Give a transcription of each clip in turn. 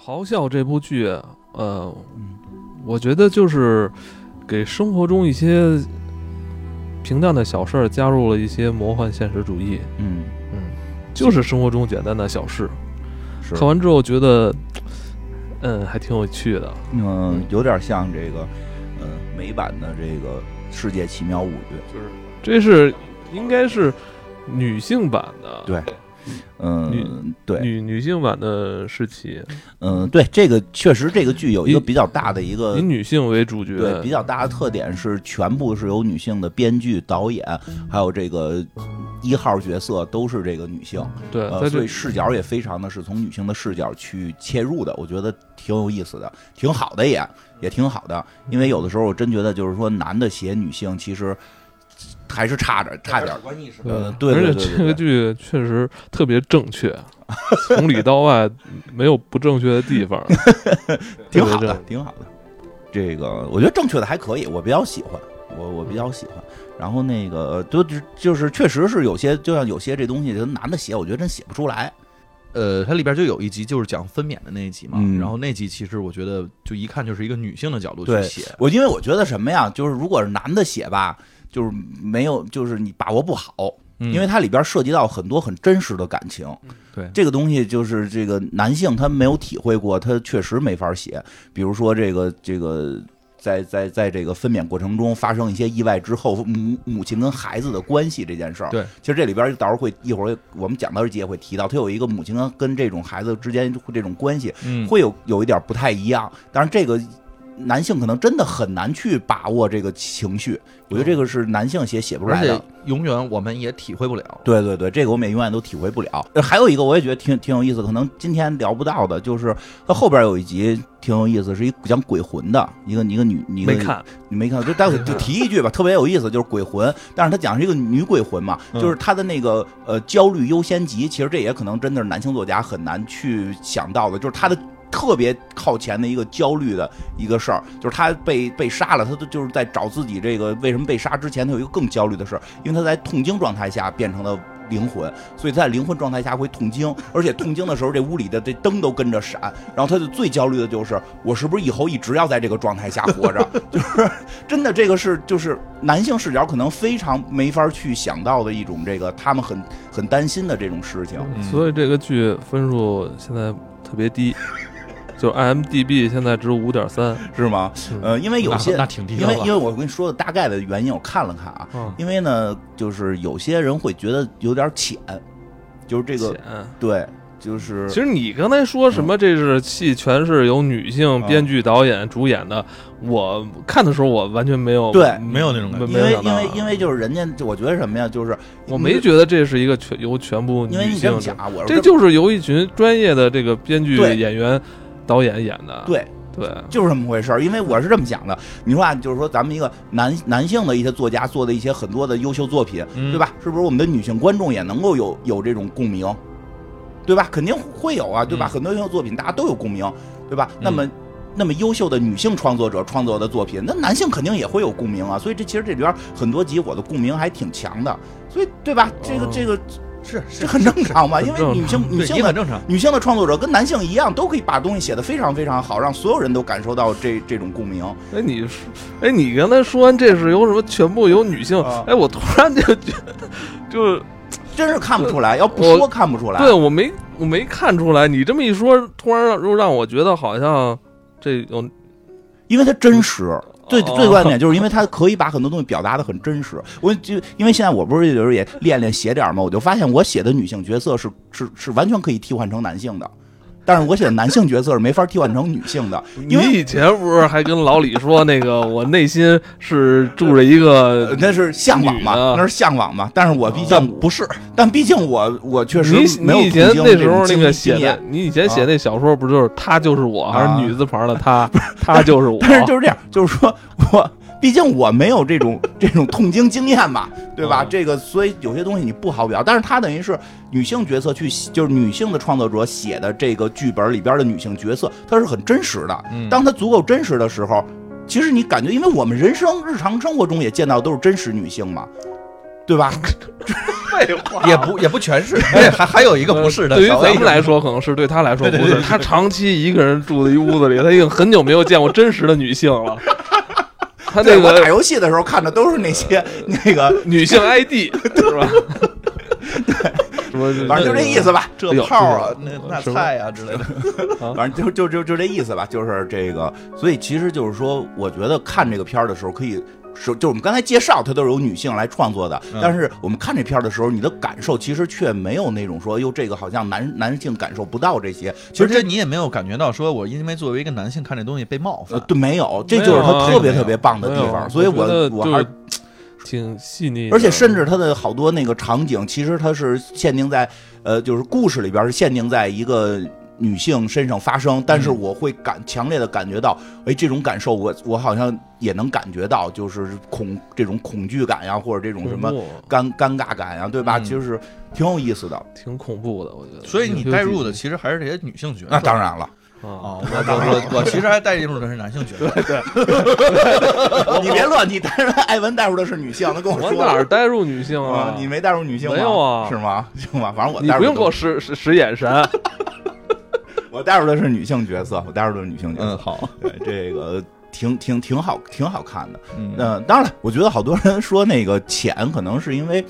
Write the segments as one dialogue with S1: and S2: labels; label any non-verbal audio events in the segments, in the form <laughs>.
S1: 咆哮》这部剧，呃，
S2: 嗯
S1: 我觉得就是给生活中一些平淡的小事儿加入了一些魔幻现实主义，
S2: 嗯，
S1: 就是生活中简单的小事。
S2: 是
S1: 看完之后觉得，嗯，还挺有趣的。
S2: 嗯，有点像这个，呃，美版的这个《世界奇妙物语》。
S1: 就是这是应该是女性版的，
S2: 对嗯，对，
S1: 女女性版的世奇，
S2: 嗯，对，这个确实这个剧有一个
S1: 你
S2: 比较大的一个
S1: 以女性为主角，
S2: 呃对，比较大的特点是全部是由女性的编剧、导演，还有这个一号角色都是这个女性，
S1: 对
S2: 呃，
S1: 在
S2: 所
S1: 这
S2: 以视角也非常的是从女性的视角去切入的，我觉得挺有意思的，挺好的也也挺好的，因为有的时候我真觉得就是说男的写女性其实还是差点差点儿，
S3: 观意识
S2: 呃对对
S1: 啊而
S2: 对对
S1: 且
S2: 对
S1: 这个剧确实特别正确， <laughs> 从里到外没有不正确的地 <laughs> 方，
S2: 挺好
S1: 特别
S2: 的
S1: 正，
S2: 挺好的。这个我觉得正确的还可以，我比较喜欢，我我比较喜欢。然后那个呃就就就是确实是有些，就像有些这东西，就男的写，我觉得真写不出来。
S3: 呃，它里边就有一集就是讲分娩的那一集嘛，
S2: 嗯
S3: 然后那集其实我觉得就一看就是一个女性的角度
S2: 对
S3: 去写，
S2: 我因为我觉得什么呀，就是如果是男的写吧，就是没有，就是你把握不好，
S3: 嗯
S2: 因为它里边涉及到很多很真实的感情。
S3: 对
S2: 这个东西就是这个男性他没有体会过，他确实没法写。比如说这个这个。在在在这个分娩过程中发生一些意外之后，母母亲跟孩子的关系这件事儿，
S3: 对，
S2: 其实这里边到时候会一会儿我们讲到这节会提到，他有一个母亲跟跟这种孩子之间这种关系，
S3: 嗯
S2: 会有有一点不太一样。但是这个男性可能真的很难去把握这个情绪，我觉得这个是男性写写不出
S3: 而
S2: 来的
S3: 且。永远我们也体会不了。
S2: 对对对，这个我们也永远都体会不了。呃还有一个我也觉得挺挺有意思，可能今天聊不到的，就是它后边有一集挺有意思，是一讲鬼魂的一个一个女，一个
S1: 没看，
S2: 你没看，就待会儿就提一句吧，特别有意思，就是鬼魂，但是他讲是一个女鬼魂嘛，
S3: 嗯
S2: 就是她的那个呃焦虑优先级，其实这也可能真的是男性作家很难去想到的，就是她的。特别靠前的一个焦虑的一个事儿，就是她被被杀了，她都就是在找自己这个为什么被杀之前，她有一个更焦虑的事儿，因为她在痛经状态下变成了灵魂，所以她在灵魂状态下会痛经，而且痛经的时候这屋里的这灯都跟着闪，然后她就最焦虑的就是我是不是以后一直要在这个状态下活着， <laughs> 就是真的，这个是就是男性视角可能非常没法去想到的一种这个他们很很担心的这种事情。
S3: 嗯
S1: 所以这个剧分数现在特别低，就是 IMDB 现在只有五点三，嗯
S2: 是吗？呃，因为有些
S3: 那那挺低
S2: 因
S3: 的
S2: 为
S3: 了
S2: 因为我跟你说的大概的原因，我看了看啊，
S1: 嗯，
S2: 因为呢，就是有些人会觉得有点浅，就是这个
S1: 浅嗯
S2: 对，就是
S1: 其实你刚才说什么这是戏全是由女性编剧、导演、主演的，我看的时候我完全没有
S2: 对
S3: 没有那种感觉
S1: 没
S2: 因为
S1: 没有想
S2: 因
S1: 到啊
S2: 为因为就是人家，我觉得什么呀，就是
S1: 我没觉得这是一个全由全部
S2: 因为
S1: 女
S2: 你这
S1: 性
S2: 么，想啊，我是
S1: 这就是由一群专业的这个编剧、
S2: 对
S1: 演员、导演演的，
S2: 啊对，
S1: 对，
S2: 就是这么回事儿，因为我是这么想的。你说啊，就是说咱们一个男男性的一些作家做的一些很多的优秀作品，
S3: 嗯
S2: 对吧？是不是我们的女性观众也能够有有这种共鸣，对吧？肯定会有啊，对吧？
S3: 嗯
S2: 很多优秀作品大家都有共鸣，对吧？那么。那么优秀的女性创作者创作的作品，那男性肯定也会有共鸣啊，所以这其实这里边儿很多集我的共鸣还挺强的，所以对吧？这个
S1: 哦
S2: 这个
S3: 是是
S2: 这很正常嘛，
S1: 很
S2: 因为
S1: 正常
S2: 女性女
S3: 对
S2: 性
S3: 也
S2: 的
S3: 很正常。
S2: 女性的创作者跟男性一样，都可以把东西写得非常非常好，让所有人都感受到这这种共鸣。
S1: 哎，你说，哎，你刚才说完这是由什么？全部由女性？
S2: 啊
S1: 哎，我突然就觉得，就
S2: 真是看不出来，要不说
S1: 我
S2: 看不出来。
S1: 对我没我没看出来。你这么一说，突然让又让我觉得好像这有
S2: 因为它真实。最
S1: 哦
S2: 最关键就是因为它可以把很多东西表达的很真实。我就因为现在我不是有时候也练练写点儿嘛，我就发现我写的女性角色是是是完全可以替换成男性的，但是我写的男性角色是没法替换成女性的，
S1: 你
S2: 因为
S1: 以前不是还跟老李说那个，我内心是住着一个
S2: 呃，那是向往嘛
S1: 女的，
S2: 那是向往嘛。但是我毕
S1: 但
S2: 竟不是，但毕竟我我确实
S1: 你
S2: 没有
S1: 你以前
S2: 同性
S1: 那时候那
S2: 这种
S1: 个
S2: 经
S1: 写
S2: 验
S1: 的，你以前写
S2: 啊
S1: 那小说不就是他就是我，还
S2: 啊
S1: 是女字旁的他，他就是我？
S2: <laughs> 但是就是这样，就是说我毕竟我没有这种这种痛经经验嘛，对吧？
S1: 嗯
S2: 这个所以有些东西你不好表，但是她等于是女性角色去写，就是女性的创作者写的这个剧本里边的女性角色，它是很真实的。
S3: 嗯
S2: 当它足够真实的时候，其实你感觉，因为我们人生日常生活中也见到都是真实女性嘛，对吧？废话
S3: 也不也不
S2: <laughs>
S3: 全是，还还还有一个不是的。
S1: 呃对于
S3: 小 A
S1: 咱
S3: 已
S1: 们
S3: 经
S1: 来，说可能是，对他来说不
S3: 对
S1: 是。
S3: 对对对
S1: 他长期一个人住在一屋子里，他已经很久没有见过真实的女性了。他
S2: 对
S1: 那
S2: 我打
S1: 个
S2: 游戏的时候看的都是那些那个，
S1: 女性
S3: <laughs>
S1: ID 是吧？ <laughs> 什么
S2: 反正就这意思吧。
S3: 这
S1: 哎呦
S3: 炮啊，
S1: 这
S3: 那
S1: 个
S3: 那
S1: 什么
S3: 菜啊之类的，
S2: 反正就就就就这意思吧，就是这个，所以其实就是说，我觉得看这个片儿的时候，可以是就我们刚才介绍，它都是由女性来创作的，
S3: 嗯
S2: 但是我们看这片儿的时候，你的感受其实却没有那种说，哟，这个好像男男性感受不到这些，其
S3: 其
S2: 实
S3: 实这你也没有感觉到，说我因为作为一个男性看这东西被冒
S2: 呃
S3: 犯。
S2: 对没有，这
S1: 没
S2: 就是
S1: 有
S2: 它
S1: 啊
S2: 特别
S3: 没有
S2: 特别棒的地
S1: 没
S2: 方，
S1: 有
S2: 所以我
S1: 我觉得
S2: 我
S1: 就
S2: 还是
S1: 挺细腻的，
S2: 而且甚至它的好多那个场景，其实它是限定在呃，就是故事里边是限定在一个女性身上发生，但是
S1: 嗯
S2: 我会感强烈的感觉到，哎，这种感受我我好像也能感觉到，就是恐这种恐惧感呀，或者这种什么
S1: 恐怖
S2: 尴尴尬感呀，对吧？
S3: 嗯
S2: 就是挺有意思的。
S1: 挺恐怖的，我觉得。
S3: 所以你带入的
S1: 有
S3: 其实还是这些女性角色。
S2: 那当然了，
S1: 啊，
S2: 哦
S3: 啊，我我我我其实还带入的是男性角色。
S2: <laughs> 你别乱，你但是艾文带入的是女性，他跟
S1: 我
S2: 说
S1: 哪儿带入女性啊？？
S2: 啊你没带入女性吗？
S1: 没有啊
S2: 是吗？ <laughs> 行吧，反正我
S1: 你
S2: 带入
S1: 不用
S2: 的啊
S1: 给我使使使眼
S2: <laughs>
S1: 神，
S2: 我带入的是女性角色，我带入的是女性角色。
S3: 嗯，好，
S2: 对，这个挺挺挺好，挺好看的。
S3: 嗯
S2: 那、当然了，我觉得好多人说那个浅，可能是因为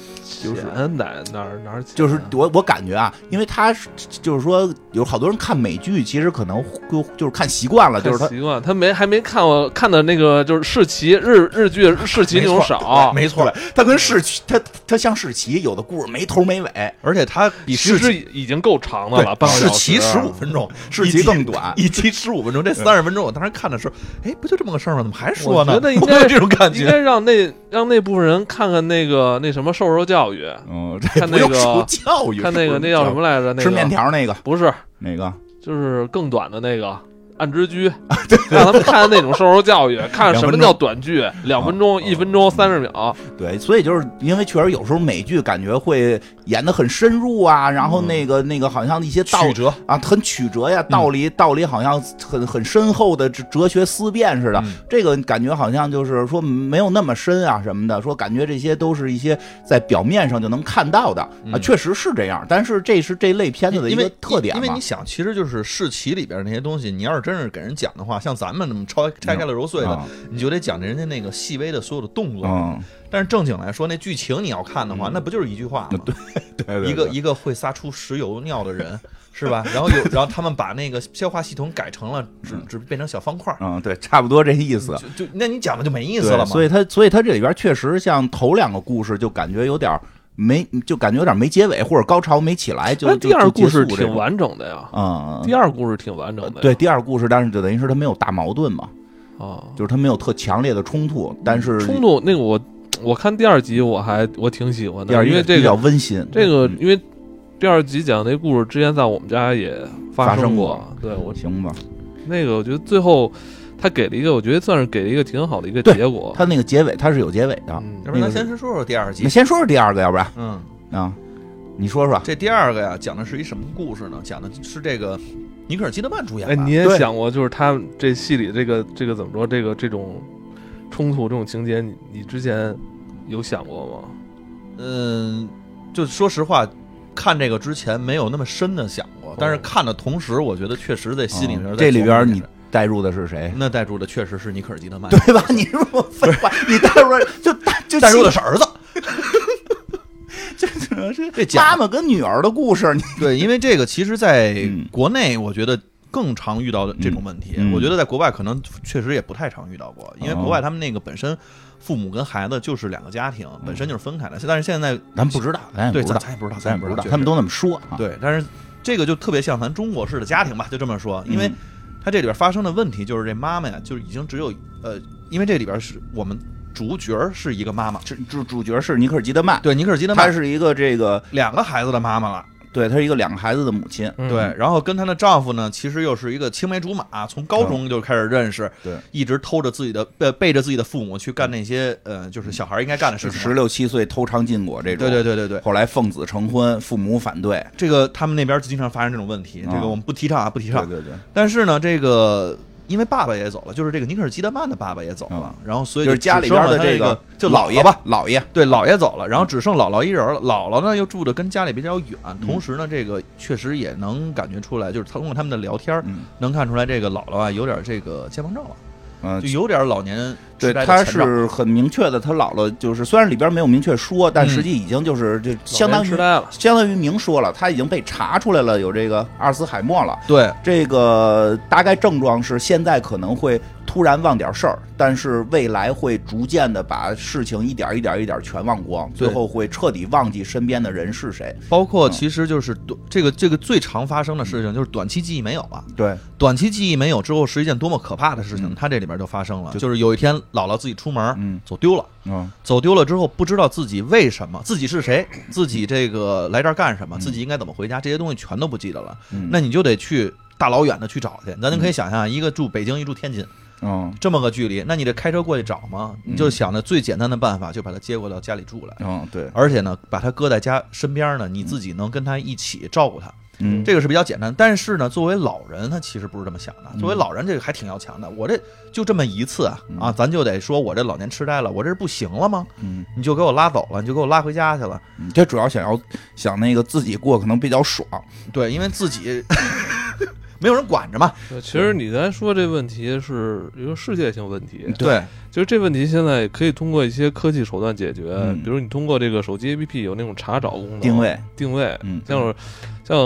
S2: 就是
S1: 钱嗯哪哪儿哪儿钱啊
S2: 就是我我感觉啊，因为他是就是说有好多人看美剧，其实可能就就是看习惯了，啊就是
S1: 看
S2: 他
S1: 习惯，他没还没看我看的那个就是世奇日日剧世奇那种少，
S3: 没错，
S2: 他跟世奇，他他像世奇，有的故事没头没尾，
S3: 而且它比
S1: 其
S3: 世
S1: 实
S3: 奇
S1: 已经够长的了，半个
S3: 对世
S1: 小时啊
S3: 奇十五分钟，
S2: 世
S3: 一
S2: 奇
S3: 集
S2: 更短。
S3: 一期十五分钟，这三十分钟我当时看的时候，哎，不就这么个事儿吗？怎么还说呢？
S1: 我觉得应该
S3: <laughs> 我有这种感
S1: 应
S3: 觉。
S1: 该让那让那部分人看看那个那什么受受教育，
S2: 嗯，这
S1: 看
S2: 不
S1: 那
S2: 用
S1: 个
S2: 受教育，
S1: 看那
S2: 是
S1: 个
S2: 不
S1: 那
S2: 是
S1: 叫什？么来着？那个
S2: 吃面条那个
S1: 不是，
S2: 哪个？
S1: 就是更短的那个。暗
S2: <laughs>
S1: 之居，让他们看那种受受教育，看什么叫短剧，两分
S2: 哦
S1: 钟、一分钟、三十秒，
S2: 对，所以就是因为确实有时候美剧感觉会演的很深入啊，然
S1: 嗯
S2: 后那个、那个好像一些道
S3: 曲折，
S2: 啊，很曲折呀，道
S3: 嗯
S2: 理、道理好像很很深厚的哲哲学思辨似的。
S3: 嗯
S2: 这个感觉好像就是说没有那么深啊什么的，说感觉这些都是一些在表面上就能看到的、啊，
S3: 嗯
S2: 确实是这样。但是这是这类片子的一
S3: 因为
S2: 个特点
S3: 因为
S2: 嘛
S3: 你。想，其实就是世奇里边那些东西，你要是真是给人讲的话，像咱们那么
S1: 嗯
S3: 拆拆开了揉碎
S1: 啊
S3: 的，你就得讲人家那个细微的所有的动作。
S2: 啊嗯，
S3: 但是正经来说，那剧情你要看的话，
S1: 嗯
S3: 那不就是一句话吗？
S2: 对对
S3: 一个一个会撒出石油尿的人，是吧？然后有，然后他们把那个消化系统改成了只只变成小方块儿，
S2: 嗯，对，差不多这意思。
S3: 就就那你讲的就没嗯意
S2: 意
S3: 思了嘛。
S2: 所以它所以它这里边确实像头两个故事就感觉有点儿没，就感觉有点儿没结尾或者高潮没起来，就
S1: 但第
S2: 就
S1: 二
S2: 就
S1: 故事
S2: 结束这
S1: 挺
S2: 种
S1: 完整的呀，
S2: 嗯，
S1: 第二故事挺完整的呀。
S2: 对第二故事，但是就等于是它没有大矛盾嘛。
S1: 啊，
S2: 就是他没有特强烈的冲突，但是
S1: 冲突那个我我看第二集我还我挺喜欢
S2: 第二
S1: 的，
S2: 集
S1: 因为这
S2: 比较
S1: 个
S2: 温馨。
S1: 这个
S2: 嗯
S1: 因为第二集讲那故事之前在我们家也
S2: 发
S1: 生
S2: 生
S1: 对我
S2: 行吧，
S1: 那个我觉得最后他给了一个我觉得算是给了一个挺好的一个
S2: 对
S1: 结果。
S2: 他那个结尾他是有结尾的。
S1: 嗯
S3: 要不然咱
S2: 那个
S3: 先说说第二集
S2: 那。先说说第二个，要不然
S3: 嗯，
S2: 啊，你说说。
S3: 这第二个呀，讲的是一什么故事呢？讲的是这个尼克尔基德曼主演
S1: 哎，
S3: 的。
S1: 你也
S2: 对
S1: 想过就是他们这戏里这个这个怎么说这个这种冲突这种情节，你你之前有想过吗？
S3: 嗯，就说实话，看这个之前没有那么深的想过，但是看的同时，我觉得确实在心里边、
S2: 哦嗯这里边你带入的是谁？ <laughs>
S3: 那带入的确实是尼克尔基德曼，
S2: 对吧？你说我废话，你带入了就带就
S3: 带入的是儿子。
S2: 这这这
S3: 这
S2: 妈
S3: 讲
S2: 妈跟女儿的故事，你
S3: <laughs> 对，因为这个其实在
S2: 嗯
S3: 国内，我觉得。更常遇到的这种问题，
S2: 嗯嗯
S3: 我觉得在国外可能确实也不太常遇到过，因为
S2: 哦
S3: 国外他们那个本身父母跟孩子就是两个家庭，本身就是分开的。但是现在
S2: 咱不知道，咱也嗯不
S3: 对，
S2: 知
S3: 咱
S2: 道，
S3: 咱也不知道，
S2: 咱也
S3: 不
S2: 不知道，
S3: 确
S2: 他们
S3: 实
S2: 都那么说啊。
S3: 对，但是这个就特别像咱中国式的家庭吧，就这么说，
S2: 嗯，
S3: 因为它这里边发生的问题就是这妈妈呀，就是已经只有呃，因为这里边是我们主角是一个妈妈，
S2: 这主主角是尼克尔基德曼，
S3: 对，尼克尔基德
S2: 他
S3: 曼
S2: 是一个这个，
S3: 两个孩子的妈妈了，
S2: 对，他是一个两个孩子的母亲。
S1: 嗯
S3: 对，，然后跟她的丈夫呢，其实又是一个青梅竹马，从高
S2: 嗯
S3: 中就开始认识，
S2: 对，
S3: 一直偷着自己的背背着自己的父母去干那些呃，就是小孩应该干的事
S2: 是
S3: 情
S2: 十
S3: 嘛。
S2: 六七岁偷尝禁果这种。
S3: 对对对对对，
S2: 后来奉子成婚，父母反对。
S3: 这个他们那边经常发生这种问题，这
S2: 啊
S3: 个我们不提倡啊，不提倡。
S2: 对对，
S3: 但是呢，这个因为爸爸也走了，就是这个尼克尔基德曼的爸爸也走了，然后所以
S2: 嗯就是家里边的
S3: 这
S2: 个
S3: 就
S2: 姥
S3: 姥
S2: 爷嗯
S3: 吧，，
S2: 姥爷，
S3: 对，姥爷走了，然后只剩姥姥一人了。姥姥呢又住的跟家里比较远，
S2: 嗯
S3: 同时呢，这个确实也能感觉出来，就是通过他们的聊天儿，
S2: 嗯
S3: 能看出来这个姥姥啊有点这个健忘症了，
S2: 嗯
S3: 就，有点老年
S2: 对
S3: 痴，呆的
S2: 他
S3: 前兆
S2: 是很明确的，他姥姥就是虽然里边没有明确说，
S3: 嗯
S2: 但实际已经就是这相当于
S1: 痴呆了，
S2: 相当于明说了，他已经被查出来了有这个阿尔茨海默了。
S3: 对
S2: 这个大概症状是现在可能会突然忘点事儿，但是未来会逐渐的把事情一点一点一点全忘光，
S3: 对
S2: 最后会彻底忘记身边的人是谁。
S3: 包括其实就是短这个这个最常发生的事情就是短期记忆没有了，
S2: 对，
S3: 短期记忆没有之后是一件多么可怕的事情，
S2: 嗯
S3: 它这里边就发生了，
S2: 就
S3: 就是有一天姥姥自己出门儿
S2: 嗯
S3: 走丢了。
S2: 嗯
S3: 走丢了之后，不知道自己为什么，自己是谁，自己这个来这儿干什么，自己应该怎么回家，这些东西全都不记得了。
S2: 嗯
S3: 那你就得去大老远的去找去。咱就可以想象，啊一个住北京，一住天津，
S2: 嗯
S3: 这么个距离，那你得开车过去找吗？你就想着最简单的办法，就把他接过到家里住来，
S2: 嗯，对，
S3: 而且呢，把他搁在家身边呢，你自己能跟他一起照顾他，
S2: 嗯
S3: 这个是比较简单。但是呢，作为老人，他其实不是这么想的。作为老人，这个还挺要强的。我这就这么一次啊啊，咱就得说我这老年痴呆了，我这是不行了吗？
S2: 嗯，
S3: 你就给我拉走了，你就给我拉回家去了。
S2: 这主要想要想那个自己过可能比较爽，
S3: 对，因为自己没有人管着嘛。
S1: 对其实你刚才说这问题是一个世界性问题，
S3: 对，
S1: 就是这问题现在可以通过一些科技手段解决，
S2: 嗯
S1: 比如你通过这个手机 APP 有那种查找功能、
S2: 定位，
S1: 定位，
S2: 嗯
S1: 像是像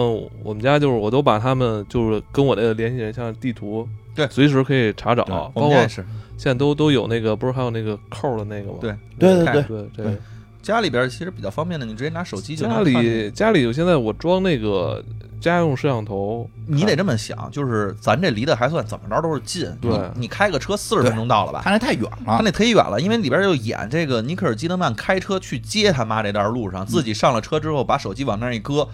S1: 我们家就是我都把他们就是跟我的联系人，像地图，
S3: 对
S1: 随时可以查找，包
S3: 我们
S1: 括
S3: 家也是。
S1: 现在都都有那个不是还有那个扣的那个吗？
S3: 对
S2: 对对对
S1: 对这
S2: 对
S1: 个
S3: 家里边儿其实比较方便的，你直接拿手机就能
S1: 家
S3: 看见。
S1: 里家里有现在我装那个家用摄像头，
S3: 你得这么想，就是咱这离得还算怎么着都是近。
S1: 对
S3: 你你开个车四十分钟到了吧？
S2: 看来太远
S3: 他
S2: 了。
S3: 那忒远了，因为里边就演这个尼克尔基德曼开车去接他妈这段路上，自己上了车之后把手机往那儿一搁，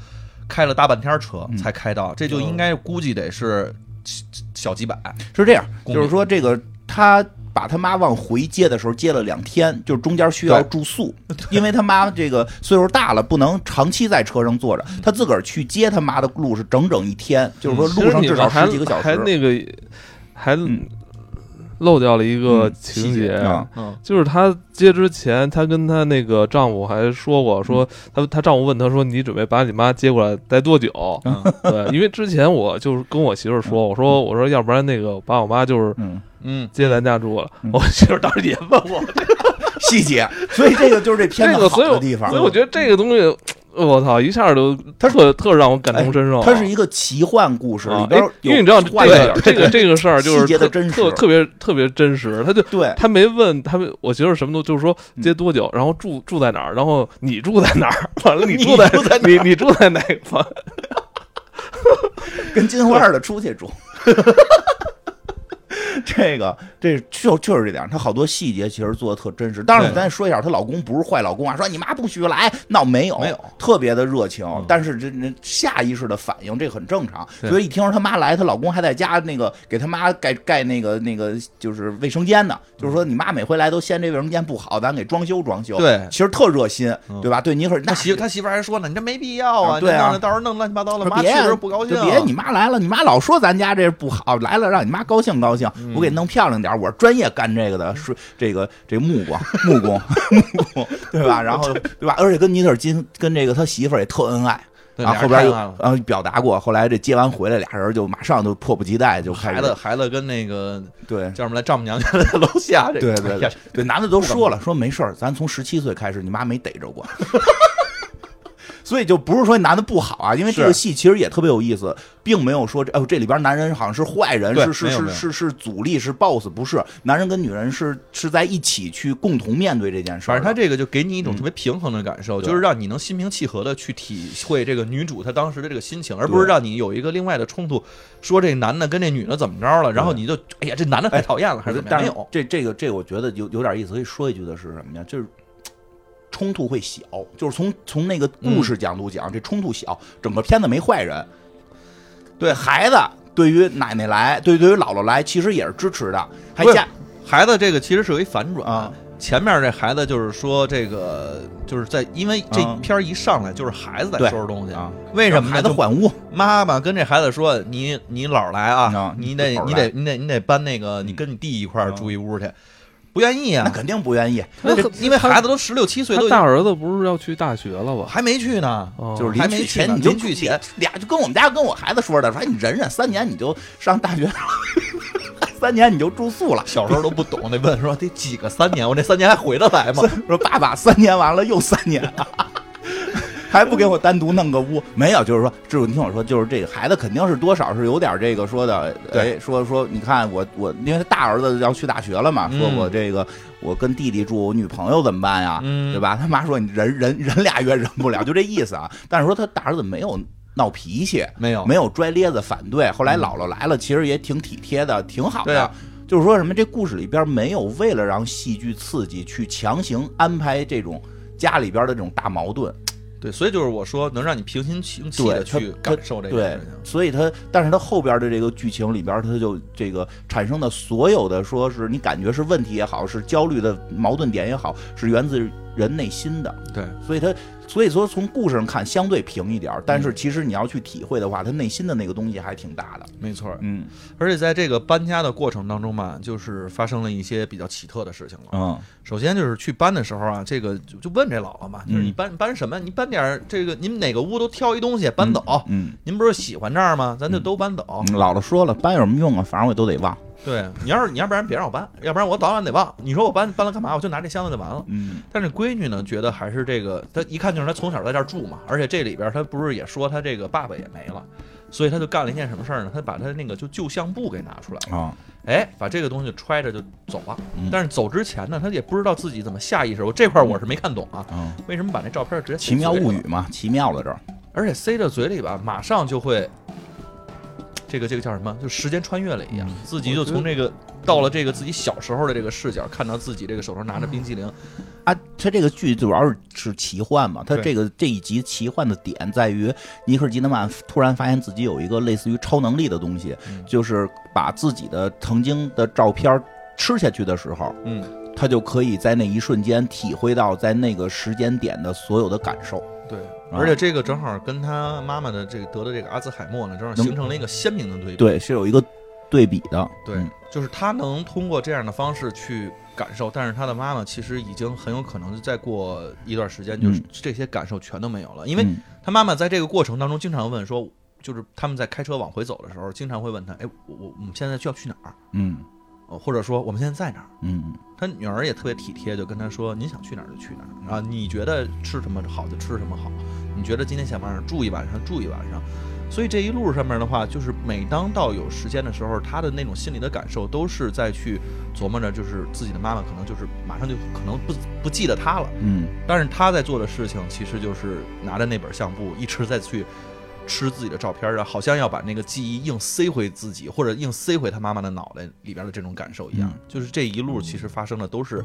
S3: 开了大半天车
S2: 嗯
S3: 才开到，这就应该估计得是小小几百。
S2: 是这样，
S3: 公里
S2: 就是说这个他把他妈往回接的时候接了两天，就是中间需要
S3: 对
S2: 住宿，因为他妈这个岁数大了，不能长期在车上坐着，
S1: 嗯
S2: 他自个儿去接他妈的路是整整一天，就是说
S1: 其
S2: 路
S1: 实
S2: 上
S1: 你
S2: 至
S1: 们
S2: 少
S1: 还
S2: 十几个小
S1: 还
S2: 时。
S1: 那个还
S2: 嗯
S1: 漏掉了一个
S2: 嗯
S1: 情
S3: 细节
S1: 节
S2: 啊，
S3: 嗯，
S1: 就是她接之前，她跟她那个丈夫还说过，说她她丈夫问她说：“你准备把你妈接过来待多久？”
S3: 嗯
S1: <laughs> 对，因为之前我就是跟我媳妇儿说，我说我说要不然那个把我妈就是
S2: 嗯，
S3: 嗯，
S1: 接咱家住了
S2: 嗯。
S1: 我媳妇儿当时也问我
S2: <laughs> 细节，所以这个就是这片
S1: 这
S2: 子
S1: 个，
S2: 好
S1: 所以我
S2: 的地方。嗯
S1: 所以我觉得这个东西，我操，一下就特特让我感同身受。
S2: 它是一个奇幻故事，
S1: 啊
S2: 里边
S1: 哎
S2: 有
S1: 因为你知道这
S2: 幻想
S1: 个这个这个事儿就
S2: <laughs> 细节
S1: 是
S2: 的
S1: 特
S2: 真实
S1: 特特别特别真实，他就
S2: 对，
S1: 他没问他们，我媳妇儿什么都就是说接多
S2: 嗯
S1: 久，然后住住在哪儿，然后你住在哪儿，完
S2: <laughs>
S1: 了你住在你你住在哪个 <laughs> 房？
S2: <laughs> 跟金花儿的出去住。 <laughs> 这个，这就就是这点儿，她好多细节其实做的特真实。当然，
S3: 对
S2: 咱说一下，她老公不是坏老公啊，说你妈不许来，闹没有
S3: 没有，嗯
S2: 特别的热情。但是这这下意识的反应，这很正常。
S1: 对
S2: 所以一听说她妈来，她老公还在家那个给她妈盖盖那个那个就是卫生间呢，
S3: 嗯
S2: 就是说你妈每回来都嫌这卫生间不好，咱给装修装修。
S3: 对
S2: 其实特热心，对吧？对尼克尔，那
S3: 他媳他媳妇儿还说呢，你这没必要啊，
S2: 啊对啊
S3: 你弄得到时候弄乱七八糟的，
S2: 说
S3: 妈去
S2: 别
S3: 的时候不高兴、啊
S2: 就别你妈来了，你妈老说咱家这不好，来了让你妈高兴高兴，
S3: 嗯
S2: 我给弄漂亮点儿。我是专业干这个的，是这个这木工木工 <laughs> 木工，对吧？然后对吧？而且跟尼特尔金跟这个他媳妇儿也特恩爱。
S3: 对
S2: 然
S3: 俩
S2: 后后
S3: 人
S2: 边
S3: 太
S2: 又
S3: 恩爱了
S2: 然后表达过，后来这接完回来，俩人就马上就迫不及待就开
S3: 孩
S2: 始
S3: 子孩子跟那个
S2: 对
S3: 叫什么来丈母娘家 <laughs> 的楼下这
S2: 对
S3: 个，
S2: 对
S3: 哎呀
S2: 对对，男的都说了，说没事儿，咱从十七岁开始，你妈没逮着过。所以就不是说男的不好啊，因为这个
S3: 是
S2: 戏其实也特别有意思，并没有说这哦这里边男人好像是坏人，
S3: 对
S2: 是是
S3: 没有
S2: 是
S3: 没有
S2: 是是阻力，是 boss，不是男人跟女人是是在一起去共同面对这件事
S3: 反
S2: 儿
S3: 正
S2: 的。嗯
S3: 他这个就给你一种特别平衡的感受，
S2: 对
S3: 就是让你能心平气和的去体会这个女主她当时的这个心情，而不是让你有一个另外的冲突，说这男的跟这女的怎么着了，然后你就哎呀这男的太讨厌了，还是怎么样？
S2: 哎但
S3: 没
S2: 是
S3: 有，
S2: 这这个这个我觉得有有点意思，可以说一句的是什么呀？就是冲突会小，就是从从那个故
S3: 嗯
S2: 事角度讲，这冲突小，整个片子没坏人。对孩子，对于奶奶来，对对于姥姥来，其实也是支持的，还
S3: 不是
S2: 加
S3: 孩子这个其实是有一反转
S2: 啊，
S3: 前面这孩子就是说这个就是在，因为这
S2: 啊
S3: 片儿一上来就是孩子在
S2: 对
S3: 收拾东西
S2: 啊，
S3: 为什么呢
S2: 孩子
S3: 就
S2: 换屋？
S3: 妈妈跟这孩子说：“你你老来啊
S2: 啊，
S3: 你得
S2: 你老
S3: 你
S2: 来嗯
S3: 得你得你得搬那个，你跟你弟一块儿住一屋去。”不愿意
S2: <laughs> 那
S3: 啊，
S2: 肯定不愿意，
S1: 那
S3: 这
S1: 可
S3: 因为
S1: 他
S3: 孩子都十六七岁，
S1: 他
S3: 都已
S1: 大
S3: 经
S1: 儿子不是要去大学了吧？
S3: 还没去呢。
S1: 哦
S2: 就是
S3: 还
S2: 临
S3: 没
S2: 去
S3: 去
S2: 前
S3: 呢
S2: 你就
S3: 临去前
S2: 俩，就跟我们家跟我孩子说的，说哎你忍忍三年你就 <laughs> 上大学了，三年你就住宿了。
S3: 小时候都不懂，得问说得几个三年，我这三年还回得来
S2: <laughs>
S3: 吗？
S2: 说爸爸三年完了又三年了。 <laughs> 还不给我单独弄个屋？没有，就是说，就是你听我说，就是这个孩子肯定是多少是有点这个说的，
S3: 对
S2: 哎，说说你看我我，因为他大儿子要去大学了嘛，说
S3: 嗯
S2: 我这个我跟弟弟住，我女朋友怎么办呀？
S3: 嗯
S2: 对吧？他妈说你忍忍忍俩月忍不了，就这意思啊。但是说他大儿子没有闹脾气，
S3: 没有，
S2: 没有拽咧子反对。后来姥姥来了，其实也挺体贴的，挺好
S3: 嗯对
S2: 的。
S3: 啊
S2: 就是说什么，这故事里边没有为了让戏剧刺激去强行安排这种家里边的这种大矛盾，
S3: 对，所以就是我说能让你平心静气的
S2: 对，
S3: 去
S2: 他
S3: 感受这
S2: 他
S3: 个
S2: 对
S3: 事情。，
S2: 所以他，但是他后边的这个剧情里边，他就这个产生的所有的，说是你感觉是问题也好，是焦虑的矛盾点也好，是源自人内心的。
S3: 对，
S2: 所以他，所以说从故事上看相对平一点儿，但是
S3: 嗯
S2: 其实你要去体会的话，他内心的那个东西还挺大的。
S3: 没错。
S2: 嗯
S3: 而且在这个搬家的过程当中嘛，就是发生了一些比较奇特的事情了。
S2: 嗯。
S3: 首先就是去搬的时候啊，这个就就问这姥姥嘛，就是
S2: 嗯
S3: 你搬搬什么？你搬点儿这个，你们哪个屋都挑一东西搬走。
S2: 嗯，
S3: 您不是喜欢这儿吗？咱就都搬走。
S2: 嗯姥姥说了，搬有什么用啊？反正我也都得忘。
S3: 对你要是你要不然别让我搬，要不然我早晚得忘。你说我搬搬了干嘛？我就拿这箱子就完了。
S2: 嗯
S3: 但是闺女呢，觉得还是这个，她一看就是她从小在这儿住嘛，而且这里边她不是也说她这个爸爸也没了，所以她就干了一件什么事儿呢？她把她那个就旧相簿给拿出来了，
S2: 啊，
S3: 哎，把这个东西揣着就走了
S2: 嗯。
S3: 但是走之前呢，她也不知道自己怎么下意识，我这块儿我是没看懂啊，
S2: 嗯，
S3: 为什么把那照片直接
S2: 奇妙
S3: 塞嘴
S2: 物
S3: 里
S2: 语
S3: 了，
S2: 嘛，奇妙了这儿。
S3: 而且塞到嘴里吧，马上就会。这个这个叫什么？就时间穿越了一样，自己就
S1: 我觉得
S3: 从这个到了这个自己小时候的这个视角，看到自己这个手上拿着冰激凌，
S2: 啊，它这个剧主要是是奇幻嘛，它
S3: 对
S2: 这个这一集奇幻的点在于尼克基德曼突然发现自己有一个类似于超能力的东西，
S3: 嗯
S2: 就是把自己的曾经的照片吃下去的时候，
S3: 嗯，
S2: 他就可以在那一瞬间体会到在那个时间点的所有的感受。
S3: 对，而且这个正好跟他妈妈的这个得的这个阿兹海默呢，正好
S2: 能
S3: 形成了一个鲜明的对比。
S2: 对，是有一个对比的。
S3: 对，就是他能通过这样的方式去感受，但是他的妈妈其实已经很有可能再过一段时间，就是
S2: 嗯
S3: 这些感受全都没有了，因
S2: 因
S3: 为他妈妈在这个过程当中经常问说，就是他们在开车往回走的时候，经常会问他，哎，我我我们现在需要去哪儿？
S2: 嗯
S3: 呃或者说我们现在在哪儿？
S2: 嗯
S3: 他女儿也特别体贴，就跟他说：“您想去哪儿就去哪儿啊，你觉得吃什么好就吃什么好，你觉得今天想晚上住一晚上住一晚上。”所以这一路上面的话，就是每当到有时间的时候，他的那种心里的感受都是在去琢磨着，就是自己的妈妈可能就是马上就可能不不记得他了，
S2: 嗯
S3: 但是他在做的事情其实就是拿着那本相簿一直在去吃自己的照片啊，好像要把那个记忆硬塞回自己，或者硬塞回他妈妈的脑袋里边的这种感受一样。
S2: 嗯
S3: 就是这一路其实发生的都是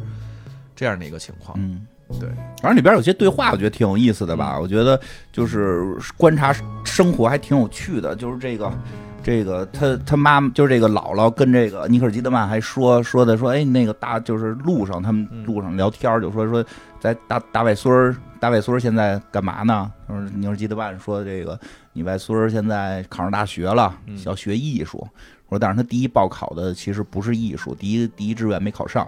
S3: 这样的一个情况。
S2: 嗯。
S3: 对，
S2: 反正里边有些对话，我觉得挺有意思的
S3: 嗯
S2: 吧。我觉得就是观察生活还挺有趣的，就是这个。这个他他妈妈就是这个姥姥跟这个尼克尔基德曼还说说的说哎那个大就是路上他们
S3: 嗯
S2: 路上聊天儿就说说在大大外孙儿大外孙儿现在干嘛呢？就是尼克尔基德曼说这个你外孙儿现在考上大学了
S3: 嗯，
S2: 要学艺术。说但是他第一报考的其实不是艺术，第一第一志愿没考上。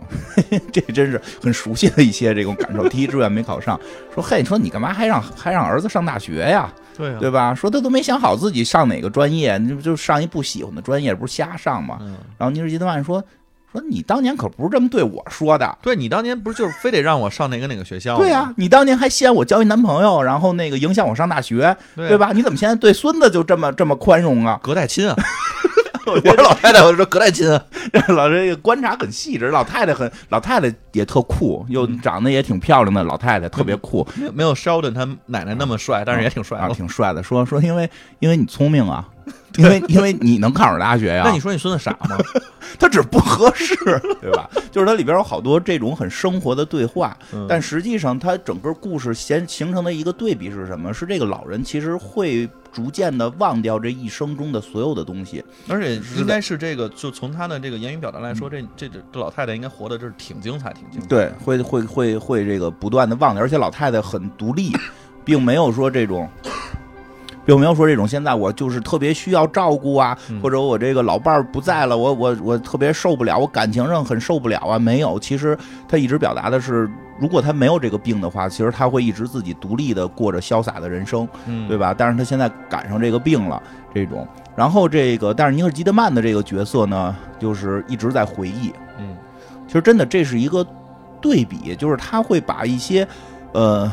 S2: <laughs> 这真是很熟悉的一些这种感受。第一志愿没考上，说嘿，你说你干嘛还让还让儿子上大学呀？
S3: 对啊
S2: 对吧？说他都没想好自己上哪个专业，你就就上一不喜欢的专业，不是瞎上吗？
S3: 嗯，
S2: 然后尼日基德曼说说你当年可不是这么对我说的。
S3: 对你当年不是就是非得让我上哪个哪个学校吗？
S2: 对呀、啊你当年还嫌我交一男朋友，然后那个影响我上大学，
S3: 对
S2: 对？吧？你怎么现在对孙子就这么这么宽容啊？ <laughs>
S3: 隔代亲啊，我是老太太，我说隔代亲啊，
S2: 老这个观察很细致，老太太很老太太也特酷，又
S3: 嗯
S2: 长得也挺漂亮的，老太太特
S3: <laughs>
S2: 别酷。
S3: 没有没有 Sheldon 他奶奶那么帅，但是也挺帅
S2: 啊，
S3: 的。 <laughs>
S2: 挺帅的。说说因为因为你聪明啊，因为因为你能看上大学呀、
S3: 那你说你孙子傻吗？
S2: 它只是不合适，
S3: <laughs>
S2: 对吧？就是它里边有好多这种很生活的对话，
S3: 嗯
S2: 但实际上它整个故事形形成的一个对比是什么？是这个老人其实会逐渐的忘掉这一生中的所有的东西，
S3: 而且
S2: 是的
S3: 应该是这个，就从他的这个言语表达来说，这这这这老太太应该活的这是挺精彩，挺精彩。
S2: 对，会会会会这个不断的忘掉，而且老太太很独立，并没有说这种。并没有说这种现在我就是特别需要照顾啊，
S3: 嗯
S2: 或者我这个老伴儿不在了，我我我特别受不了，我感情上很受不了啊。没有，其实他一直表达的是，如果他没有这个病的话，其实他会一直自己独立的过着潇洒的人生。
S3: 嗯
S2: 对吧？但是他现在赶上这个病了，这种。然后这个，但是尼克基德曼的这个角色呢，就是一直在回忆。
S3: 嗯，
S2: 其实真的这是一个对比，就是他会把一些呃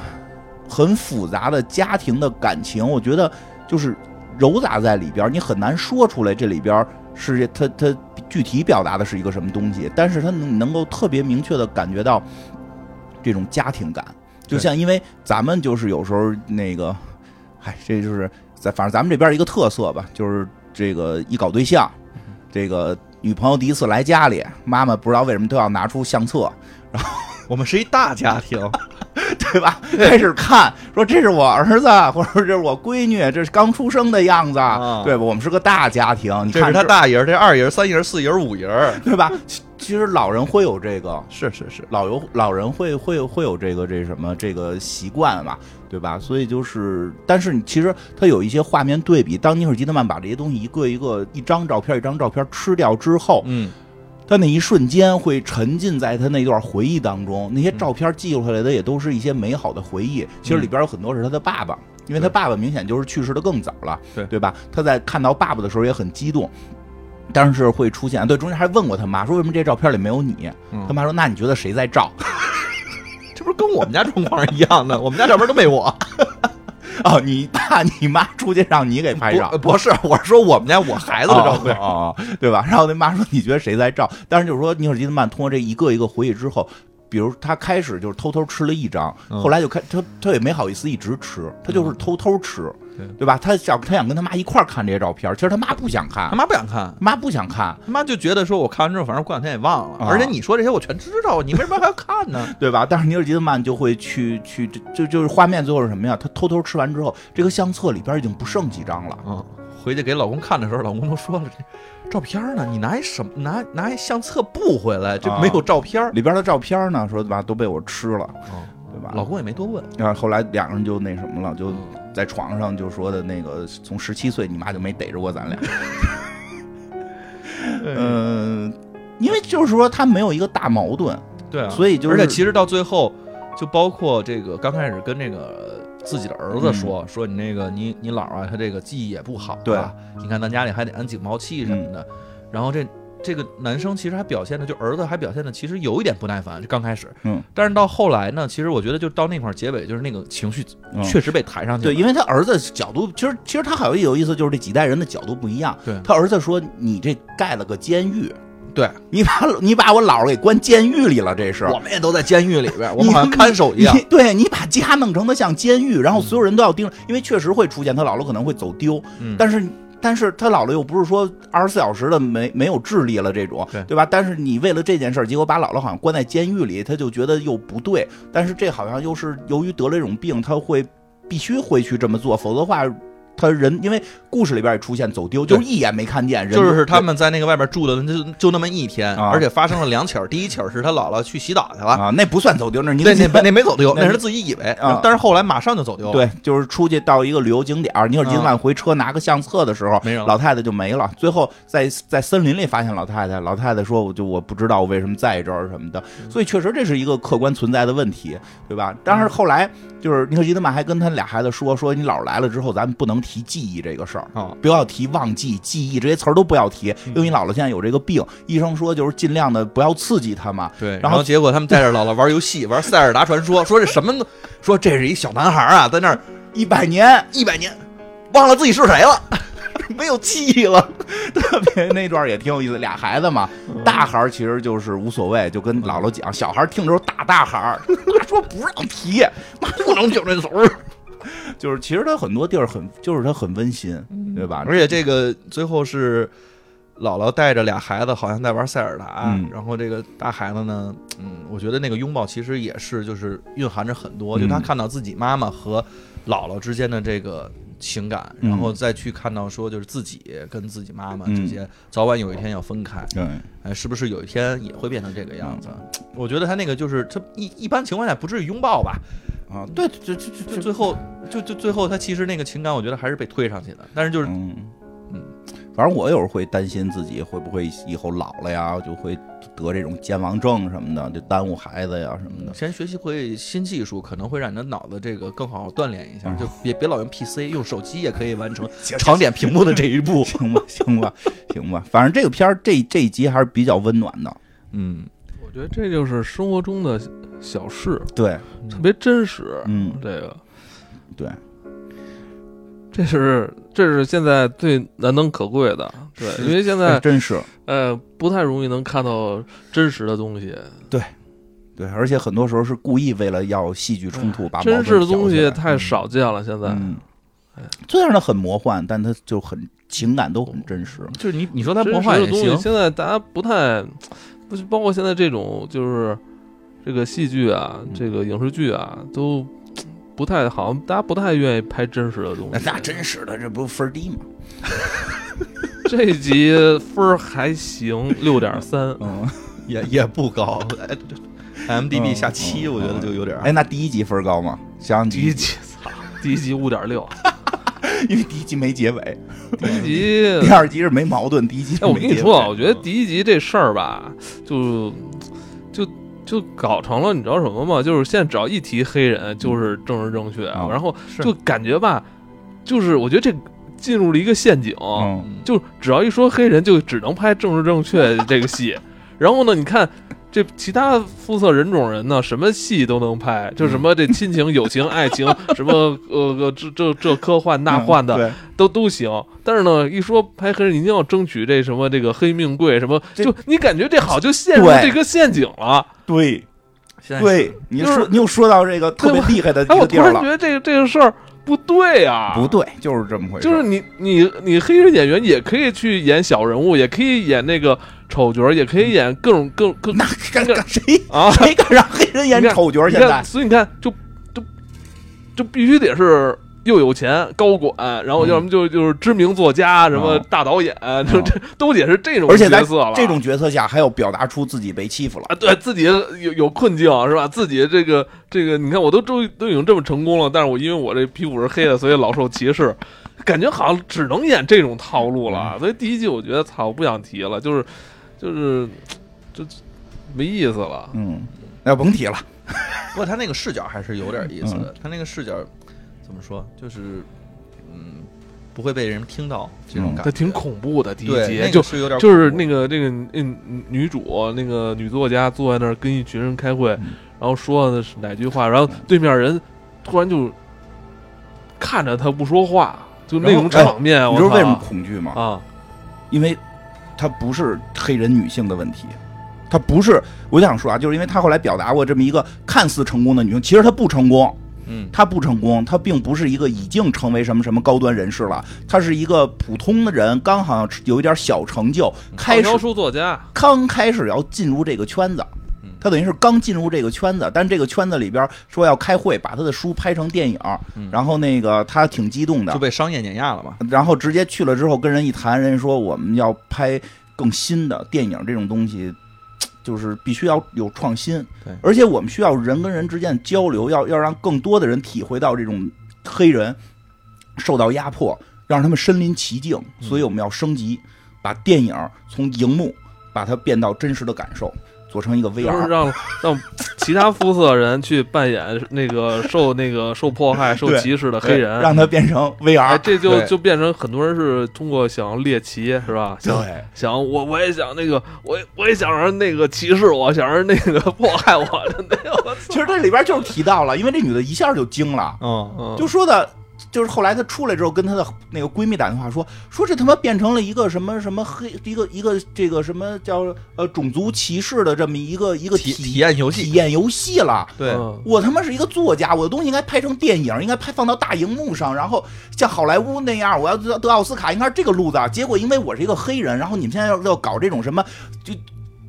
S2: 很复杂的家庭的感情，我觉得就是揉杂在里边儿，你很难说出来这里边儿是他他具体表达的是一个什么东西，但是他能能够特别明确的感觉到这种家庭感，就
S3: 对
S2: 像因为咱们就是有时候那个，哎，这就是在反正咱们这边儿一个特色吧，就是这个一搞对象，这个女朋友第一次来家里，妈妈不知道为什么都要拿出相
S3: <laughs>
S2: 册，
S3: 我们是一大家 <laughs> 庭，
S2: 对吧？开始看，说这是我儿子，或者说这是我闺女，这是刚出生的样子，
S3: 啊
S2: 对吧？我们是个大家庭，你
S3: 这
S2: 看
S3: 是他，大爷儿，这二爷儿、三爷儿、四爷儿、五爷儿，
S2: 对吧？其其实老人会有这个，
S3: 是是是，
S2: 老有老人会会会有这个这什么这个习惯嘛，对吧？所以就是，但是你其实它有一些画面对比，当尼尔基德曼把这些东西一个一个一张照片一张照片吃掉之后，
S3: 嗯，
S2: 他那一瞬间会沉浸在他那段回忆当中，那些照片记录下来的也都是一些美好的回忆。其实里边有很多是他的爸爸，因为他
S3: 嗯对
S2: 爸爸明显就是去世的更早了，
S3: 对
S2: 对吧？他在看到爸爸的时候也很激动，但是会出现对中间还问过他妈说为什么这照片里没有你？
S3: 嗯
S2: 他妈说那你觉得谁在照？ <laughs>
S3: 这不是跟我们家状况是一样的，我们家照片都没我，
S2: 哦，你爸你妈出去让你给拍照
S3: 不。不是，我是说我们家我孩子的照片，
S2: 哦，哦哦 <laughs> 对吧？然后那妈说：“你觉得谁在照？”但是就是说，尼尔基德曼通过这一个一个回忆之后，比如他开始就是偷偷吃了一张，
S3: 嗯
S2: 后来就开他他也没好意思一直吃，他就是偷偷吃，
S3: 对
S2: 对吧？他想他想跟他妈一块儿看这些照片，其实他妈不想看，
S3: 他
S2: 他
S3: 妈不想看。
S2: 妈不想看，
S3: 他妈就觉得说，我看完之后，反正过两天也忘了，
S2: 啊
S3: 而且你说这些我全知道，你为什么还要看呢？
S2: 对吧？但是尼尔基德曼就会去去就就就是画面最后是什么呀？他偷偷吃完之后，这个相册里边已经不剩几张了。
S3: <laughs> 嗯，回去给老公看的时候，老公都说了，这照片呢，你拿一什么拿拿一相册布回来，这
S2: 啊
S3: 没有照片儿。
S2: 里边的照片呢，说对吧，都被我吃了，对吧？
S3: 老公也没多问，
S2: 然后后来两个人就那什么了，就
S3: 嗯
S2: 在床上就说的那个，从十七岁你妈就没逮着过
S3: <laughs>
S2: 咱俩。嗯、因为就是说他没有一个大矛盾，
S3: 对啊，
S2: 所以就是
S3: 而且其实到最后，就包括这个刚开始跟这个自己的儿
S2: 嗯
S3: 子说，说你那个你你姥儿啊，他这个记忆也不好、啊，
S2: 对嗯
S3: 你看咱家里还得安警报器什么的，然后这。这个男生其实还表现的，就儿子还表现的，其实有一点不耐烦。就刚开始，
S2: 嗯，
S3: 但是到后来呢，其实我觉得就到那块儿结尾，就是那个情绪
S2: 嗯
S3: 确实被抬上去
S2: 对，
S3: 了。
S2: 因为他儿子角度，其实其实他还有一有意思，就是这几代人的角度不一样。
S3: 对
S2: 他儿子说你这盖了个监狱，
S3: 对，
S2: 你把你把我姥儿给关监狱里了，这是。
S3: 我们也都在监狱里边儿，我
S2: 你
S3: 们好像看守一
S2: 你
S3: 样。
S2: 对你把家弄成的像监狱，然后所有人都要盯着，因为确实会出现他姥姥可能会走丢，
S3: 嗯
S2: 但是但是他姥姥又不是说二十四小时的没没有智力了这种，
S3: 对
S2: 吧？但是你为了这件事儿，结果把姥姥好像关在监狱里，他就觉得又不对，但是这好像又是由于得了一种病，他会必须会去这么做，否则的话。他人因为故事里边也出现走丢，
S3: 对
S2: 就是一眼没看见，人
S3: 就是他们在那个外边住的就就那么一天，
S2: 啊
S3: 而且发生了两起儿。第一起儿是他姥姥去洗澡去了，
S2: 啊，那不算走丢，那是你
S3: 那
S2: <laughs>
S3: 那那没走丢，
S2: 那
S3: 那是自己以为
S2: 啊，
S3: 但是后来马上就走丢了。，嗯
S2: 对，就是出去到一个旅游景点儿，尼尔基德曼回车拿个相册的时候，
S3: 没人了
S2: 老太太就没了。最后在在森林里发现老太太，老太太说：“我就我不知道我为什么在这儿什么的。”所以确实这是一个客观存在的问题，对吧？但是后来就是尼尔基德曼还跟他俩孩子说：“说你姥儿来了之后，咱们不能提记忆这个事儿。”
S3: 啊，
S2: 不要提忘记、记忆这些词儿都不要提，因为你姥姥现在有这个病，医生说就是尽量的不要刺激她嘛。
S3: 对。
S2: 然
S3: 然
S2: 后
S3: 后结果他们带着姥姥玩游戏，玩塞尔达传说，说这什么？说这是一小男孩啊，在那儿
S2: 一百年
S3: 一百年，忘了自己是谁了，没有记忆了。
S2: <laughs> 特别那段儿也挺有意思，俩孩子嘛，大孩儿其实就是无所谓，就跟姥姥讲，小孩儿听着时候打大孩儿， <laughs> 他说不让提，妈不能听这词儿，就是其实他很多地儿很，就是他很温馨，
S4: 嗯
S2: 对吧？
S3: 而且这个最后是姥姥带着俩孩子，好像在玩塞尔达，
S2: 嗯
S3: 然后这个大孩子呢，嗯，我觉得那个拥抱其实也是就是蕴含着很多，就他
S2: 嗯
S3: 看到自己妈妈和姥姥之间的这个。情感，
S2: 嗯
S3: 然后再去看到说，就是自己跟自己妈妈
S2: 嗯
S3: 这些，早晚有一天要分开，
S2: 对，
S3: 哎，是不是有一天也会变成这个样子？
S2: 嗯
S3: 我觉得他那个就是，他一一般情况下不至于拥抱吧，嗯
S2: 啊，对，这这这
S3: 就最后就就最后他其实那个情感，我觉得还是被推上去的，但是就是
S2: 嗯
S3: 嗯，
S2: 反正我有时候会担心自己会不会以后老了呀，就会得这种健忘症什么的，就耽误孩子呀什么的。
S3: 先学习会新技术，可能会让你的脑子这个更好锻炼一下，
S2: 嗯
S3: 就别别老用 PC，用手机也可以完成长点屏幕的这一
S2: <laughs>
S3: 步。
S2: 行吧，行吧，行吧，反正这个片儿这这一集还是比较温暖的，
S3: 嗯，
S1: 我觉得这就是生活中的小事，
S2: 对，
S1: 特别真实。
S2: 嗯，
S1: 这个，
S2: 对，
S1: 这是这是现在最难能可贵的，对，
S2: 是
S1: 因为现
S2: 哎
S1: 在
S2: 真是
S1: 呃不太容易能看到真实的东西，
S2: 对，而且很多时候是故意为了要戏剧冲突把
S1: 哎
S2: 矛
S1: 真
S2: 盾
S1: 实的
S2: 挑
S1: 东
S2: 起
S1: 西
S2: 来
S1: 太少见了。现在，
S2: 嗯，虽然它很魔幻，但它就很情感都很真实，
S3: 就是嗯你你说它魔
S1: 真实
S3: 幻
S1: 的
S3: 也
S1: 东西，
S3: 行，
S1: 现在大家不太，不是包括现在这种就是这个戏剧啊，这个影视剧啊，都不太好像大家不太愿意拍真实的东
S2: 那
S1: 西。
S2: 那真实的这不分儿低吗？
S1: 这集分儿还行，六点
S2: <laughs>
S1: 三。
S2: 嗯，
S3: 也 <laughs> 也不高。M D B 下七，
S2: 嗯
S3: 我觉得就有点儿。
S2: 哎，那第一集分儿高吗？想想
S1: 第一集，操，第一集五点六，
S2: 因为第一集没结尾，
S1: 第一集
S2: 第二集是没矛盾，第一集
S1: <laughs>
S2: 是
S1: 哎，我
S2: 没
S1: 跟
S2: 结尾。
S1: 你说啊，我觉得第一集这事儿吧，就就就搞成了，你知道什么吗？就是现在只要一提黑人，就是政治正确啊
S2: 嗯，
S1: 然后
S3: 是
S1: 就感觉吧，就是我觉得这进入了一个陷阱，
S2: 嗯，
S3: 嗯
S1: 就只要一说黑人，就只能拍政治正确这个戏。然后呢，你看这其他肤色人种人呢，什么戏都能拍，就什
S2: 嗯
S1: 么这亲情、友情、爱情，什么呃呃这这这科幻
S2: <laughs>
S1: 那幻的，
S2: 嗯对
S1: 都都行。但是呢，一说拍黑人，一定要争取这什么这个黑命贵什么，
S2: 这
S1: 就你感觉这好就陷入
S2: 对
S1: 这个陷阱了。
S2: 对
S3: 现在
S2: 对，你
S1: 就是
S2: 说你又说到这个特别厉害的一
S1: 哎，我
S2: 个
S1: 突
S2: 地儿
S1: 然
S2: 了
S1: 觉，得这个这个事儿不对啊，
S2: 不。对，就是这么回事，
S1: 就是你你你黑人演员也可以去演小人物，也可以演那个丑角，也可以演各种各各
S2: 那敢敢谁
S1: 啊。
S2: 谁敢让黑人演
S1: 你看
S2: 丑角儿？
S1: 你
S2: 现
S1: 看，
S2: 在
S1: 所以你看，就就就必须得是又有钱高管，然后要么就就是知名作家，什么
S2: 嗯
S1: 大导演，就这都得是这种
S2: 而且在
S1: 角色了。
S2: 这种角色下，还要表达出自己被欺负了。
S1: 啊，对自己有有困境啊是吧？自己这个这个，你看我都终于都已经这么成功了，但是我因为我这皮肤是黑的，所以老受歧视，感觉好像只能演这种套路
S3: 嗯
S1: 了。所以第一季我觉得操，我不想提了，就是就是就没意思了。
S2: 嗯，那甭提了。
S3: 不过他那个视角还是有点意思的，他那个视角怎么说，就是嗯，不会被人听到这种
S2: 嗯
S3: 感
S1: 它
S3: 觉。
S1: 挺恐怖的，第一
S3: 对，
S1: 集
S3: 那个
S1: 就是
S3: 有点
S1: 就是
S3: 恐怖
S1: 那个那个嗯女主那个女作家坐在那儿跟一群人开会，
S2: 嗯
S1: 然后说的是哪句话，然后对面人突然就看着她不说话，就那种
S2: 然后哎
S1: 场面，
S2: 你
S1: 哎我
S2: 知道
S1: 操
S2: 为什么恐惧吗？
S1: 啊？
S2: 因为它不是黑人女性的问题，它不是。我想说啊，就是因为她后来表达过这么一个看似成功的女性，其实她不成功，
S3: 嗯，
S2: 她不成功，她并不是一个已经成为什么什么高端人士了，她是一个普通的人，刚好像有一点小成就，开始
S1: 畅销书作家，
S2: 刚开始要进入这个圈子
S3: 嗯。
S2: 他等于是刚进入这个圈子，但这个圈子里边说要开会，把他的书拍成电影，
S3: 嗯
S2: 然后那个他挺激动的
S3: 就，被商业碾压了嘛。
S2: 然后直接去了之后跟人一谈，人家说我们要拍更新的电影，这种东西就是必须要有创新
S3: 对，
S2: 而且我们需要人跟人之间的交流，要要让更多的人体会到这种黑人受到压迫，让他们身临其境，
S3: 嗯
S2: 所以我们要升级，把电影从荧幕把它变到真实的感受，做成一个
S1: 就是
S2: VR。
S1: 让
S2: <laughs>
S1: 让其他肤色人去扮演那个受那个受迫害、受
S2: 对
S1: 歧视的黑人，
S2: 让它变成
S1: 哎，
S2: VR，
S1: 这就
S3: 对
S1: 就变成很多人是通过想猎奇是吧？想
S2: 对，
S1: 想我我也想那个，我也我也想让那个歧视我，想让那个 <laughs> 迫害我的那个， <laughs>
S2: 其实这里边就是提到了，因为这女的一下就惊了，
S3: 嗯，
S1: 嗯
S2: 就说的就是后来她出来之后，跟她的那个闺蜜打电话说，说这他妈变成了一个什么什么黑，一个一个这个什么叫呃种族歧视的这么一个一个
S3: 体
S2: 体
S3: 体验游
S2: 体
S3: 戏，
S2: 验游戏了。
S3: 对，
S1: 嗯
S2: 我他妈是一个作家，我的东西应该拍成电影，应该拍放到大荧幕上，然后像好莱坞那样，我要得得奥斯卡，应该是这个路子啊。结果因为我是一个黑人，然后你们现在要要搞这种什么，就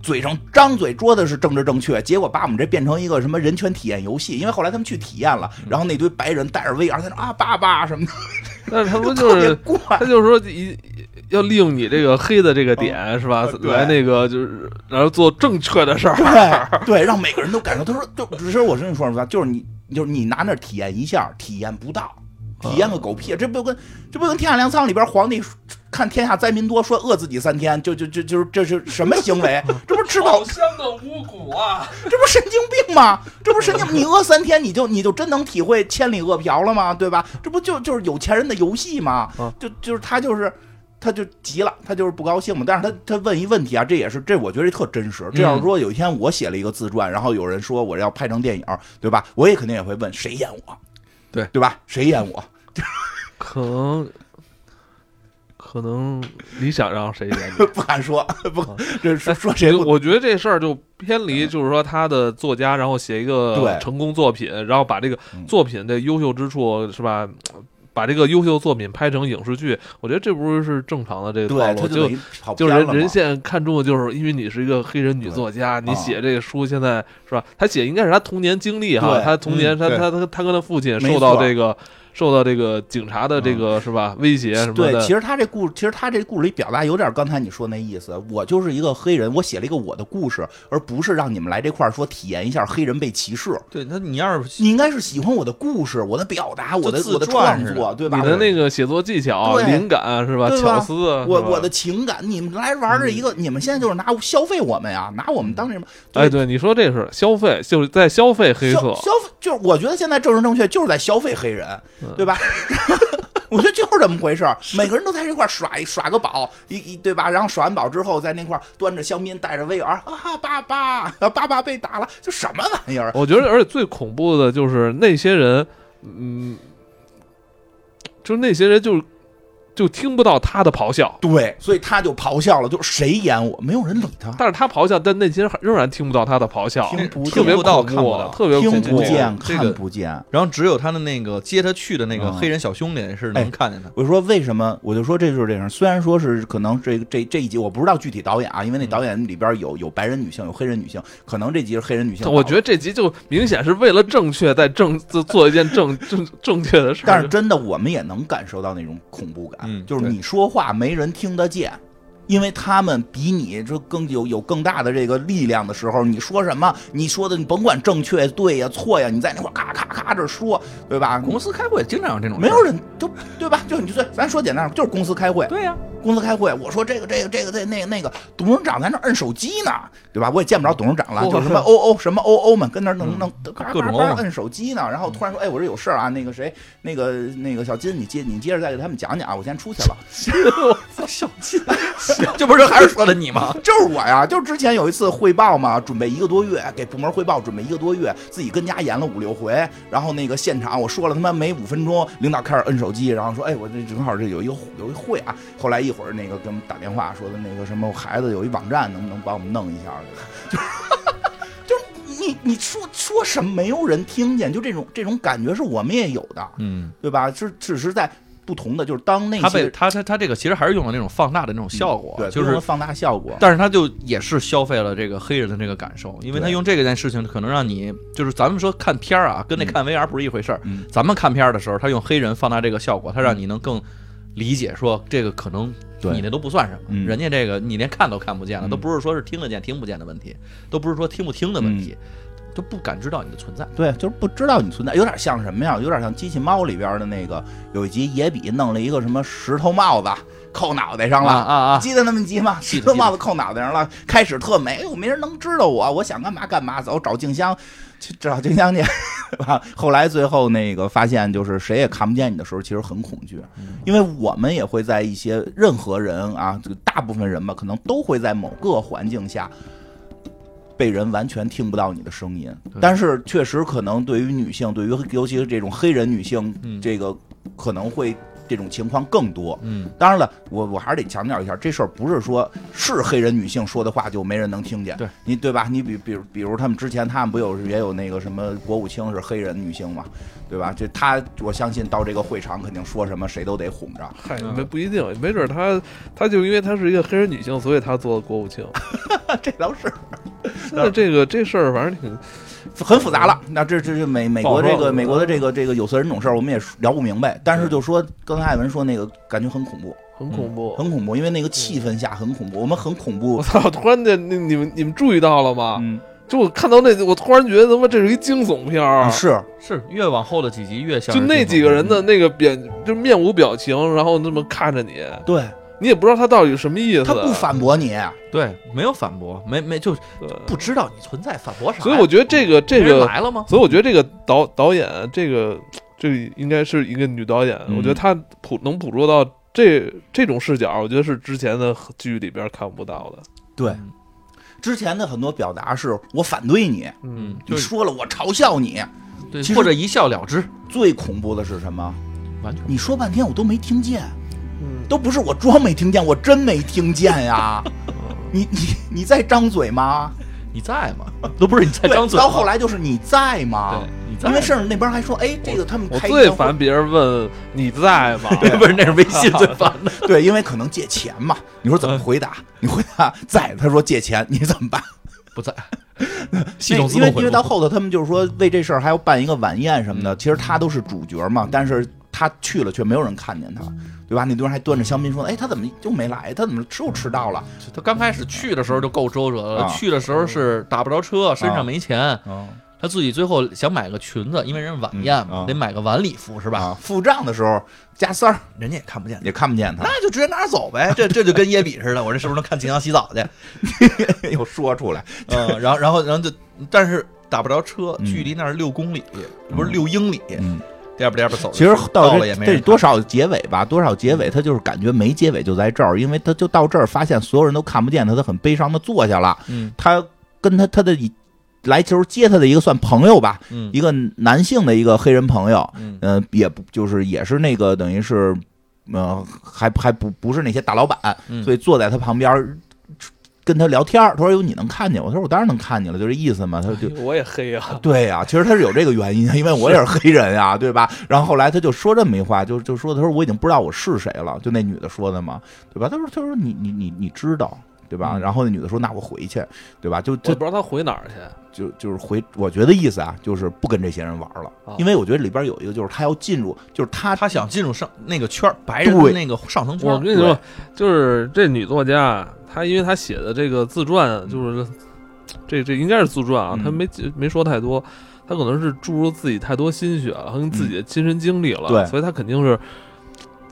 S2: 嘴上张嘴说的是政治正确，结果把我们这变成一个什么人权体验游戏。因为后来他们去体验了，然后那堆白人戴着 VR 在那啊爸爸什么的，
S1: 但是他们
S2: 特
S1: 就 <laughs>
S2: 别
S1: 是
S2: 怪。
S1: 他就是说一要利用你这个黑的这个点是吧
S2: 呃，对
S1: 来那个就是然后做正确的事儿，
S2: 对对，让每个人都感受。他说，就只是我跟你说实话，就是你，就是你拿那儿体验一下，体验不到，体验个狗屁！啊这不跟这不跟《天下粮仓》里边皇帝看天下灾民多，说饿自己三天，就就就就是这是什么行为？这不是吃饱，
S1: 香的巫蛊啊！
S2: 这不是神经病吗？这不是神经？你饿三天，你就你就真能体会千里饿殍了吗？对吧？这不就就是有钱人的游戏吗
S1: 啊？
S2: 就就是他就是。他就急了，他就是不高兴嘛。但是他他问一问题啊，这也是这我觉得这特真实。这要是
S1: 嗯
S2: 说有一天我写了一个自传，然后有人说我要拍成电影，对吧？我也肯定也会问谁演我，
S3: 对
S2: 对吧？谁演我？ <laughs>
S1: 可能可能你想让谁演你？
S2: 不敢说，不，这说说谁
S1: 嗯
S2: 不
S1: 哎我觉得这事儿就偏离，就是说他的作家，然后写一个
S2: 嗯对
S1: 成功作品，然后把这个
S2: 嗯
S1: 作品的优秀之处是吧？把这个优秀作品拍成影视剧，我觉得这不是正常的这个套
S2: 对，
S1: 路，
S2: 他
S1: 就
S2: 等于跑
S1: 就
S2: 偏
S1: 是
S2: 了
S1: 人
S2: 嘛。
S1: 人现在看中的就是，因为你是一个黑人女作家，
S2: 对
S1: 你
S2: 啊
S1: 写这个书现在是吧？她写应该是她童年经历哈，
S2: 对
S1: 她童年
S3: 嗯
S1: 她
S3: 对
S1: 她她她跟她父亲
S2: 没
S1: 受到
S2: 错嗯
S1: 这个受到这个警察的这个是吧威胁什么
S2: 对，其
S1: 的，
S2: 实他这故，其实他这故事里表达有点刚才你说那意思。我就是一个黑人，我写了一个我的故事，而不是让你们来这块儿说体验一下黑人被歧视。
S3: 对他你要是
S2: 你应该是喜欢我的故事，我的表达，我的
S3: 自
S2: 我的
S3: 传
S2: 创
S3: 似的
S2: 作，对吧？
S1: 你的那个写作技巧、
S2: 对
S1: 灵感是吧？
S2: 对吧
S1: 巧思啊，
S2: 我
S1: 是吧嗯
S2: 我的情感，你们来玩这一个，你们现在就是拿消费我们呀，拿我们当什么？
S1: 哎，对，你说这是消费，就是在消费黑
S2: 消
S1: 色，
S2: 消费就是我觉得现在政治正确就是在消费黑人，
S1: 嗯
S2: 对吧？ <laughs> 我觉得就是这么回事儿，每个人都在这块儿耍一耍个宝，一一对吧？然后耍完宝之后，在那块儿端着香槟，带着威尔啊，爸爸，爸爸被打了，就什么玩意儿？
S1: 我觉得，而且最恐怖的就是那些人，嗯，就是那些人就就听不到他的咆哮。
S2: 对，所以他就咆哮了，就是谁演我，没有人理他，
S1: 但是他咆哮，但那些人还仍然听不到他的咆哮，
S2: 听不
S1: 特别
S3: 听不到
S1: 恐
S3: 看不
S1: 怖啊
S3: 到
S1: 特别
S2: 听
S1: 恐
S2: 不
S1: 怖。啊
S2: 见，
S3: 这个
S2: 看不见。
S3: 然后只有他的那个接他去的那个
S2: 嗯
S3: 黑人小兄弟是
S2: 哎
S3: 能看见他，
S2: 我就说为什么？我就说这就是这样。虽然说是可能这这这一集我不知道具体导演啊，因为
S1: 嗯
S2: 那导演里边有有白人女性，有黑人女性，可能这集是黑人女性导的。
S1: 我觉得这集就明显是为了正确，在正做做一件正正正确的事儿。
S2: 但是真的，我们也能感受到那种恐怖感，
S3: 嗯
S2: 就是
S3: 对
S2: 你说话没人听得见，因为他们比你这更有有更大的这个力量的时候，你说什么，你说的你甭管正确对呀错呀，你在那块儿咔咔咔这说，对吧？
S3: 公司开会经常有这种
S2: 没
S3: 事
S2: 有
S3: 儿
S2: 人就对吧？就你就咱说简单，就是公司开会，
S3: 对
S1: 啊
S3: 呀，
S2: 公司开会，我说这个这个这个这那个那个，董事长在那儿摁手机呢，对吧？我也见不着董事长了，
S1: 哇
S2: 就是什么欧欧什么欧欧们跟那儿弄
S3: 嗯
S2: 弄，嘎
S3: 各
S2: 嘎
S3: 种
S2: 嘎
S3: 欧
S2: 摁手机呢。然后突然说，哎，我这有事儿啊，那个谁，那个那个小金，你接你接着再给他们讲讲啊，我先出去了。
S3: 小气， <laughs> 这不是还是说的你吗？
S2: 就是我呀，就是之前有一次汇报嘛，准备一个多月，给部门汇报准备一个多月，自己跟家演了五六回，然后那个现场我说了他妈没五分钟，领导开始摁手机，然后说，哎，我这正好这有一个有一会啊，后来一会儿那个给我们打电话说的那个什么，我孩子有一网站，能不能帮我们弄一下？就是就是你你说说什么没有人听见，就这种这种感觉是我们也有的，
S3: <laughs> 嗯，
S2: 对吧？是只是在不同的，就是当那
S3: 他
S2: 些
S3: 被他他他这嗯个其实还是用了那种放大的那种效果，
S2: 对
S3: 就
S2: 不同
S3: 是
S2: 的放大效果，
S3: 但是他就也是消费了这个黑人的这个感受，因为他
S2: 对
S3: 用这个件事情，可能让你就是咱们说看片儿啊，跟那看 VR 不是一回事儿。
S2: 嗯
S3: 咱们看片儿的时候，他用黑人放大这个效果，他让你能更理解说这个可能
S2: 对
S3: 你那都不算什么，
S2: 嗯
S3: 人家这个你连看都看不见了，
S2: 嗯
S3: 都不是说是听得见听不见的问题，都不是说听不听的问题，都不感知到你的存在。
S2: 对，就是不知道你存在，有点像什么呀？有点像《机器猫》里边的那个，有一集野比弄了一个什么石头帽子扣脑袋上了。
S3: 啊啊啊！
S2: 记得那么一集吗？
S3: 记
S2: 石
S3: 得
S2: 头帽子扣脑袋上了，开始特美，哎呦，没人能知道我，我想干嘛干嘛，走找静香，去找静香去， <laughs> 对吧？后来最后那个发现，就是谁也看不见你的时候，其实很恐惧，因为我们也会在一些任何人啊，这个大部分人吧，可能都会在某个环境下被人完全听不到你的声音。
S3: 对
S2: 但是确实可能对于女性，对于尤其是这种黑人女性，
S3: 嗯
S2: 这个可能会这种情况更多。
S3: 嗯，
S2: 当然了，我我还是得强调一下，这事儿不是说是黑人女性说的话就没人能听见，
S3: 对
S2: 你对吧？你比比如比如他们之前他们不有也有那个什么国务卿是黑人女性嘛，对吧？这他我相信到这个会场肯定说什么谁都得哄着， <laughs>
S1: 嗨，
S3: 嗯
S1: 没不一定，没准她她就因为她是一个黑人女性，所以她做的国务卿。
S2: 这倒是
S1: 现在这个这事儿反正挺
S2: 很复杂了。
S1: 嗯
S2: 那这这这美美国
S1: 不好
S2: 这
S1: 说
S2: 个美国的这个这个有色人种事儿，我们也聊不明白。但是就说刚才艾文说那个感觉很恐怖，
S1: 很
S3: 嗯
S1: 恐怖。
S2: 很恐怖，因为那个气氛下很恐怖，我们很恐怖
S1: 我。操！突然间，你你们你们注意到了吗？
S2: 嗯，
S1: 就我看到那，我突然觉得他妈这是一惊悚片儿。
S2: 啊是
S3: 是越往后的几集越像
S1: 就是那
S3: 惊悚
S1: 几个
S3: 片
S1: 人的那个表，就是面无表情，然后那么看着你，
S2: 对
S1: 你也不知道他到底什么意思。
S2: 他不反驳你，
S3: 对，没有反驳，没没就是
S1: 对
S3: 不知道你存在，反驳啥呀？
S1: 所以我觉得这个这
S3: 别人
S1: 个，
S3: 来了吗？
S1: 所以我觉得这个导导演这个这个应该是一个女导演，
S2: 嗯
S1: 我觉得她捕能捕捉到这这种视角，我觉得是之前的剧里边看不到的。
S2: 对
S3: 嗯
S2: 之前的很多表达是我反对你，
S3: 嗯，
S2: 你
S3: 就是
S2: 说了我嘲笑你。
S3: 对
S2: 其，实
S3: 或者一笑了之，
S2: 最恐怖的是什么？
S3: 完全
S2: 你说半天我都没听见，
S1: 嗯，
S2: 都不是我装没听见，我真没听见
S3: <laughs>
S2: 呀！你你你在张嘴吗？
S3: 你在吗？ <laughs> 都不是你在张嘴
S2: 对
S3: 吗，
S2: 到
S3: <laughs>
S2: 后来就是你在吗
S3: 对？你在
S2: 因为
S3: 吗，
S2: 甚至那边还说，哎，这个他们
S1: 我
S2: 开
S1: 最
S2: 一个
S1: 烦别人问你在吗？
S3: 不是那是微信最烦
S2: <laughs>
S3: 的，
S2: 对，因为可能借钱嘛。你说怎么
S3: 嗯
S2: 回答？你回答在，他说借钱，你怎么办？
S3: 不在。系
S2: 那
S3: 统自
S2: 因为
S3: 动回
S2: 因为
S3: 复
S2: 到后头他们就是说为这事儿还要办一个晚宴什么的，
S3: 嗯
S2: 其实他都是主角嘛，但是他去了却没有人看见他，对吧？那堆人还端着香槟说，哎，他怎么就没来？他怎么又迟到了？
S3: 他刚开始去的时候就够周折了，
S2: 啊
S3: 去的时候是打不着车，身上没钱，
S2: 哦，
S3: 他自己最后想买个裙子，因为人晚宴
S2: 嗯
S3: 嘛
S2: 啊，
S3: 得买个晚礼服是吧？
S2: 啊，付账的时候加三儿
S3: 人家也看不见，
S2: 也看不见他， <laughs>
S3: 那就直接拿着走呗，这这就跟耶比似的，我这是不是能看秦阳洗澡去？
S2: 又说出来，
S3: 嗯，然后然后然后就，但是打不着车，嗯
S2: 嗯
S3: 距离那儿六公里，不是六英里，
S2: 嗯，
S3: 颠吧颠吧走着。
S2: 其实
S3: 到
S2: 到
S3: 了也
S2: 这
S3: 没人
S2: 这
S3: 看
S2: 多少结尾吧，多少结尾他就是感觉没结尾就在这儿，因为他就到这儿发现所有人都看不见他，他很悲伤的坐下了。
S3: 嗯
S2: 他跟他他的一来球接他的一个算朋友吧，
S3: 嗯
S2: 一个男性的一个黑人朋友，
S3: 嗯
S2: 嗯、也不就是也是那个等于是，呃，还还不不是那些大老板，
S3: 嗯
S2: 所以坐在他旁边儿跟他聊天儿。他说：“哟，哎你能看见我？”他说：“我当然能看见了，就这意思嘛。”他就
S1: 我也黑
S2: <laughs>
S1: 啊，
S2: 对呀、其实他是有这个原因， <laughs> 因为我也是黑人呀、对吧？然后后来他就说这么一话，就就说他说我已经不知道我是谁了，就那女的说的嘛，对吧？他说他说你你你你知道。对吧？
S3: 嗯
S2: 然后那女的说：“那我回去，对吧？就
S1: 我
S2: 就
S1: 不知道他回哪儿去。
S2: 就就是回，我觉得意思啊，就是不跟这些人玩了
S1: 啊，
S2: 因为我觉得里边有一个就是他要进入，就是哦他
S3: 他想进入上那个圈儿，白人的
S2: 对
S3: 那个上层圈
S1: 我
S3: 儿。
S1: 跟你说，就是这女作家，她因为她写的这个自传，就是这这应该是自传啊，
S2: 嗯
S1: 她没没说太多，她可能是注入自己太多心血了，跟
S3: 嗯
S1: 自己的亲身经历了，
S2: 对
S1: 所以她肯定是。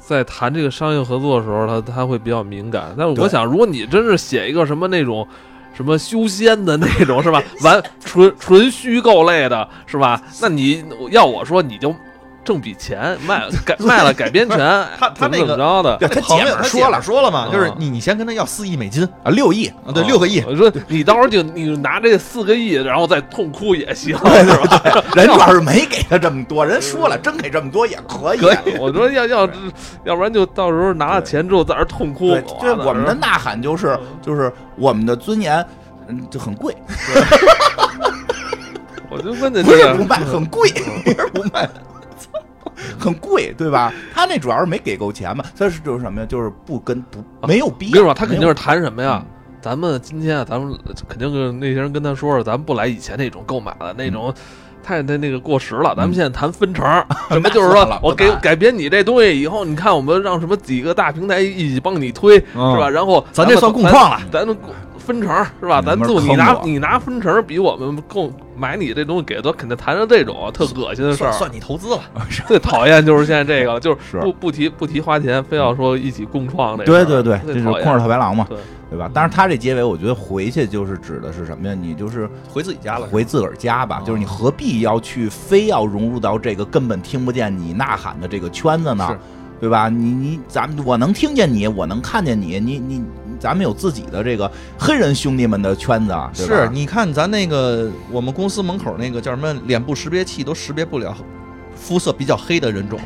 S1: 在谈这个商业合作的时候，她她会比较敏感。但是我
S2: 对
S1: 想，如果你真是写一个什么那种什么修仙的那种，是吧？完纯纯虚构类的，是吧？那你要我说，你就挣笔钱卖改卖了改编权，
S3: <laughs> 他他
S1: 怎么
S3: 那个
S1: 怎么着的？
S2: 对他
S3: 朋
S2: 姐
S3: 友
S2: 们
S3: 他
S2: 儿
S3: 姐
S2: 说
S3: 们
S2: 了
S3: 儿说了嘛，就是
S1: 嗯
S3: 你你先跟他要四亿美金
S2: 啊六亿，
S3: 啊，对，六个亿，
S1: 我说你到时候就你拿这四个亿，然后再痛哭也
S2: <laughs>
S1: 行。
S2: 人主要是没给他这么多，人说了真给这么多也可以。
S3: 可以
S1: 我说要要要不然就到时候拿了钱之后在这儿痛哭
S2: 对，。就是我们的呐喊就是就是我们的尊严，嗯，就很贵，
S1: 我就嗯问你
S2: 不
S1: 这
S2: 是
S1: 个
S2: 不卖，很贵， <laughs> 不是不卖。很贵，对吧？他那主要是没给够钱嘛，他是就是什么呀？就是不跟不没有必
S1: 啊你
S2: 要。
S1: 知道吧？他肯定是
S2: 没
S1: 谈什么呀？
S2: 嗯
S1: 咱们今天啊，咱们肯定跟那些人跟他说说，咱们不来以前那种购买了
S2: 嗯
S1: 那种。太那那个过时了，咱们现在谈分成，什么
S2: <laughs>
S1: 就是
S2: 那算
S1: 说
S2: 了
S1: 我
S2: 不
S1: 给
S2: 谈
S1: 改编你这东西以后，你看我们让什么几个大平台一起帮你推，
S3: 嗯
S1: 是吧？然后
S3: 咱
S1: 们
S3: 这算
S1: 咱
S3: 共创了。
S1: 咱们分成是吧？
S2: 嗯
S1: 咱
S2: 慢慢
S1: 做你
S2: 坑
S1: 拿
S2: 我
S1: 你拿分成比我们更买你这东西给的多，肯定谈上这种啊特恶心的事
S3: 算
S1: 儿。
S3: 算你投资了，
S1: 最讨厌就是现在这个了，就是
S2: 是
S1: 不不提不提花钱，非要说一起共创这个事
S2: 嗯对
S1: 儿。
S2: 对
S1: 最
S2: 对，这是
S1: 讨
S2: 空
S1: 厌嗯
S2: 手套白狼嘛，
S1: 对
S2: 对吧？但是他这结尾，我觉得回去就是指的是什么呀？你就是
S3: 回自己家了。
S2: 回自个儿家吧
S3: 哦，
S2: 就是你何必要去非要融入到这个根本听不见你呐喊的这个圈子
S3: 是
S2: 呢？对吧？你你咱们我能听见你，我能看见你，你你咱们有自己的这个黑人兄弟们的圈子啊，对吧
S3: 是，你看咱那个我们公司门 <laughs> 口那个叫什么脸部识别器都识别不了肤色比较黑的人种，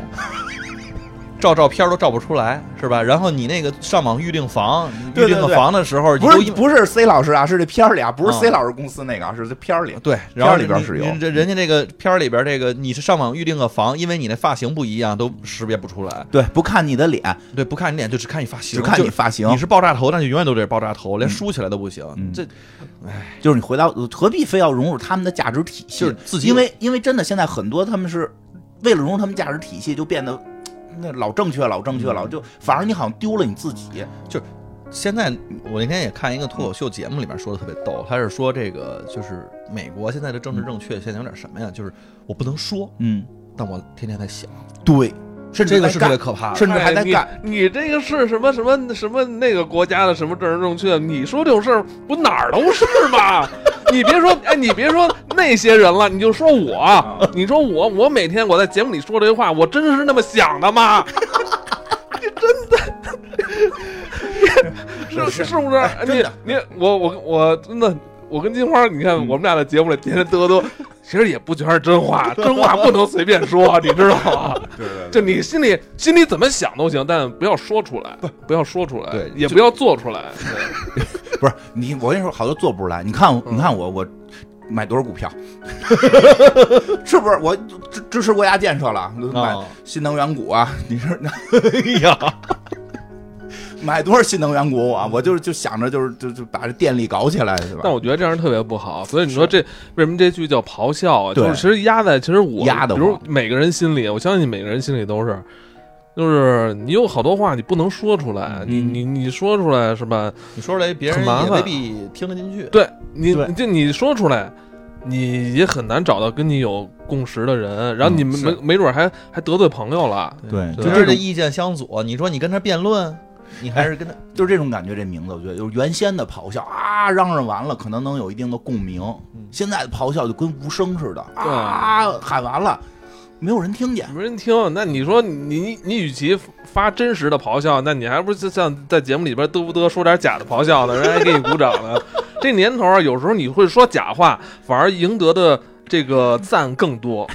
S3: 照照片都照不出来，是吧？然后你那个上网预订房，
S2: 对
S3: 预
S2: 对
S3: 订个
S2: 对
S3: 房的时候，你
S2: 不
S3: 都
S2: 是
S3: 因
S2: 不是 C 老师啊，是这片儿里啊，不是
S3: 嗯
S2: C 老师公司那个啊，是这片儿里。
S3: 对，然
S2: 片
S3: 后
S2: 儿里边
S3: 你
S2: 是有
S3: 你这人家这个片儿里边这个，你是上网预定个房，因为你那发型不一样，都识别不出来。
S2: 对，不看你的脸，
S3: 对，不看你脸，就只看你发型，
S2: 只看你
S3: 就
S2: 发型
S3: 你，是爆炸头，那就永远都得爆炸头，连梳起来都不行。
S2: 嗯
S3: 这
S2: 就是你回到何必非要融入他们的价值体系？
S3: 就是自己
S2: 因为因为真的现在很多他们是为了融入他们价值体系，就变得那老正确老正确
S3: 嗯
S2: 老就反而你好像丢了你自己。
S3: 现在我那天也看一个脱口秀节目，里面说的特别逗，他是说这个就是美国现在的政治正确现在有点什么呀？就是我不能说，
S2: 嗯，
S3: 但我天天在想，
S2: 对，甚至
S3: 这个
S2: 还
S3: 是特
S2: 干
S3: 别可怕
S1: <laughs>
S3: 的。
S2: 甚至还在干。
S1: 哎你。你这个是什么什么什么那个国家的什么政治正确？你说这种事儿不哪儿都是吗？ <laughs> 你别说，哎，你别说那些人了，你就说我，你说我，我每天我在节目里说这些话，我真是那么想的吗？ <laughs> 你真的是是不是？哎
S2: 真的
S1: 你你我我我真的。我跟金花，你看我们俩在节目里天天嘚嘚，其实也不全是真话，真话不能随便说，你知道吗？
S2: 对对 <laughs>
S1: 就你心里心里怎么想都行，但不要说出来，不要说出来，
S3: 对
S1: 也
S3: 就
S1: 不要做出来。
S2: 不是你，我跟你说，好多做不出来。你看
S3: 嗯
S2: 我，你看我，我买多少股票， <laughs> 是不是？我支支持国家建设了，买
S3: 啊
S2: 新能源股啊？ <laughs> 你是
S3: 哎呀，
S2: 买多少新能源股啊？我就是就想着就是就就把这电力搞起来，是吧
S1: 但？我觉得这样特别不好，所以你说这为什么这剧叫咆哮啊？就
S2: 对
S1: 是其实压在其实我
S2: 压得
S1: 比如
S2: 慌
S1: 每个人心里，我相信每个人心里都是，就是你有好多话你不能说出
S2: 嗯
S1: 来，你你你说出来是吧？
S3: 你说出来别人
S1: 很麻
S3: 也
S1: 烦
S3: 未必听得进去。
S1: 对你
S2: 对
S1: 就你说出来。你也很难找到跟你有共识的人，然后你
S2: 嗯
S1: 们
S2: 是
S1: 没、没准还还得罪朋友了。
S2: 对
S3: 就
S1: 对
S3: 是这意见相左，你说你跟他辩论，你还是跟他
S2: 就是这种感觉，这名字我觉得就是原先的咆哮啊，嚷嚷完了可能能有一定的共鸣，
S1: 嗯
S2: 现在的咆哮就跟无声似的啊，喊完了没有人听见。
S1: 没人听，那你说你你你与其发真实的咆哮，那你还不是像在节目里边嘚不嘚说点假的咆哮呢？人家还给你鼓掌
S3: <laughs>
S1: 呢。这年头啊，有时候你会说假话，反而赢得的这个赞更多，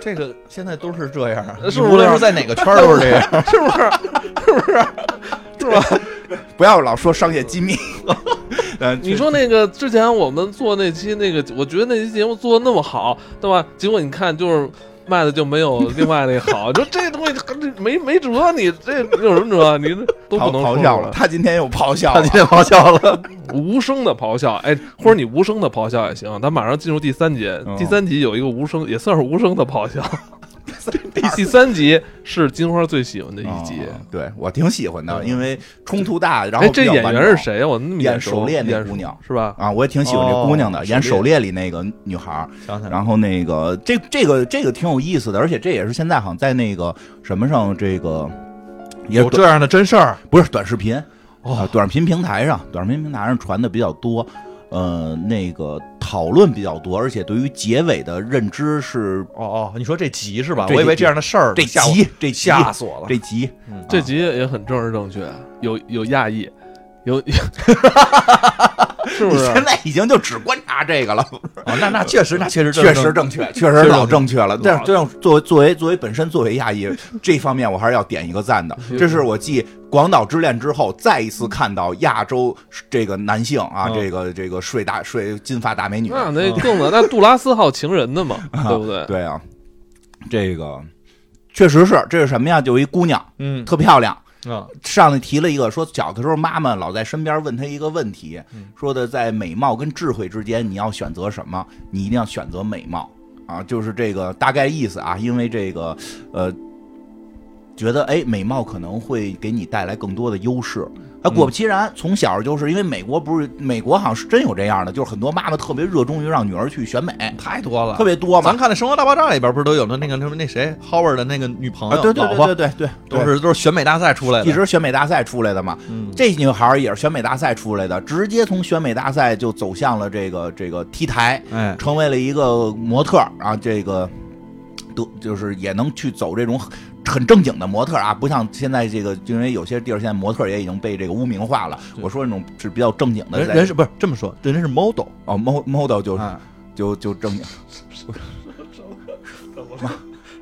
S3: 这个现在都是这样
S1: <laughs>
S3: 啊，
S1: 是
S3: 你
S1: 不
S3: 无论
S1: 是
S3: 是在哪个圈儿都是这样。
S1: <laughs> 是不是？是不是？是吧？
S2: 不要老说商业
S1: <laughs>
S2: 机密，嗯，
S1: 你说那个之前我们做那期那个，我觉得那期节目做的那么好，对吧？结果你看就是。卖的就没有另外那好，你说这东西这没没辙，你这有什么辙？你都不
S2: 咆
S1: 能说
S2: 咆哮
S1: 出来
S2: 了，他今天又咆哮
S3: 他
S2: 了
S3: 今，天咆哮了，
S1: 无声的咆哮，哎，或者你无声的咆哮也行。咱马上进入第三节，
S2: 嗯
S1: 第三集有一个无声，也算是无声的咆哮。
S2: <laughs>
S1: 第第三集是金花最喜欢的一集。
S2: 哦对我挺喜欢的，
S1: 嗯
S2: 因为冲突大，然后
S1: 哎，这
S2: 比较
S1: 演
S2: 完
S1: 员
S2: 整
S1: 是谁呀？我那么眼
S2: 演
S1: 熟，
S2: 狩猎那
S1: 眼
S2: 姑
S1: 熟
S2: 娘
S1: 是吧？
S2: 啊？我也挺喜欢这
S3: 哦
S2: 姑娘的，演《
S3: 狩
S2: 狩猎》
S3: 猎
S2: 里那个女孩儿。
S3: 想起来了，
S2: 然后那个这这个这个挺有意思的，而且这也是现在好像在那个什么上这个。也是
S3: 有
S2: 短
S3: 这样的真事儿，
S2: 不是短视频
S3: 哦
S2: 啊，短视频平台上，短视频平台上传的比较多，呃，那个讨论比较多，而且对于结尾的认知是
S3: 哦哦，你说这集是吧？
S2: 这
S3: 我以为
S2: 集
S3: 这样的事儿呢，
S2: 这
S3: 吓我
S2: 集这集
S3: 吓死我了。
S2: 这集
S1: 这集也很正式正确，有有亚裔，有，
S2: <laughs>
S1: 是不
S2: 你
S1: 是？
S2: 现在已经就只观察这个了，
S3: 哦，那那确实，那确实
S2: 嗯确实正确，确实老正确了。但是，这样作为作为作为本身作为亚裔这方面，我还是要点一个赞的。这是我继《广岛之恋》之后，再一次看到亚洲这个男性啊，
S3: 嗯
S2: 这个这个睡大睡金发大美女，
S1: 那那更的，那杜拉斯号情人的嘛，对不对？
S2: 对 <laughs> 啊，这个确实是这是什么呀？就一姑娘
S3: 嗯
S2: 特漂亮。
S3: 啊，
S2: 上来提了一个说，小的时候妈妈老在身边问她一个问题
S3: 嗯，
S2: 说的在美貌跟智慧之间，你要选择什么？你一定要选择美貌啊，就是这个大概意思啊，因为这个呃，觉得哎，美貌可能会给你带来更多的优势。啊，果不其然，从小就是因为美国不是美国好像是真有这样的，就是很多妈妈特别热衷于让女儿去选美，
S3: 太多了，
S2: 特别多嘛
S3: 咱。看那《生活大爆炸》里边不是都有那那个那那谁 Howard 的那个女朋
S2: 啊，
S3: 友、
S2: 对对
S3: 老
S2: 对对
S3: 婆，
S2: 对对，
S3: 都是都是选美大赛出来的，
S2: 一直选美大赛出来的嘛。
S3: 嗯
S2: 这女孩儿也是选美大赛出来的，直接从选美大赛就走向了这个这个 T 台，
S3: 哎，
S2: 成为了一个模特儿啊，这个都就是也能去走这种很很正经的模特儿啊，不像现在这个，因为有些地儿现在模特儿也已经被这个污名化了。
S3: 对
S2: 我说那种是比较正经的
S3: 人
S2: 在
S3: 人是不是这么说？人家是 model，
S2: 哦，mo-，model 就
S3: 啊
S2: 就就正经，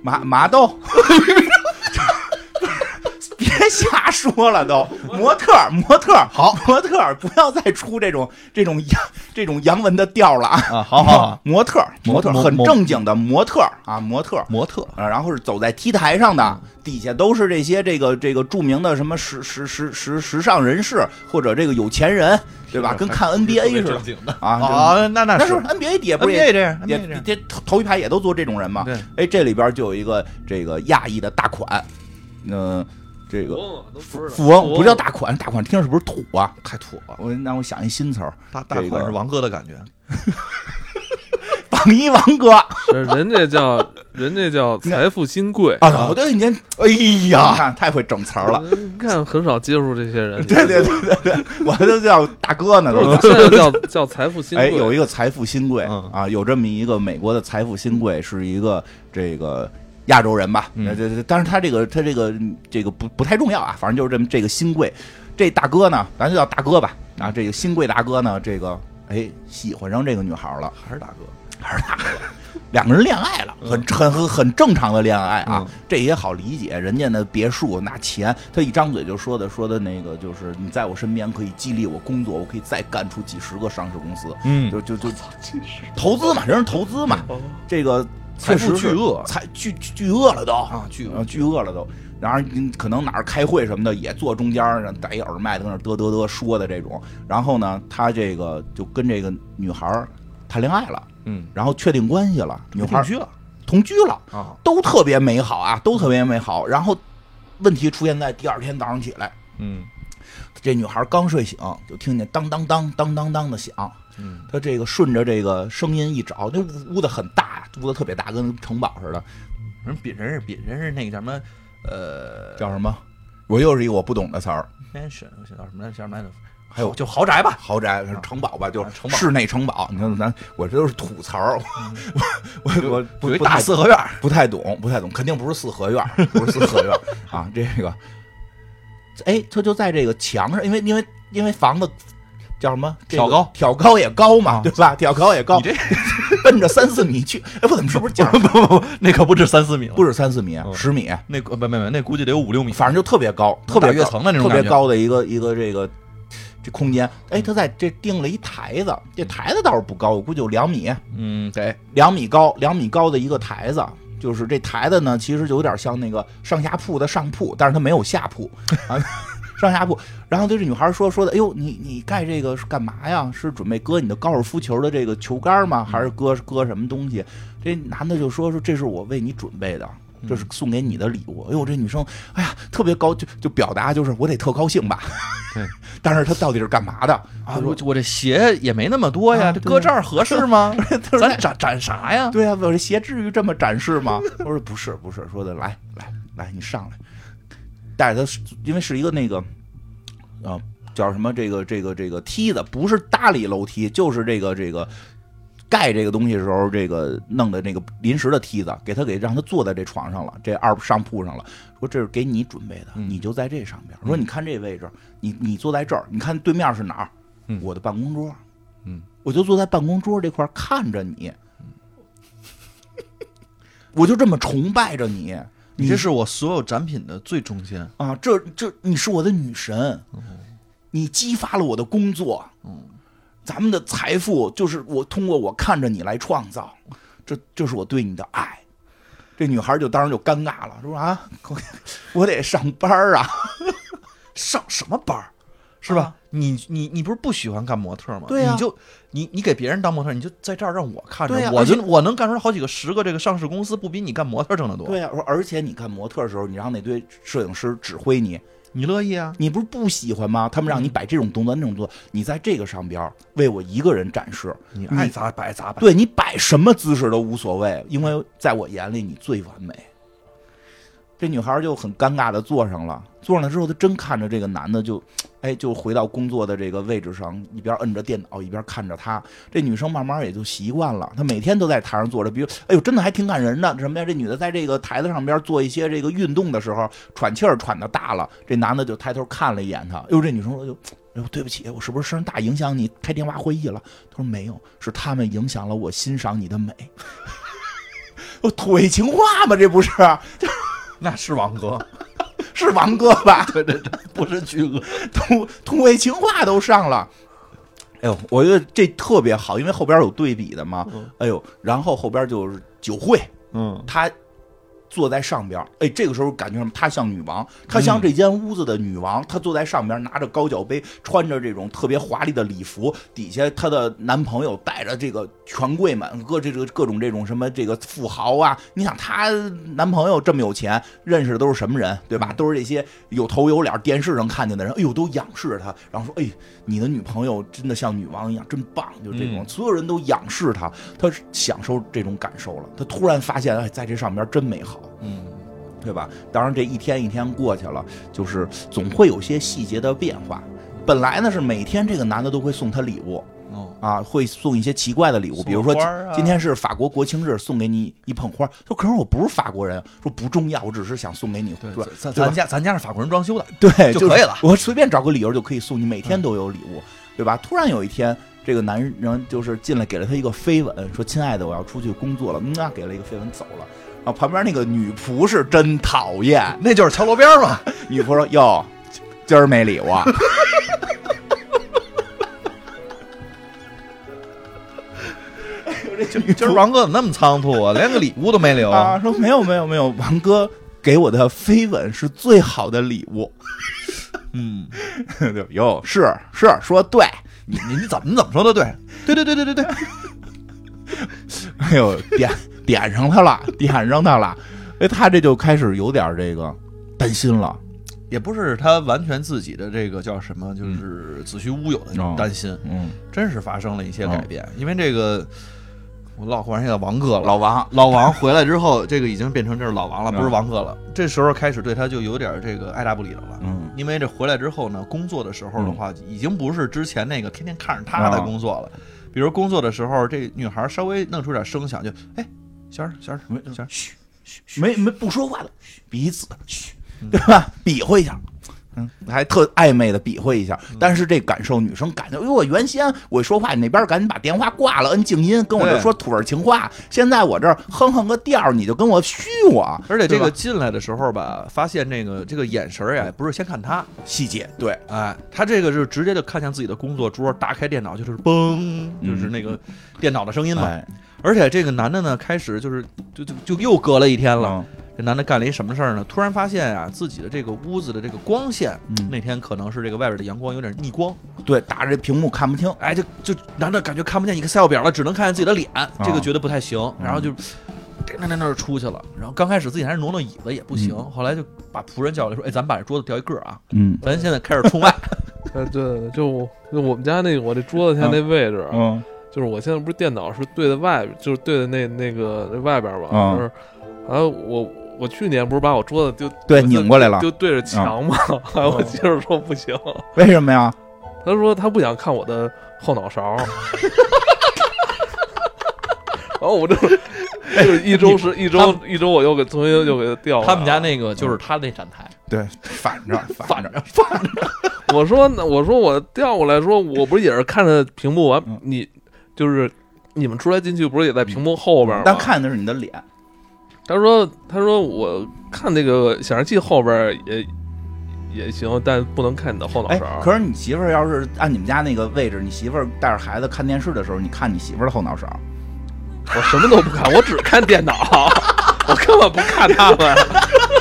S2: 麻麻豆。瞎说了都。模特儿，模特儿，好，模特儿，不要再出这种这种洋这种洋文的调了啊！
S3: 啊，好好好，
S2: 模特儿，模特儿，
S3: 模
S2: 很
S3: 模
S2: 正经的模特儿啊，模特儿。
S3: 模特
S2: 啊，然后是走在 T 台上的，底下都是这些这个这个著名的什么时时时时时尚人士或者这个有钱人，对吧？跟看 NBA 似的
S1: 正经的，
S2: 啊。这
S3: 啊，那那
S2: 那时
S3: 是
S2: 候 NBA 底下不是
S3: NBA
S2: 也
S3: 这样
S2: 也
S3: ，NBA 这样，啊
S2: 这头头一排也都坐这种人吗？
S3: 对，
S2: 哎，这里边就有一个这个亚裔的大款，嗯、这个
S1: 都不是
S2: 富翁不叫大款，大款听着是不是土啊？
S3: 太土了，
S2: 我让我想一新词儿，
S3: 大大
S2: 这
S3: 款
S2: 个
S3: 是王哥的感觉，
S2: 榜一王哥
S3: 啊
S1: 人家叫人家
S2: <laughs>
S1: 叫财富新贵。
S2: 啊！我对你先，哎
S3: 呀
S2: 你看太会整词儿
S3: 嗯
S2: 了，
S1: 你看很少接触这些人，
S2: <laughs> 对对对对对，我都叫大哥呢都
S1: 我。现在叫叫财富新
S2: 哎，
S1: 贵，
S2: 有一个财富新贵
S3: 嗯
S2: 啊，有这么一个美国的财富新贵，是一个这个亚洲人吧？
S3: 嗯
S2: 呃这这，但是他这个他这个这个不不太重要啊，反正就是这么这个新贵，这大哥呢，咱就叫大哥吧。啊，这个新贵大哥呢，这个哎喜欢上这个女孩了，
S3: 还是大哥，
S2: 还是大哥，两个人恋爱了，很很很很正常的恋爱啊
S3: 嗯，
S2: 这也好理解。人家那别墅那钱，他一张嘴就说的说的那个就是你在我身边可以激励我工作，我可以再干出几十个上市公司。
S3: 嗯，
S2: 就就就投资嘛，人是投资嘛，这个
S3: 财
S2: 确
S3: 富
S2: 实
S3: 巨
S2: 是
S3: 鳄
S2: 财巨巨巨鳄了都
S3: 啊，巨
S2: 啊，巨鳄了都。然后你可能哪儿开会什么的也坐中间儿，然后戴一耳麦在那儿嘚嘚嘚说的这种。然后呢，他这个就跟这个女孩儿谈恋爱了，
S3: 嗯，
S2: 然后确定关系了，女孩
S3: 女
S2: 儿
S3: 婿了
S2: 同居了，
S3: 啊，
S2: 都特别美好啊，都特别美好。然后问题出现在第二天早上起来，
S3: 嗯
S2: 这女孩儿刚睡醒就听见当当当当当当的响，
S3: 嗯，
S2: 他这个顺着这个声音一找，那屋屋子很大，屋子特别大，跟城堡似的。
S3: 人比人是比人是那个叫什么呃
S2: 叫什么？我又是一个我不懂的词儿。
S3: mansion 叫什么来着叫什么来着？
S2: 还有
S3: 就豪宅吧，啊
S2: 豪宅、城堡吧，就是
S3: 城堡嗯
S2: 室内城堡。你看咱我这都是土词儿， <laughs> 我我我不
S3: 有一
S2: 不
S3: 大
S2: 太
S3: 四合院，
S2: 不太懂，不太懂，肯定不是四合院儿，不是四合院儿啊。这个，哎，他就在这个墙上，因为因为因为房子叫什么？这个
S3: 挑高
S2: 挑高也高嘛，
S3: 啊
S2: 对吧？挑高也高，
S3: 你这
S2: 奔着三四米去。哎，我怎么是不是讲
S3: <laughs> <laughs> 不不不，那可不止三四米了，
S2: 不
S3: 是
S2: 是三四米啊，
S3: 嗯
S2: 十米？
S3: 那个不不不，那估计得有五六米，
S2: 反正就特别高，特别
S3: 打跃
S2: 高
S3: 层的那种
S2: 特别
S3: 感觉
S2: 高的一个一个这个这空间。哎，他在这定了一台子，这台子倒是不高，我估计有两米，
S3: 嗯，得
S2: 两米高，两米高的一个台子。就是这台子呢，其实就有点像那个上下铺的上铺，但是它没有下铺啊， <laughs> 上下铺。然后对这女孩说说的，哎呦，你你盖这个是干嘛呀？是准备搁你的高尔夫球的这个球杆吗？还是
S3: 嗯
S2: 搁搁什么东西？这男的就说说这是我为你准备的，
S3: 嗯
S2: 这是送给你的礼物。哎呦，这女生，哎呀，特别高，就就表达就是我得特高兴吧。
S3: 对，
S2: <laughs> 但是她到底是干嘛的？
S3: 啊，我我这鞋也没那么多呀，
S2: 啊
S3: 这搁这儿合适吗？
S2: 她说
S3: <laughs> 咱展展啥呀？
S2: 对啊，我这鞋至于这么展示吗？ <laughs> 他说不是，不是，说的来来来，你上来，带着他，因为是一个那个，啊、叫什么这个这个这个梯子，不是搭理楼梯，就是这个这个盖这个东西的时候，这个弄的那个临时的梯子，给他给让他坐在这床上了，这二上铺上了，说这是给你准备的，
S3: 嗯
S2: 你就在这上边。说你看这位置，你你坐在这儿，你看对面是哪儿？
S3: 嗯
S2: 我的办公桌。
S3: 嗯，
S2: 我就坐在办公桌这块儿看着你， <laughs> 我就这么崇拜着你。
S3: 嗯你这是我所有展品的最中间，
S2: 啊，这这你是我的女神，你激发了我的工作，咱们的财富就是我通过我看着你来创造，这这是我对你的爱。这女孩就当时就尴尬了，说啊，我我得上班儿啊， <laughs>
S3: 上什么班儿？是吧？你你你不是不喜欢干模特吗？
S2: 对呀
S3: 你就你你给别人当模特，你就在这儿让我看着，
S2: 对呀
S3: 我
S2: 而且
S3: 就我能干出来好几个十个这个上市公司，不比你干模特挣得多。
S2: 对呀、我说而且你看模特的时候，你让那堆摄影师指挥你，
S3: 你乐意啊？
S2: 你不是不喜欢吗？他们让你摆这种动作那种动作，你在这个上边儿为我一个人展示，
S3: 你爱咋摆咋摆。
S2: 对你摆什么姿势都无所谓，因为在我眼里你最完美。这女孩就很尴尬的坐上了，坐上了之后，她真看着这个男的就，哎，就回到工作的这个位置上，一边摁着电脑，一边看着他。这女生慢慢也就习惯了，她每天都在台上坐着，比如，哎呦，真的还挺感人的。什么呀？这女的在这个台子上边做一些这个运动的时候，喘气儿喘的大了，这男的就抬头看了一眼她。哎呦，这女生说，就，哎呦，对不起，我是不是声大影响你开电话会议了？他说没有，是他们影响了我欣赏你的美。 <laughs> 哦我土味情话吗？这不是，
S3: 那是王哥，
S2: 是王哥吧？ <laughs>
S3: 对对对，不是巨鳄，
S2: 土土味情话都上了。哎呦，我觉得这特别好，因为后边有对比的嘛。
S3: 嗯
S2: 哎呦，然后后边就是酒会，
S3: 嗯
S2: 她坐在上边儿，哎，这个时候感觉什么？她像女王，她像这间屋子的女王。她坐在上边儿，拿着高脚杯，穿着这种特别华丽的礼服，底下她的男朋友带着这个权贵们，各这个各种这种什么这个富豪啊。你想，她男朋友这么有钱，认识的都是什么人，对吧？都是这些有头有脸，电视上看见的人。哎呦，都仰视她，然后说，哎，你的女朋友真的像女王一样，真棒，就这种，
S3: 嗯
S2: 所有人都仰视她，她享受这种感受了。她突然发现，哎，在这上边真美好，
S3: 嗯，
S2: 对吧？当然，这一天一天过去了，就是总会有些细节的变化。本来呢是每天这个男的都会送她礼物
S3: 哦，
S2: 啊，会送一些奇怪的礼物，比如说
S3: 送花儿啊
S2: 今天是法国国庆日，送给你一捧花。说可是我不是法国人，说不重要，我只是想送给你。
S3: 对，
S2: 对吧
S3: 咱
S2: 对吧
S3: 咱家咱家是法国人装修的，
S2: 对
S3: 就
S2: 就是
S3: 可以了
S2: 我随便找个理由就可以送你，每天都有礼物，对吧？突然有一天，这个男人就是进来给了他一个飞吻，说：“亲爱的，我要出去工作了。”嗯啊，给了一个飞吻走了。然后旁边那个女仆是真讨厌，
S3: 那就是敲锣边嘛，
S2: 女仆说：“哟，今儿没礼物啊。哎呦”这女
S3: 今儿
S2: 仆
S3: 王哥怎么那么仓促啊，连个礼物都没
S2: <laughs>
S3: 留
S2: 啊，说没有没有没有，王哥给我的飞吻是最好的礼物。
S3: 嗯，
S2: <laughs> 对哟，是是，说得对，
S3: 你你你怎么怎么说都对，对对对对对对，
S2: 哎呦，点点上他了，点上他了，哎，他这就开始有点这个担心了。
S3: 也不是他完全自己的这个叫什么，就是子虚乌有的那种担心，
S2: 嗯，
S3: 真是发生了一些改
S2: 哦
S3: 变，因为这个我老管人叫王哥了，
S2: 老王，
S3: 老王回来之后，这个已经变成这是老王了，
S2: 嗯
S3: 不是王哥了。这时候开始对他就有点这个爱答不理的了。
S2: 嗯，
S3: 因为这回来之后呢，工作的时候的话，已经不是之前那个天天看着
S2: 啊
S3: 他在工作了。比如工作的时候，这女孩稍微弄出点声响，就哎，小二，小二，
S2: 没
S3: 小二，
S2: 嘘嘘，没没不说话了，嘘彼此嘘，对吧？比划一下。嗯，还特暧昧的比划一下，但是这感受女生感觉，因为哎我原先我说话你那边赶紧把电话挂了，摁静音，跟我这
S3: 对
S2: 说土味情话，现在我这儿哼哼个调儿，你就跟我虚我，
S3: 而且这
S2: 对
S3: 个
S2: 吧
S3: 进来的时候吧，发现这个这个眼神儿呀，不是先看他，
S2: 细节对，
S3: 哎，他这个是直接就看向自己的工作桌，打开电脑就是嘣，就是那个电脑的声音嘛。
S2: 哎，
S3: 而且这个男的呢，开始就是就就就又隔了一天了。
S2: 嗯
S3: 这男的干了一什么事儿呢？突然发现啊，自己的这个屋子的这个光线，
S2: 嗯
S3: 那天可能是这个外边的阳光有点逆光，
S2: 对，打着这屏幕看不清，
S3: 哎，就就男的感觉看不见 Excel 表了，只能看见自己的脸，这个觉得不太行，然后就。那那那就出去了，然后刚开始自己还是挪挪椅子也不行，后来就把仆人叫来说：“哎，咱把这桌子调一个儿啊，
S2: 嗯
S3: 咱现在开始冲 <laughs> 外。
S1: 呃，对，就我就我们家那我这桌子下那位置，
S2: 嗯。
S1: 就是我现在不是电脑是对的外，就是对的那那个那外边嘛，
S2: 嗯
S1: 就是，然后我我去年不是把我桌子就
S2: 对
S1: 就
S2: 拧过来了
S1: 就对着
S2: 嗯
S1: 墙嘛， <laughs> 然后我接着说不行，
S2: 为什么呀？
S1: 他说他不想看我的后脑勺。 <laughs> 然后我这
S2: 哎
S1: 就是一周是一周一周，我又给重新又给他调了。
S3: 他们家那个就是他那展台，
S2: 对，反
S1: <laughs>
S2: 着，反
S3: 反
S2: 着，
S3: 着放着，
S1: 我说那我说我调过来说，我不是也是看着屏幕完
S2: 嗯，
S1: 你就是你们出来进去不是也在屏幕后边吗？
S2: 嗯但看的是你的脸。
S1: 他说他说我看那个显示器后边也也行，但不能看你的后脑
S2: 哎
S1: 勺。，
S2: 可是你媳妇儿要是按你们家那个位置，你媳妇儿带着孩子看电视的时候，你看你媳妇儿的后脑勺。
S1: 我什么都不看，我只看电脑， <laughs> 我根本不看他
S2: <laughs>
S1: 们。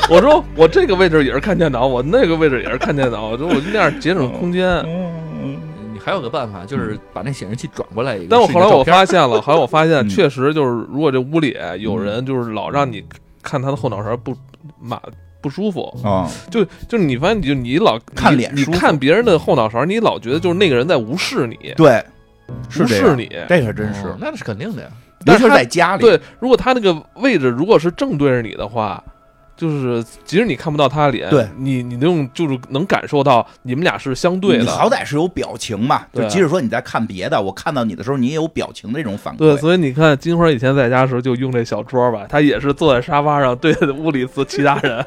S1: 我说我这个位置也是看电脑，我那个位置也是看电脑，我说我那样节省空间。
S2: 嗯，
S3: 你还有个办法，就是把那显示器转过来一个。
S1: 但我
S3: 是一个
S1: 后来我
S3: 照片
S1: 发现
S2: <laughs>
S1: 了，后来我发现
S2: 嗯
S1: 确实就是，如果这屋里有人就是老让你看他的后脑勺不马不舒服，
S2: 哦，
S1: 就就是你发现你就你老
S2: 看
S1: 你
S2: 脸
S1: 你
S2: 舒服
S1: 看别人的后脑勺，你老觉得就是那个人在无视你，
S2: 对，
S1: 无
S2: 是这
S1: 视
S2: 样，
S1: 你。
S2: 这是真是，
S3: 哦那是肯定的呀。
S2: 尤
S1: 但
S2: 其
S1: 是
S2: 是
S1: 他
S2: 在家里。
S1: 对，如果他那个位置如果是正对着你的话，就是即使你看不到他的脸，
S2: 对
S1: 你你那种就是能感受到你们俩是相对
S2: 你
S1: 的，
S2: 好歹是有表情嘛，就
S1: 对啊
S2: 即使说你在看别的，我看到你的时候，你也有表情的这种反
S1: 对，
S2: 馈。
S1: 所以你看金花以前在家的时候就用这小桌吧，她也是坐在沙发上对着屋里所其他
S2: <laughs>
S1: 人，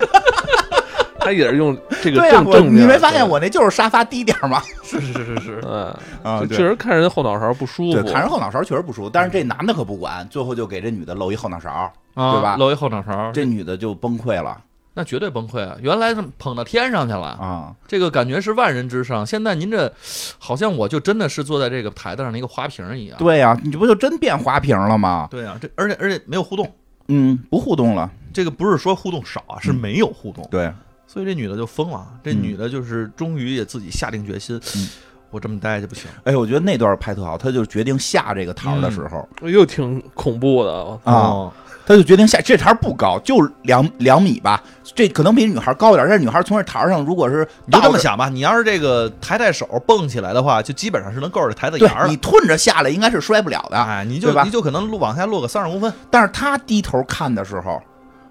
S1: 她也是用这个
S2: 对呀，
S1: 正
S2: 我
S1: 正面
S2: 你没发现我那就是沙发低点儿吗？
S3: <laughs> 是是是是是，
S1: 嗯，
S2: 啊
S1: 就
S2: 对
S1: 确实看人后脑勺不舒
S2: 对，
S1: 服，
S2: 看人后脑勺确实不舒服，但是这
S3: 嗯
S2: 男的可不管，最后就给这女的露一后脑勺，
S3: <laughs> 啊
S2: 对吧
S3: 露一后脑勺，
S2: 这女的就崩溃了。
S3: 那绝对崩溃啊！原来是捧到天上去了，
S2: 啊，
S3: 这个感觉是万人之上。现在您这好像我就真的是坐在这个台子上的一个花瓶一样。
S2: 对呀、你这不就真变花瓶了吗？
S3: 对啊，这而且而且没有互动，
S2: 嗯，不互动了，
S3: 这个不是说互动少啊，是没有互动。
S2: 对，
S3: 所以这女的就疯了，啊这
S2: 嗯
S3: 女的就是终于也自己下定决心，
S2: 嗯
S3: 我这么待着不行。
S2: 哎，我觉得那段拍特好，他就决定下这个台的
S3: 嗯
S2: 时候、
S1: 又挺恐怖的。
S2: 啊，，
S3: 哦
S2: 他就决定下这台不高，就两两米吧，这可能比女孩高点儿，但是女孩从这台上如果是
S3: 你就这么
S2: 倒着。
S3: 想吧，你要是这个抬抬手蹦起来的话，就基本上是能够着这台子沿儿
S2: 对
S3: 了
S2: 你。吞着下来应该是摔不了的，
S3: 哎，你就
S2: 啊对吧
S3: 你就可能落往下落个三十公分，
S2: 但是他低头看的时候，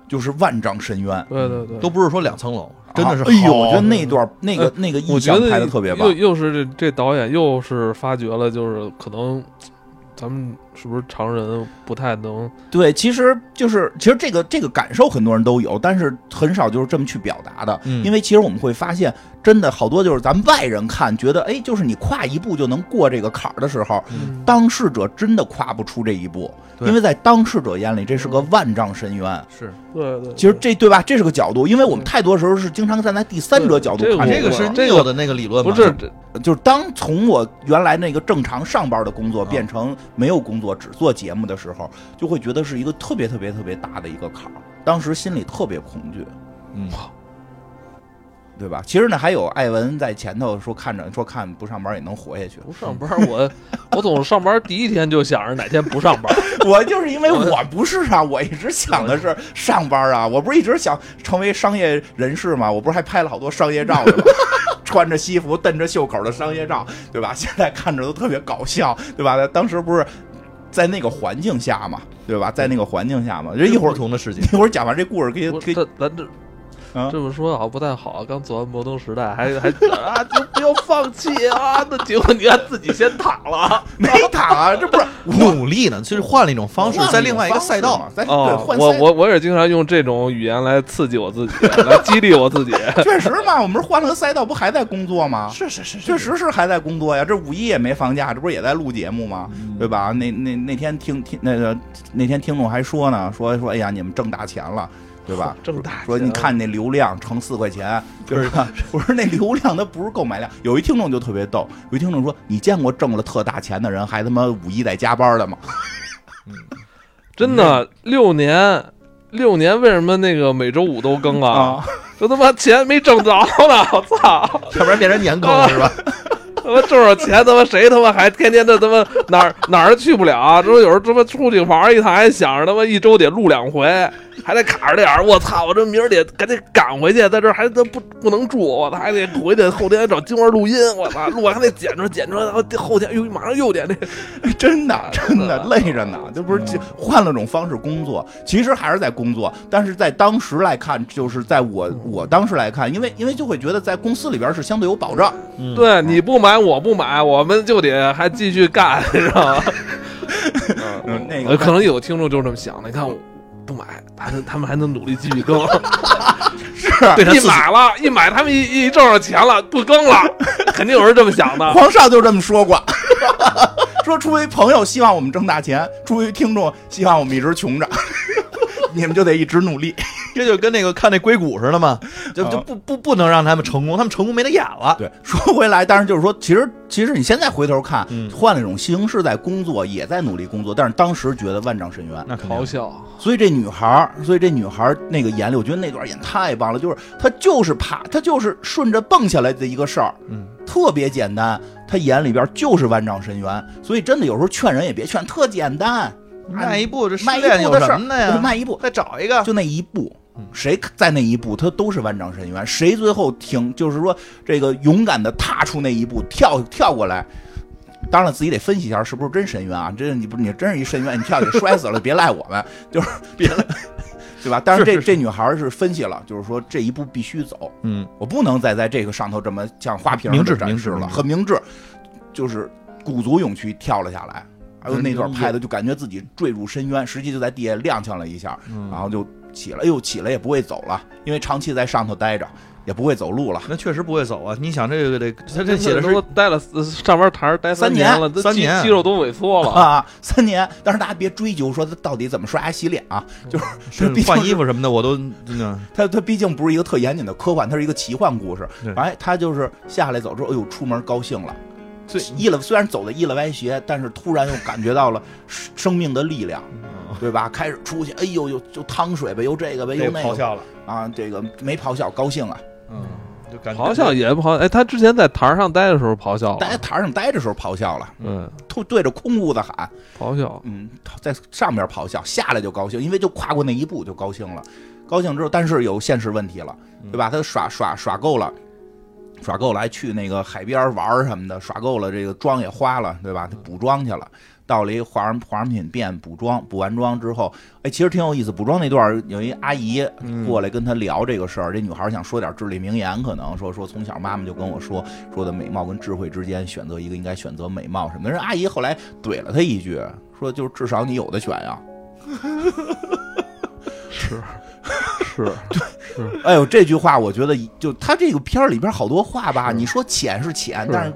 S2: 就是万丈深渊，
S1: 对对对，
S3: 都不是说两层楼，真的是
S2: 啊哎呦，
S3: 好嗯呃
S2: 我觉得那段那个那个
S1: 我
S2: 意
S1: 觉
S2: 象
S1: 得
S2: 拍的特别棒
S1: 又，又是这这导演又是发掘了，就是可能咱们是不是常人不太能
S2: 对，其实就是其实这个这个感受很多人都有，但是很少就是这么去表达的。
S3: 嗯
S2: 因为其实我们会发现，真的好多就是咱们外人看觉得，哎，就是你跨一步就能过这个坎儿的时候，
S1: 嗯
S2: 当事者真的跨不出这一步，
S3: 对
S2: 因为在当事者眼里这是个万丈深渊。
S3: 是
S1: 对对，
S2: 其实这对吧？这是个角度，因为我们
S1: 对
S2: 太多时候是经常站在第三者角度
S1: 对这
S3: 啊，
S2: 看
S3: 这个是
S1: 这个
S3: 有的那个理论嘛
S1: 不是这
S2: 就是当从我原来那个正常上班的工作变成没有工作只做节目的时候，就会觉得是一个特别特别特别大的一个坎儿，当时心里特别恐惧，
S3: 嗯，
S2: 对吧？其实呢，还有艾文在前头说看着说看不上班也能活下去，
S1: 不上班，我我总是上班第一天就想着哪天不上班。
S2: <laughs> 我就是因为我不是啊，我一直想的是上班啊，我不是一直想成为商业人士吗？我不是还拍了好多商业照
S3: <laughs>
S2: 的吗？穿着西服、蹬着袖口的商业照，对吧？现在看着都特别搞笑，对吧？当时不是在那个环境下嘛，对吧？在那个环境下嘛，人一会儿
S3: 不同的世界，
S2: 一会儿讲完这故事，给
S1: 我
S2: 给
S1: 这咱这
S2: 啊
S1: 这么说好像不太好。刚走完《摩登时代》还，还啊，就不要放弃啊！那结果你还自己先躺了。
S2: <laughs> 没躺啊，这不是
S3: 努力呢，就是换了一种方式，在另外一个赛道
S2: 嘛，，在哎对
S1: 哦，
S2: 换
S1: 我
S2: 赛
S1: 我我也经常用这种语言来刺激我自己，来激励我 <laughs> 自己。
S2: 确实嘛，我们是换了个赛道，不还在工作吗？
S3: 是是是，
S2: 确实是还在工作呀，这五一也没放假，这不是也在录节目吗？对吧？那那那天听听那个那天听众还说呢，说说哎呀，你们挣大钱了，对吧？
S1: 挣大钱
S2: 说你看那流量乘四块钱，对吧？ <laughs> 我说那流量它不是购买量。有一听众就特别逗，有一听众说你见过挣了特大钱的人还他妈五一在加班的吗？
S1: 真的六年。六年为什么那个每周五都更啊？，这他妈钱没挣着呢！我操！
S3: 要不然变成年更了
S2: <laughs>
S3: 是吧？
S1: 他妈挣着钱，他妈谁他妈还天天的他妈哪儿哪儿都去不了、啊？这不有时候他妈出去玩儿一趟，还想着他妈一周得录两回，还得卡着点儿。我操！我这明儿得赶紧赶回去，在这儿还他不不能住，我操，还得回去后天找金花录音，我操，录完还得剪出来剪出来，然后后天又马上又得那
S2: 真的真的
S1: 嗯
S2: 累着呢，这不是这换了种方式工作，其实还是在工作，但是在当时来看，就是在我我当时来看，因为因为就会觉得在公司里边是相对有保障，
S3: 嗯，
S1: 对，你不买我不买，我们就得还继续干，你知道吗？
S2: 嗯，那
S1: 呃
S2: 个
S1: 可能有听众就是这么想的，你看我。不买，他们他们还能努力继续更。
S2: 是
S3: <laughs> 对他
S1: 一
S3: 自己
S1: 买了，一买，他们一一挣着钱了，不更了，肯定有人这么想
S2: <laughs>
S1: 的。
S2: 皇上就这么说过， <laughs> 说出于朋友希望我们挣大钱，出于听众希望我们一直穷着， <laughs> 你们就得一直努力。
S3: 这就跟那个看那硅谷似的嘛，就
S2: 啊
S3: 就不不不能让他们成功，他们成功没得演了。
S2: 对，说回来，当然就是说，其实其实你现在回头看，
S3: 嗯
S2: 换了一种形式在工作，也在努力工作，但是当时觉得万丈深渊。
S3: 那肯定
S1: 咆哮，
S2: 所以这女孩儿，所以这女孩儿那个眼里，我觉得那段演太棒了，就是她就是爬，她就是顺着蹦下来的一个事儿，
S3: 嗯，
S2: 特别简单，她眼里边就是万丈深渊，所以真的有时候劝人也别劝，特简单，
S3: 迈一步这失
S2: 啊迈
S3: 恋
S2: 一步的
S3: 有
S2: 事
S3: 什
S2: 儿，
S3: 么的呀？
S2: 就迈一步，
S3: 再找一个，
S2: 就那一步
S3: 嗯，
S2: 谁在那一步，他都是万丈深渊，谁最后挺，就是说这个勇敢的踏出那一步，跳跳过来。当然了，自己得分析一下是不是真深渊啊！真是你不，你真是一深渊，你跳下去摔死了，别赖我们，
S3: <laughs>
S2: 就是别赖， <laughs> 对吧？但是这
S3: 是是
S2: 这女孩是分析了，就是说这一步必须走，
S3: 嗯，
S2: 我不能再在这个上头这么像花瓶儿
S3: 明
S2: 地
S3: 智
S2: 展
S3: 明
S2: 示
S3: 智
S2: 了，
S3: 明智
S2: 很明智，就是鼓足勇气跳了下来。哎呦，
S3: 嗯
S2: 那段
S3: 嗯
S2: 拍的就感觉自己坠入深渊，实际就在地下踉跄了一下，
S3: 嗯
S2: 哎然后就起来，又起来也不会走了，因为长期在上头待着，也不会走路了。
S3: 那确实不会走啊！你想这个得，他这
S1: 这
S3: 写的是
S1: 说待了呃上班台儿待
S2: 三
S1: 年
S2: 年
S1: 了，这
S3: 三
S1: 肌
S3: 年
S1: 肌肉都萎缩
S3: <laughs>
S1: 了。
S2: 啊，三年，但是大家别追究说他到底怎么刷牙洗脸啊，就是
S3: 是
S2: 毕竟
S3: 换
S2: 是
S3: 衣服什么的，我都真的
S2: 他他毕竟不是一个特严谨的科幻，它是一个奇幻故事
S3: 对。
S2: 哎，他就是下来走之后，哎呦，出门高兴了，
S3: 最
S2: 一了虽然走的一了歪斜，但是突然又感觉到了生生命的力量，
S3: 嗯
S2: 对吧？开始出去，哎呦，又就趟水呗，又这个呗，又
S3: 这
S2: 哎那
S3: 咆
S2: 个
S3: 哮了，
S2: 啊，这个没咆哮，高兴啊！
S3: 嗯，就感
S1: 咆哮也咆，哎，他之前在台儿上待的时候咆
S3: 哦
S1: 哮
S2: 大家
S1: 了，
S2: 台上待着时候咆哮了，
S3: 啊
S1: 嗯，
S2: 吐对着空屋子喊，
S1: 咆
S3: <laughs>
S1: 哮，
S2: 嗯，在上边咆哮，下来就高兴，因为就跨过那一步就高兴了。高兴之后，但是有现实问题了，对吧？他耍耍耍够了，耍够了，还去那个海边玩儿什么的，耍够了，这个妆也花了，对吧？他补妆去了，到了一化妆化妆品店补妆，补完妆之后，哎，其实挺有意思。补妆那段儿有一阿姨过来跟他聊这个事儿，这女孩儿想说点至理名言，可能说说从小妈妈就跟我说说的美貌跟智慧之间选择一个，应该选择美貌什么的。人阿姨后来怼了他一句，说就是至少你有的选
S1: <laughs>
S2: 呀、
S1: 是
S3: <laughs>
S1: 是是，
S2: 哎呦，这句话我觉得就他这个片儿里边好多话吧，
S1: 是
S2: 你说浅是浅，
S1: 是
S2: 但是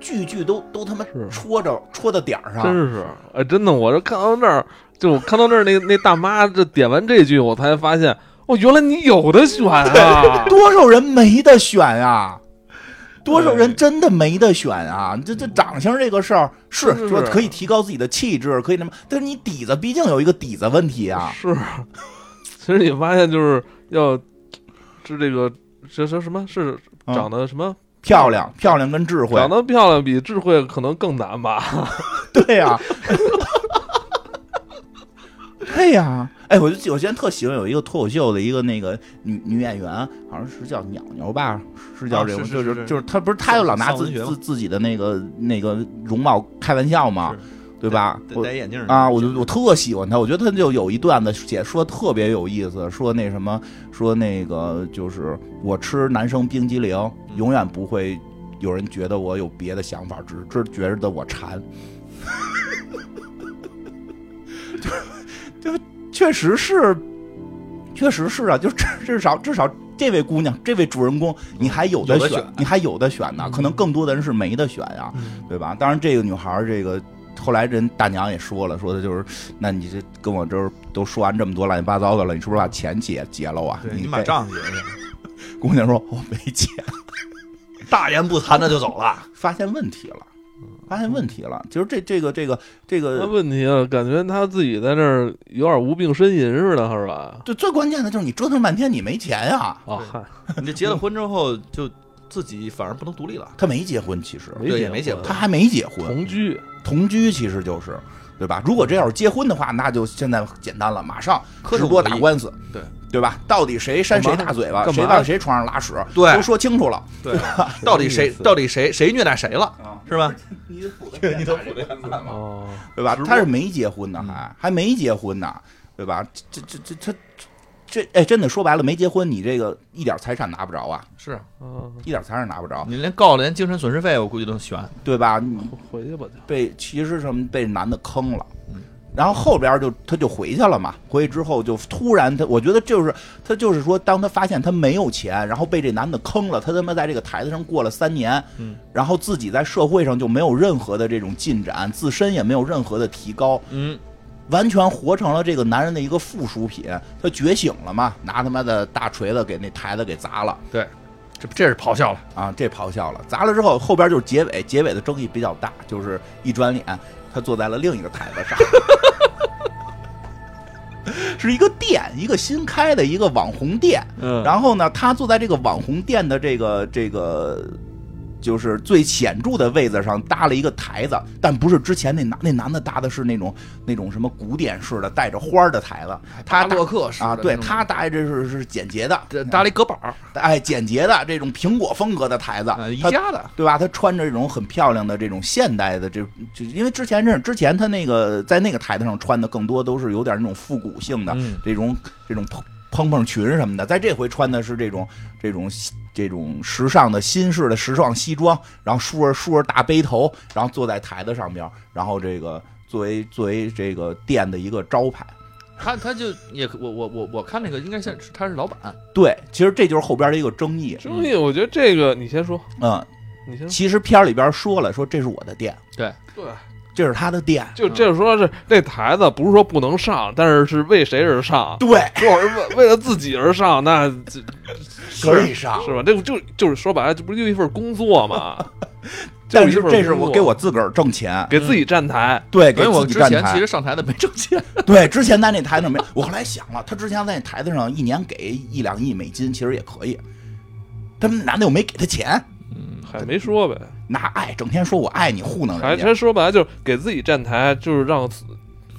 S2: 句句都都他妈
S1: 是
S2: 戳着戳到点儿
S1: 真
S2: 上。，
S1: 是，哎，真的，我这看到那儿，就我看到那儿那那大妈这点完这句，我才发现，哦，原来你有的选啊 <laughs>
S2: 多少人没得选呀、多少
S3: 哎
S2: 人真的没得选啊！这这长相这个事儿
S1: 是
S2: 是说可以提高自己的气质，可以那么，但是你底子毕竟有一个底子问题
S1: <laughs>
S2: 啊。
S1: 是，其实你发现就是要，是这个这这什么是
S2: 嗯
S1: 长得什么
S2: 漂亮，漂亮跟智慧
S1: 长，得漂亮比智慧可能更难吧？
S2: <laughs> 对啊呀、对呀、哎，我就我之前特喜欢有一个脱口秀的一个那个女女演员，好像是叫鸟鸟吧，是叫
S3: 啊
S2: 这个，
S3: 是是
S2: 就是
S3: 是
S2: 就是她不是她就老拿
S3: 丧
S2: 自
S3: 文学嘛
S2: 自自己的那个那个容貌开玩笑嘛，对吧？
S3: 得
S2: 我
S3: 戴眼镜儿
S2: 啊，我就我特喜欢他，我觉得他就有一段子写说特别有意思，说那什么，说那个就是我吃男生冰激凌，
S3: 嗯
S2: 永远不会有人觉得我有别的想法，只是只是觉得我馋。 <laughs> 就就确实是，确实是啊，就至至少至少这位姑娘，这位主人公，你还有的
S3: 有的
S2: 选，
S3: 选嗯
S2: 你还有的选呢，可能更多的人是没得选呀、对吧？当然，这个女孩儿，这个后来人大娘也说了，说的就是，那你这跟我这儿都说完这么多乱七八糟的了，你是不是把钱结结了啊？
S3: <laughs> 对你
S2: 把
S3: 把账结去，
S2: 姑娘说我没结，
S3: 大言不惭的就走了。
S2: 发现问题了，发现问题了。就是这这个这个这
S1: 那
S2: 个，
S1: 问题啊，感觉他自己在那儿有点无病呻吟似的，是吧？
S2: 就最关键的就是你折腾半天你没钱呀、
S1: 啊，
S3: 对
S1: 嗨，
S3: <laughs> 你这结了婚之后，就自己反而不能独立了。
S2: 他没结婚，其实
S1: 没啊结
S3: 对也没结
S1: 婚
S2: 他还没结婚，
S1: 同居，
S2: 同居其实就是。对吧？如果这要是结婚的话，那就现在简单了，马上
S3: 克
S2: 直
S3: 种
S2: 播
S3: 主义
S2: 打官司，
S3: 对
S2: 对吧？到底谁扇谁大嘴巴，
S1: 干嘛
S2: 谁往谁床上拉屎，
S3: 对
S2: 都说清楚了。
S3: 对， <laughs> 到底谁到底谁谁虐待谁了，
S2: 啊，
S3: 是吧？
S2: 你
S3: 对你都普
S2: 遍嘛，
S1: 哦，
S2: 对吧
S3: 直？播嗯
S2: 他是没结婚呢，还还没结婚呢，对吧？这这这这这，哎，真的说白了，没结婚，你这个一点财产拿不着啊，
S3: 是
S1: 嗯，
S2: 一点财产拿不着，
S3: 你连告连精神损失费，我估计都悬。
S2: 对吧？你
S1: 回去吧，就
S2: 被其实什么被男的坑了
S3: 嗯。
S2: 然后后边就他就回去了嘛，回去之后就突然他，我觉得就是他就是说，当他发现他没有钱，然后被这男的坑了，他他妈在这个台子上过了三年，
S3: 嗯，
S2: 然后自己在社会上就没有任何的这种进展，自身也没有任何的提高，
S3: 嗯，
S2: 完全活成了这个男人的一个附属品。他觉醒了嘛，拿他妈的大锤子给那台子给砸了
S3: 对，这这是咆哮了。
S2: 啊！这咆哮了，砸了之后，后边就是结尾，结尾的争议比较大，就是一转脸，他坐在了另一个台子上。 <laughs> 是一个店，一个新开的一个网红店，
S1: 嗯
S2: 然后呢，他坐在这个网红店的这个这个。就是最显著的位子上搭了一个台子，但不是之前那男那男的搭的是那种那种什么古典式的带着花儿的台子，他搭
S3: 洛克式的
S2: 啊，对
S3: 那种
S2: 他搭这是是简洁的，
S3: 搭了一隔板儿，
S2: 哎简洁的这种苹果风格的台子
S3: 啊，宜
S2: 他
S3: 家的，
S2: 对吧？他穿着这种很漂亮的这种现代的这，就因为之前认识之前他那个在那个台子上穿的更多都是有点那种复古性的、
S3: 嗯
S2: 这种这种蓬蓬蓬裙什么的，在这回穿的是这种这种这种时尚的新式的时尚西装，然后梳着梳着大背头，然后坐在台子上边，然后这个作为作为这个店的一个招牌。
S4: 他他就也我我我我看那个应该像他是老板，
S2: 对，其实这就是后边的一个争议。
S1: 争议，我觉得这个你先说，
S2: 嗯，
S1: 你先说。
S2: 其实片儿里边说了，说这是我的店，
S1: 对，
S2: 这是他的店。
S1: 就这说是那台子不是说不能上，但是是为谁而上，
S2: <laughs> 对，
S1: 如果是 <laughs> 为为了自己而上，那这
S2: 可以上，
S1: 是吧？这个就就是说白了，这不就一份工作嘛？
S2: <laughs> 但
S1: 就是一份
S2: 这是
S1: 工
S2: 我
S1: 作
S2: 给我自嗯个儿挣钱，
S1: 给自己站台，
S2: 对，
S4: 因
S2: 给
S4: 为我
S2: 自己
S4: 之
S2: 站
S4: 前其
S2: 台
S4: 实。上台的没挣钱，
S2: 对，之前在那台子上没，我后来想了，他之前在那台子上一年给一两亿美金，其实也可以。他们男的又没给他钱，嗯
S1: 还没说呗，
S2: 拿爱整天说我爱你糊弄
S1: 还
S2: 人家，
S1: 还说白了就是给自己站台，就是让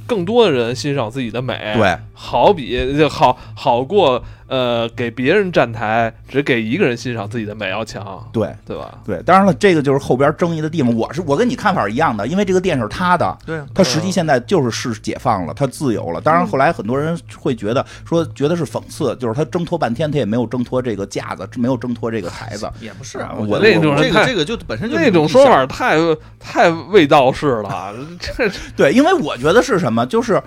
S1: 更多的人欣赏自己的美。，
S2: 对
S1: 好比就好好过呃给别人站台，只给一个人欣赏自己的美要强，
S2: 对
S1: 对吧？
S2: 对。当然了，这个就是后边争议的地方。我是我跟你看法一样的，因为这个店是他的，
S3: 对啊，
S2: 他实
S4: 嗯
S2: 际现在就是是解放了，他自由了。当然，后来很多人会觉得说，觉得是讽刺，就是他挣脱半天，他也没有挣脱这个架子，没有挣脱这个台子。
S3: 也不是啊
S2: 啊
S3: 我
S2: 我
S3: 觉得
S1: 那种
S3: 这
S1: 人
S3: 个
S1: 太
S3: 这个就本身就
S1: 那种说法太太卫道士了，这
S2: 对，因为我觉得是什么，就是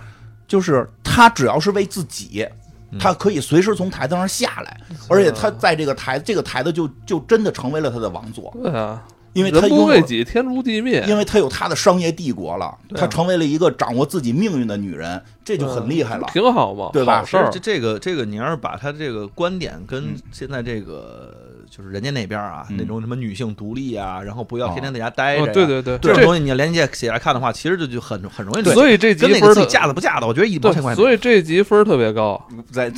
S2: 就是他只要是为自己。
S1: 嗯
S2: 他可以随时从台子上下来，而且他在这个台这个台子就就真的成为了他的王座，
S1: 对啊，
S2: 因为
S1: 人
S2: 他拥
S1: 不
S2: 有
S1: 为己，天诛地灭。
S2: 因为他有他的商业帝国了，
S3: 对啊
S2: 他成为了一个掌握自己命运的女人，这就很厉害了。
S1: 嗯挺好嘛，
S2: 对吧
S1: 好事儿
S3: 这，这个这个，你要是把他这个观点跟
S2: 嗯
S3: 现在这个就是人家那边啊，
S2: 嗯
S3: 那种什么女性独立啊，然后不要
S2: 哦
S3: 天天在家待着
S1: 哦
S3: 呀，
S1: 对对对，
S3: 这种
S1: 这
S3: 东西你连接起来看的话，其实就就很很容易理解。
S1: 所以这集
S3: 跟那
S1: 分
S3: 个
S1: 儿
S3: 自己
S1: 特
S3: 架子不架子，我觉得一毛钱
S1: 对，
S3: 关系没有。
S1: 所以这集分儿特别高。
S2: 在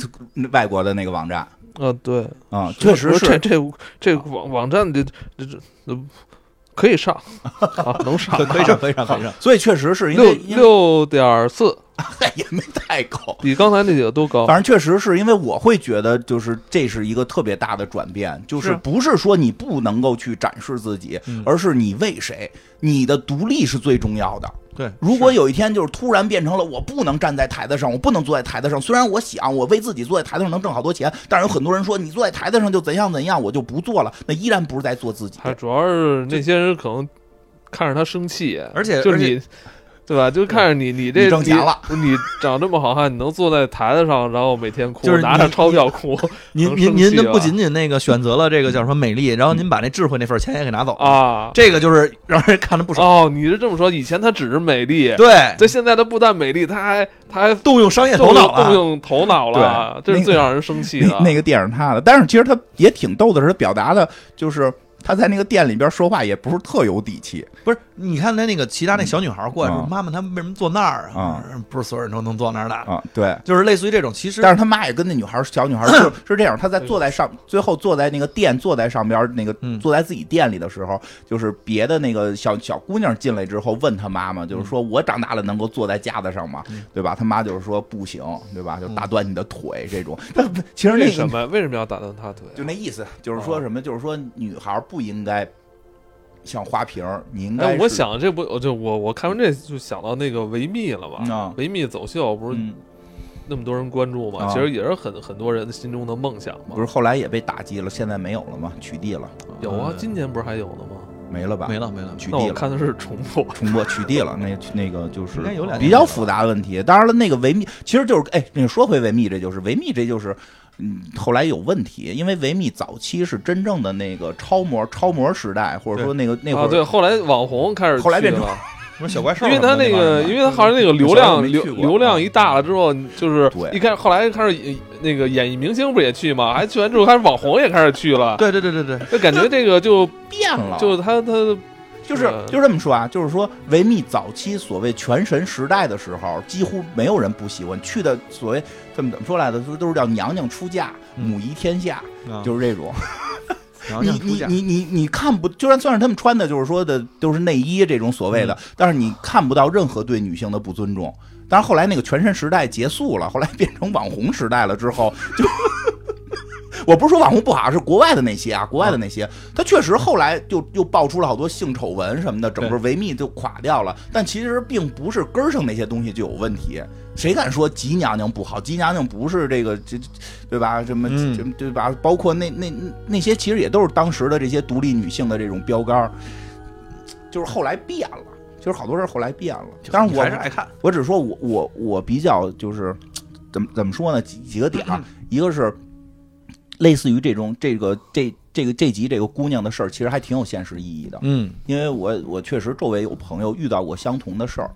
S2: 外国的那个网站
S1: 啊，对，
S2: 啊、确实
S1: 我
S2: 是
S1: 这这这网网站这这这这可以上，好能
S3: <laughs>
S1: 上，
S3: <laughs>
S1: 啊
S3: 可可以上，可以上，可以上。
S2: 所以确实是因
S1: 六
S2: 为因为
S1: 六点四，
S2: <laughs> 也没太高，
S1: 比刚才那几个都
S3: 哦
S1: 高。
S2: 反正确实是因为我会觉得，就是这是一个特别大的转变，就是
S3: 是
S2: 不是说你不能够去展示自己，
S3: 嗯
S2: 而是你为谁，你的独立是最重要的。
S3: 对，
S2: 如果有一天就是突然变成了我不能站在台子上，我不能坐在台子上。虽然我想我为自己坐在台子上能挣好多钱，但是有很多人说你坐在台子上就怎样怎样，我就不做了，那依然不是在做自己。
S1: 还主要是那些人可能看着他生气，
S3: 而且
S1: 就是
S3: 而且
S1: 你。对吧？就看着你，你
S2: 你
S1: 这
S2: 挣钱了
S1: 你你长这么好看，你能坐在台子上，然后每天哭，
S3: 就是
S1: 拿
S3: 你
S1: 着钞票哭
S3: 您
S1: 能
S3: 您
S1: 生
S3: 您
S1: 气
S3: 这不
S1: 了嗯
S3: 仅仅那个选择了这个叫什么美丽，然后您把那智慧那份钱也给拿走了， <laughs>
S1: 啊！
S3: 这个就是让人看着不爽。
S1: 哦，你是这么说？以前她只是美丽，
S3: 对，
S1: 这现在她不但美丽，她还她还
S3: 动用商业
S1: 动
S3: 头脑
S1: 用动
S3: 了。
S1: 用头脑了，
S2: 对
S1: 这
S2: 那
S1: 是
S2: 个
S1: 最让人生气的
S2: 那。那个电影他的，但是其实他也挺逗的是，他表达的就是他在那个店里边说话也不是特有底气。
S3: 不是，你看他那个其他那小女孩过来说：“
S2: 嗯
S3: 妈妈，他们为什么坐那儿啊？”不是所有人都能坐那儿的，
S2: 啊，对。
S3: 就是类似于这种。其实
S2: 但是他妈也跟那女孩儿小女孩儿是是这样，她在坐在上，最后坐在那个店，坐在上边儿那个
S3: 嗯
S2: 坐在自己店里的时候，就是别的那个小小姑娘进来之后，问她妈妈，
S1: 嗯
S2: 就是说我长大了能够坐在架子上吗？对吧？她妈就是说不行，对吧？就打断你的腿这种。但其实
S1: 嗯为
S2: 那
S1: 什
S2: 个
S1: 么为什么要打断她腿？啊
S2: 就那意思，就是说
S1: 哦
S2: 什么？就是说女孩儿不应该像花瓶儿，你应该
S1: 哎，我
S2: 是
S1: 想这不，我就我我看完这就想到那个维密了
S2: 嗯
S1: 嘛
S2: 啊，
S1: 维密走秀不是
S2: 嗯
S1: 那么多人关注嘛，
S2: 啊
S1: 其实也是很很多人心中的梦想嘛
S2: 不。是后来也被打击了，现在没有了吗？取缔了，
S1: 有啊
S3: 嗯，
S1: 今年不是还有呢吗？
S2: 没了吧？
S3: 没了没了，
S2: 取
S1: 那
S2: 缔
S1: 我
S2: 了。
S1: 看的是重播。
S2: 重播取缔了，那那个就是
S3: 应该有两年
S2: 比较复杂的问题。当然了，那个维密其实就是，哎，那个说回维密，这就是维密，这就是。嗯，后来有问题，因为维密早期是真正的那个超模，超模时代，或者说那个那会
S1: 啊，
S2: 儿，
S1: 对，后来网红开始
S2: 后来
S1: 去
S2: 变成 <laughs>
S1: 了，
S3: 不是小怪兽
S1: 因为
S3: 什么的
S1: 他
S3: 那
S1: 那
S3: 帮人
S1: 个，
S3: 嘛
S1: 因为他好像那个流
S2: 我
S1: 量
S2: 没
S1: 流
S2: 去过啊
S1: 流量一大了之后，就是
S2: 对
S1: 一开后来开始也那个演艺明星不是也去嘛，还去完之后开始网红也开始去了，
S3: 对对对对对，
S1: 就感觉这个就
S2: <laughs> 变了，
S1: 就他他
S2: 就是就这么说啊，就是说维密早期所谓全神时代的时候，几乎没有人不喜欢去的所谓这么怎么说来的，都都是叫娘娘出嫁，
S3: 嗯
S2: 母仪天下，
S3: 啊
S2: 就是这种。
S3: 然后
S2: 你
S3: 像出
S2: 你
S3: 嫁
S2: 你你你看不，就算算是他们穿的，就是说的都是内衣这种所谓
S3: 嗯
S2: 的，但是你看不到任何对女性的不尊重。但是后来那个全身时代结束了，后来变成网红时代了之后，就 <laughs> 我不是说网红不好，是国外的那些啊，国外的
S3: 嗯
S2: 那些，他确实后来就又爆出了好多性丑闻什么的，整个维密就垮掉了。但其实并不是根儿上那些东西就有问题，谁敢说吉娘娘不好？吉娘娘不是这个这这对吧？什么
S3: 嗯
S2: 什么对吧？包括那那那那些其实也都是当时的这些独立女性的这种标杆儿，就是后来变了。其实好多事儿后来变了，但是我
S3: 还是爱看，
S2: 我只是说我我我比较就是怎么怎么说呢？几几个点 <clears throat> 啊，一个是类似于这种这个这这个这集这个姑娘的事儿，其实还挺有现实意义的。
S3: 嗯
S2: 因为我我确实周围有朋友遇到过相同的事儿。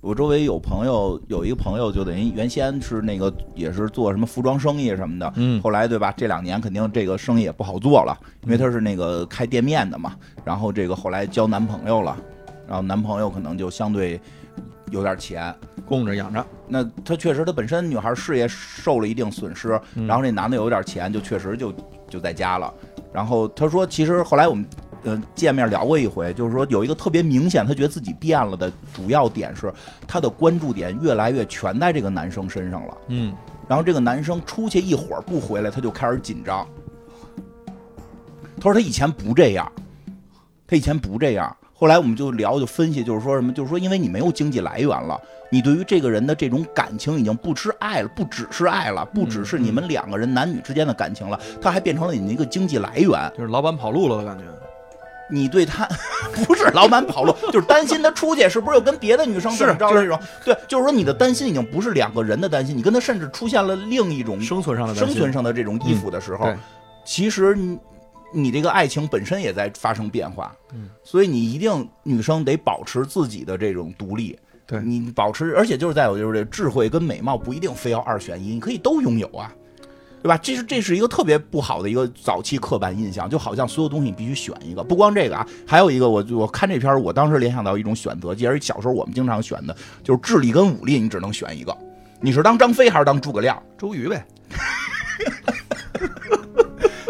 S2: 我周围有朋友，有一个朋友就等于原先是那个也是做什么服装生意什么的，
S3: 嗯
S2: 后来对吧？这两年肯定这个生意也不好做了，因为她是那个开店面的嘛。然后这个后来交男朋友了，然后男朋友可能就相对有点钱。
S3: 供着养着，
S2: 那她确实，她本身女孩事业受了一定损失，
S3: 嗯
S2: 然后这男的有点钱，就确实就就在家了。然后她说，其实后来我们呃见面聊过一回，就是说有一个特别明显，她觉得自己变了的主要点是，她的关注点越来越全在这个男生身上了。
S3: 嗯
S2: 然后这个男生出去一会儿不回来，他就开始紧张。他说他以前不这样，他以前不这样。后来我们就聊，就分析，就是说什么，就是说因为你没有经济来源了，你对于这个人的这种感情已经不吃爱了，不只是爱了，不只是你们两个人男女之间的感情了，他还变成了你的一个经济来源。
S3: 就是老板跑路了的感觉。
S2: 你对他 <laughs> 不是老板跑路，就是担心他出去是不是又跟别的女生怎么着这种？对，就是说你的担心已经不是两个人的担心，你跟他甚至出现了另一种
S3: 生存上的担
S2: 生
S3: 心
S2: 存上的这种依附的时候，
S3: 嗯对
S2: 其实你你这个爱情本身也在发生变化，
S3: 嗯，
S2: 所以你一定女生得保持自己的这种独立，
S3: 对
S2: 你保持，而且就是再有就是这智慧跟美貌不一定非要二选一，你可以都拥有啊。对吧？这是这是一个特别不好的一个早期刻板印象，就好像所有东西你必须选一个。不光这个啊，还有一个我我看这片儿，我当时联想到一种选择，也是小时候我们经常选的，就是智力跟武力，你只能选一个。你是当张飞还是当诸葛亮？
S3: 周瑜呗，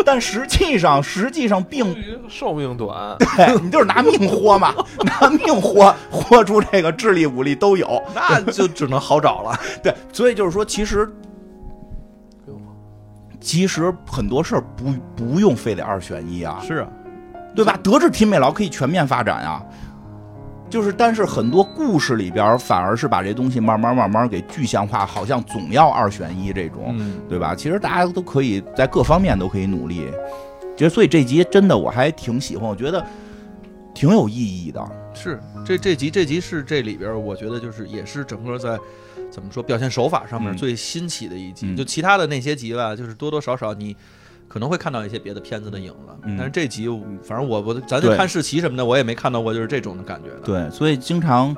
S2: 但实际上，实际上并不
S1: 寿命
S2: <laughs>
S1: 短，
S2: 对，你就是拿命豁嘛，拿命豁，豁出这个智力、武力都有。
S3: 那就只能好
S2: <laughs>
S3: 找了。
S2: 对，所以就是说，其实其实很多事儿不不用非得二选一啊，
S3: 是啊，
S2: 对吧？德智体美劳可以全面发展啊。就是，但是很多故事里边儿反而是把这东西慢慢慢慢给具象化，好像总要二选一这种。
S3: 嗯，
S2: 对吧？其实大家都可以在各方面都可以努力，其实所以这集真的我还挺喜欢，我觉得挺有意义的。
S3: 是这这集这集是这里边儿，我觉得就是也是整个在怎么说表现手法上面
S2: 嗯
S3: 最新奇的一集。
S2: 嗯
S3: 就其他的那些集吧，就是多多少少你。可能会看到一些别的片子的影子，
S2: 嗯
S3: 但是这集我反正我我咱就
S2: 对
S3: 看世奇什么的，我也没看到过就是这种的感觉的。
S2: 对，所以经常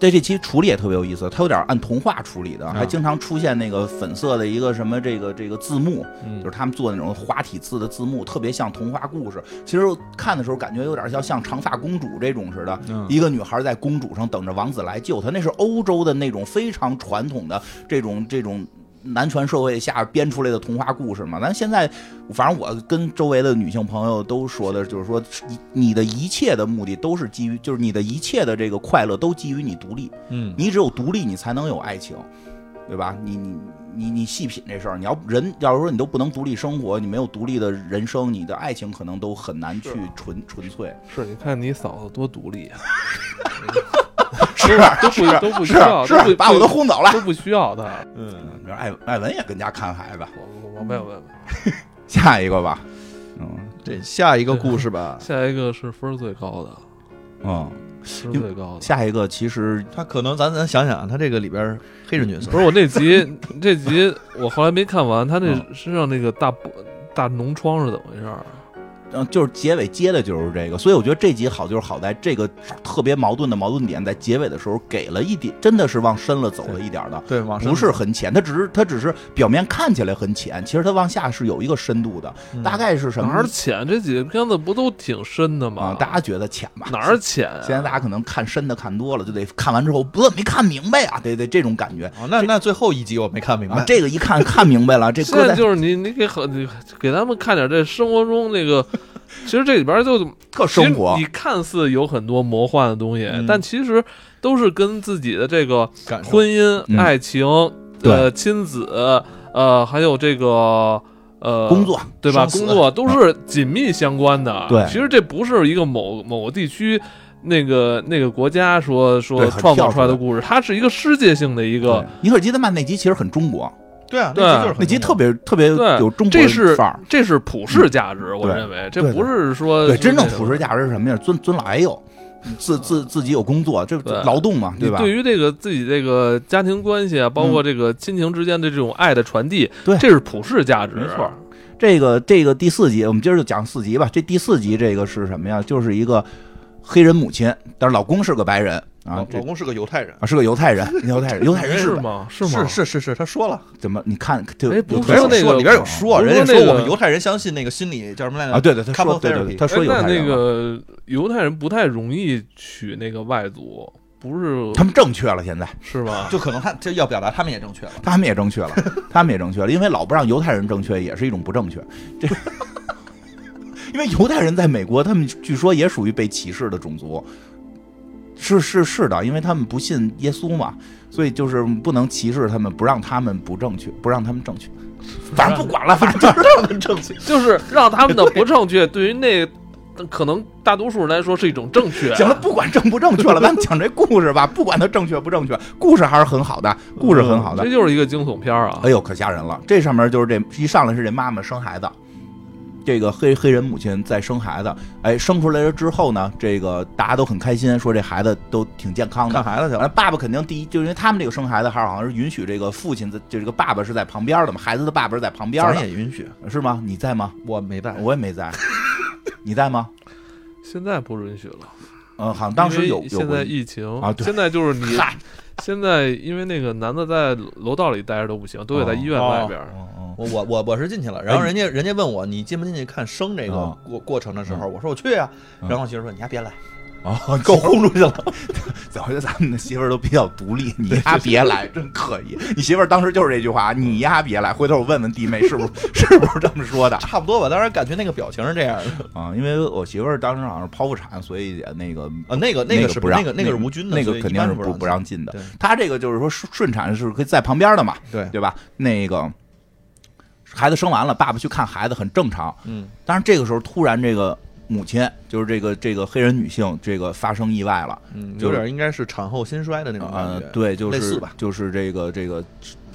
S2: 在这期处理也特别有意思，它有点按童话处理的，
S3: 啊
S2: 还经常出现那个粉色的一个什么这个这个字幕，
S3: 嗯，
S2: 就是他们做那种花体字的字幕，特别像童话故事。其实看的时候感觉有点像像长发公主这种似的，
S3: 嗯
S2: 一个女孩在公主上等着王子来救她，那是欧洲的那种非常传统的这种这种。男权社会下编出来的童话故事嘛，但现在，反正我跟周围的女性朋友都说的，就是说，你你的一切的目的都是基于，就是你的一切的这个快乐都基于你独立，
S3: 嗯
S2: 你只有独立，你才能有爱情，对吧？你你你你细品这事儿，你要人要是说你都不能独立生活，你没有独立的人生，你的爱情可能都很难去
S1: 是啊
S2: 纯纯粹。
S1: 是你看你嫂子多独立啊，都不
S2: 是
S1: 都不需要，
S2: 是
S1: 都不
S2: 是，把我都轰走了。
S1: 都不需要他。
S3: 嗯，
S2: 你说艾艾文也跟家看孩子，
S1: <laughs> 我我我没有没有。没有
S2: 下一个吧。嗯
S3: 这下一个故事
S2: <laughs>
S3: 吧，
S1: 下一个是分儿最高的，
S2: 嗯，
S1: 分儿最高的。
S2: 下一个其实
S3: 他可能咱咱想想，啊他这个里边儿黑人角色
S1: 不是我那集，这集我后来没看完，他那
S2: 嗯
S1: 身上那个大波大脓疮是怎么回事儿？
S2: 嗯就是结尾接的就是这个，所以我觉得这集好就是好在这个特别矛盾的矛盾点在结尾的时候给了一点，真的是往深了走了一点儿的。
S3: 对，往上
S2: 不是很浅，它只是它只是表面看起来很浅，其实它往下是有一个深度的，
S3: 嗯
S2: 大概是什
S1: 哪
S2: 么
S1: 儿浅？这几个片子不都挺深的吗
S2: 啊？？大家觉得浅吧？
S1: 哪儿浅啊？
S2: 现在大家可能看深的看多了，就得看完之后不没看明白啊，得得这种感觉
S3: 哦，那那最后一集我没看明白
S2: 啊。，这个一
S1: <laughs>
S2: 看看明白了，这
S1: 现
S2: 搁
S1: 在
S2: 在
S1: 就是你，你给很你给他们看点这生活中那个，其实这里边就
S2: 特生活
S1: 其实你看似有很多魔幻的东西，
S3: 嗯
S1: 但其实都是跟自己的这个
S3: 感受
S1: 婚姻、
S2: 嗯
S1: 爱情、
S2: 对
S1: 呃亲子、呃还有这个呃
S2: 工作，
S1: 对吧？
S3: 生死
S1: 工作都是紧密相关的。
S2: <laughs> 对
S1: 其实这不是一个某某个地区。那个那个国家说说
S2: 对很
S1: 创造
S2: 跳
S1: 出来
S2: 出
S1: 的
S2: 来
S1: 故事，它是一个世界性的一个
S2: 对，尼克尔基德曼那集其实很中国，
S3: 对啊，
S1: 对
S3: 那集就是很
S2: 那集
S3: 重要
S2: 特别特别
S1: 对
S2: 有中国
S1: 这是
S2: 范儿。
S1: 这是普世价值，我
S2: 对
S1: 认为这
S2: 嗯对
S1: 不是说
S2: 对，
S1: 是
S2: 真正
S1: 那种
S2: 普世价值是什么呀？尊尊老爱幼，自自自己有工作，这
S1: 嗯对
S2: 劳动嘛，对吧？嗯
S1: 对于这个自己这个家庭关系啊，包括这个亲情之间的这种爱的传递，
S2: 对
S1: 这是普世价值，
S2: 没错。这个这个第四集，我们今儿就讲四集吧。这第四集这个是什么呀？就是一个黑人母亲，但是老公是个白人啊
S3: 老，
S2: 这
S3: 老公是个犹太人，
S2: 啊是个犹太人，犹太人，犹太
S1: <laughs>
S2: 人
S1: 是
S2: 是吧
S1: 吗？是吗？
S3: 是是是，他说了，
S2: 怎么？你看，就
S1: 哎不
S2: 有
S1: 是
S3: 里边有
S1: 那个
S3: 说里边有说，
S1: 不是
S3: 人家
S1: 那
S3: 说
S1: 个
S3: 我们犹太人相信那个心理叫什么来着？
S2: 啊，对对，他说
S3: Couple
S2: 对对对，
S3: therapy
S2: 他说犹
S1: 哎、
S2: 太
S1: 那那
S2: 人嘛，
S1: 个犹太人不太容易娶那个外族，不是
S2: 他们正确了，现在
S1: 是吧？
S3: 就可能他这要表达他们也正确了。
S2: 他们也正 <laughs> 确了，他们也正确了，因为老不让犹太人正确也是一种不正确，这。 <laughs> 因为犹太人在美国，他们据说也属于被歧视的种族，是是是的，因为他们不信耶稣嘛，所以就是不能歧视他们，不让他们不正确，不让他们正确，反正不管了，反正就是他们正确。
S1: 就是让他们的不正确，对于那可能大多数人来说是一种正确。
S2: 行了，不管正不正确了，咱们讲这故事吧，不管它正确不正确，故事还是很好的，故事很好的
S1: 啊这。就是一个惊悚片儿啊
S2: 哎！呦，可吓人了！这上面就是这一上来是这妈妈生孩子，这个黑黑人母亲在生孩子，哎，生出来了之后呢，这个大家都很开心，说这孩子都挺健康
S3: 看
S2: 的。
S3: 孩子去了，
S2: 完，爸爸肯定第一，就是因为他们这个生孩子还是好像是允许这个父亲的，就这个爸爸是在旁边的嘛，孩子的爸爸是在旁边
S3: 咱
S2: 的，
S3: 也允许，
S2: 是吗？你在吗？
S3: 我没带。
S2: 我也没在， <laughs> 你在吗？
S1: 现在不允许了，
S2: 嗯，好像当时
S1: 因
S2: 有
S1: 为现
S2: 有
S1: 在
S2: 过
S1: 疫情
S2: 啊对
S1: 现在就是你
S2: 嗨，
S1: 现在因为那个男的在楼道里待着都不行，
S2: 哦
S1: 都得在医院外边儿。
S2: 嗯嗯
S3: 我我我我是进去了，然后人家人家问我你进不进去看生这个
S2: 啊
S3: 过过程的时候，我说我去啊，
S2: 嗯
S3: 然后我媳妇说你还别来，
S2: 哦，
S3: <laughs> 给我轰出去了。
S2: 早就咱们的媳妇儿都比较独
S3: <laughs>
S2: 立，你丫别来，真可以。你媳妇儿当时就是这句话，你丫别来。回头我问问弟妹是不
S3: <laughs>
S2: 是是不是这么说的
S3: 差不多吧，当然感觉那个表情是这样
S2: <laughs>
S3: 的。
S2: 啊？因为我媳妇儿当时好像是剖腹产，所以也那个
S3: 呃，那个
S2: 那
S3: 个是
S2: 不
S3: 那
S2: 让，
S3: 个那个是无菌的，
S2: 那
S3: 所
S2: 个
S3: 以
S2: 肯
S3: 一
S2: 定
S3: 般
S2: 是
S3: 是
S2: 不不
S3: 让
S2: 让进的
S3: 对。
S2: 她这个就是说顺顺产是可以在旁边的嘛，
S3: 对，
S2: 对吧？那个孩子生完了，爸爸去看孩子很正常。
S3: 嗯，
S2: 但是这个时候突然这个母亲就是这个这个黑人女性这个发生意外了。
S3: 嗯，
S2: 就
S3: 有
S2: 是
S3: 点应该是产后心衰的那种
S2: 啊
S3: 感，觉。
S2: 对，就
S3: 类似
S2: 是
S3: 吧
S2: 就是这个这个，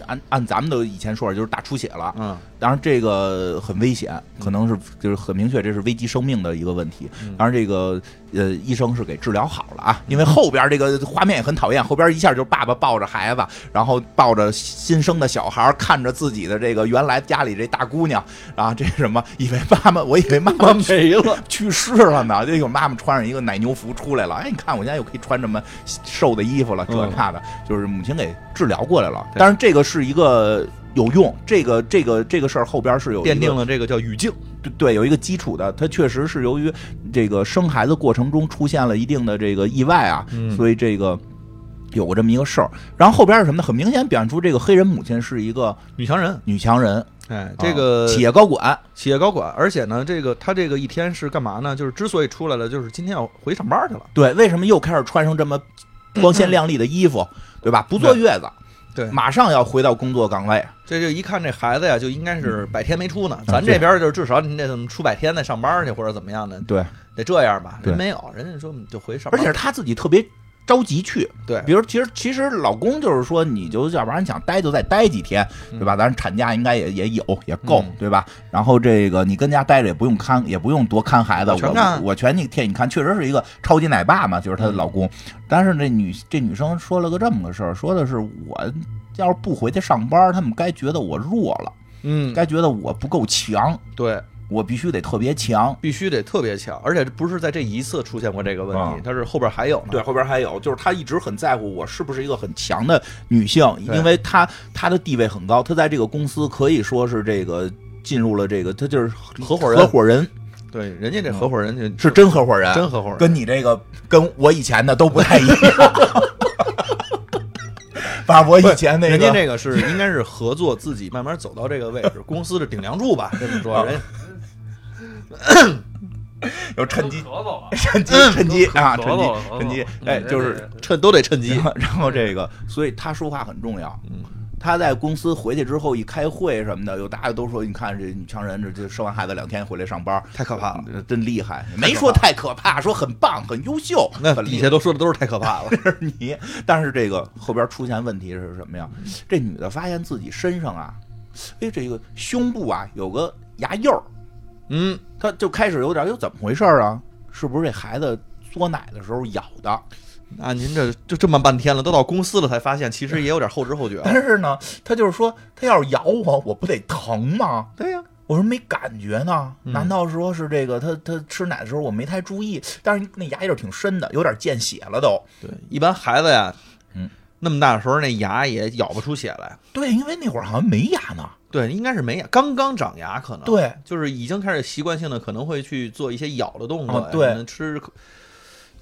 S2: 按按咱们的以前说法就是大出血了。
S3: 嗯，
S2: 当然这个很危险，可能是就是很明确，这是危及生命的一个问题。当然这个呃，医生是给治疗好了啊，因为后边这个画面也很讨厌，后边一下就是爸爸抱着孩子，然后抱着新生的小孩，看着自己的这个原来家里这大姑娘啊，这是什么？以为妈妈，我以为妈妈
S3: 没了。
S2: 去世了呢，这有妈妈穿上一个奶牛服出来了，哎，你看我现在又可以穿这么瘦的衣服了，这
S3: 嗯
S2: 那的，就是母亲给治疗过来了。
S3: 对
S2: 当然，这个是一个有用，这个这个这个事儿后边是有一个
S3: 奠定了这个叫语境，
S2: 对对有一个基础的，它确实是由于这个生孩子过程中出现了一定的这个意外啊，
S3: 嗯
S2: 所以这个有过这么一个事儿。然后后边是什么呢？很明显表现出这个黑人母亲是一个
S3: 女强人，
S2: 女强人，
S3: 哎，这个
S2: 啊企业高管，
S3: 企业高管，而且呢，这个他这个一天是干嘛呢？就是之所以出来了，就是今天要回上班去了。
S2: 对，为什么又开始穿上这么光鲜亮丽的衣服，对吧？不坐月子，
S3: 对
S2: 马上要回到工作岗位，
S3: 这就一看这孩子呀，就应该是百天没出呢。
S2: 啊
S3: 咱
S2: 对
S3: 这边就是至少你得怎么出百天再上班去，或者怎么样的，
S2: 对，
S3: 得这样吧。
S2: 对
S3: 人没有，人家说你就回上
S2: 而
S3: 班。
S2: 且是他自己特别着急去，
S3: 对
S2: 比如其实其实老公就是说，你就要不然想待就再待几天，对吧？咱产假应该也也有也够
S3: 嗯，
S2: 对吧？然后这个你跟家待着也不用看，也不用多看孩子，
S3: 我全看
S2: 我我全你替你看，确实是一个超级奶爸嘛，就是
S3: 嗯
S2: 她的老公。但是这女这女生说了个这么个事儿，说的是我要是不回去上班，他们该觉得我弱了，
S3: 嗯，
S2: 该觉得我不够强，
S3: 对，
S2: 我必须得特别强。
S3: 必须得特别强，而且不是在这一次出现过这个问
S2: 啊
S3: 题，它是后边还有呢。
S2: 对，，后边还有，就是她一直很在乎我是不是一个很强的女性，
S3: 对
S2: 因为她她的地位很高，她在这个公司可以说是这个进入了这个，她就是
S3: 合伙人
S2: 合伙人
S3: 对，人家这合伙人就是
S2: 真合伙人，
S3: 真合伙人，
S2: 嗯跟你这个跟我以前的都不太一
S3: <laughs>
S2: 样。把我以前那个，
S3: 人家这个是应该是合作，自己慢慢走到这个位置，公司的顶梁柱吧，这么
S2: 啊
S3: 说，人
S2: 有趁机
S1: 咳嗽了，
S2: 趁机趁机啊，趁机
S1: 嗯咳嗽
S2: 趁机
S1: 了，
S2: 哎，
S1: 嗯
S2: 就是
S1: 这
S3: 趁都得趁机
S2: 然。后 <laughs> 然后这个，所以他说话很重要。
S3: 嗯，
S2: 他在公司回去之后一开会什么的，有大家都说，你看这女强人，这这生完孩子两天回来上班，
S3: 太可怕了，
S2: 呃真厉害。没说太可怕，说很棒，很优秀，
S3: <laughs> 那
S2: 很
S3: 底
S2: 厉
S3: 下
S2: 害
S3: 都说的都是太可怕了。
S2: <laughs> 是你。但是这个后边出现问题是什么呀？这女的发现自己身上啊，哎，这个胸部啊有个牙印儿，
S3: 嗯，
S2: 她就开始有点，哟，怎么回事儿啊？是不是这孩子嘬奶的时候咬的。
S3: 那您这就这么半天了，都到公司了才发现，其实也有点后知后觉
S2: 但 <laughs>
S3: 了。
S2: 是呢，
S3: 嗯
S2: 他就是说，他要是咬我，我不得疼吗？
S3: 对呀、
S2: 我说没感觉呢，
S3: 嗯
S2: 难道说是这个他他吃奶的时候我没太注意？但是那牙有点挺深的，有点见血了都。
S3: 对，一般孩子呀，
S2: 嗯，
S3: 那么大的时候那牙也咬不出血来。
S2: 对，因为那会儿好像没牙呢。
S3: 对，应该是没牙，刚刚长牙可能。，
S2: 对，
S3: 就是已经开始习惯性的可能会去做一些咬的动作呀，
S2: 啊对
S3: 可能吃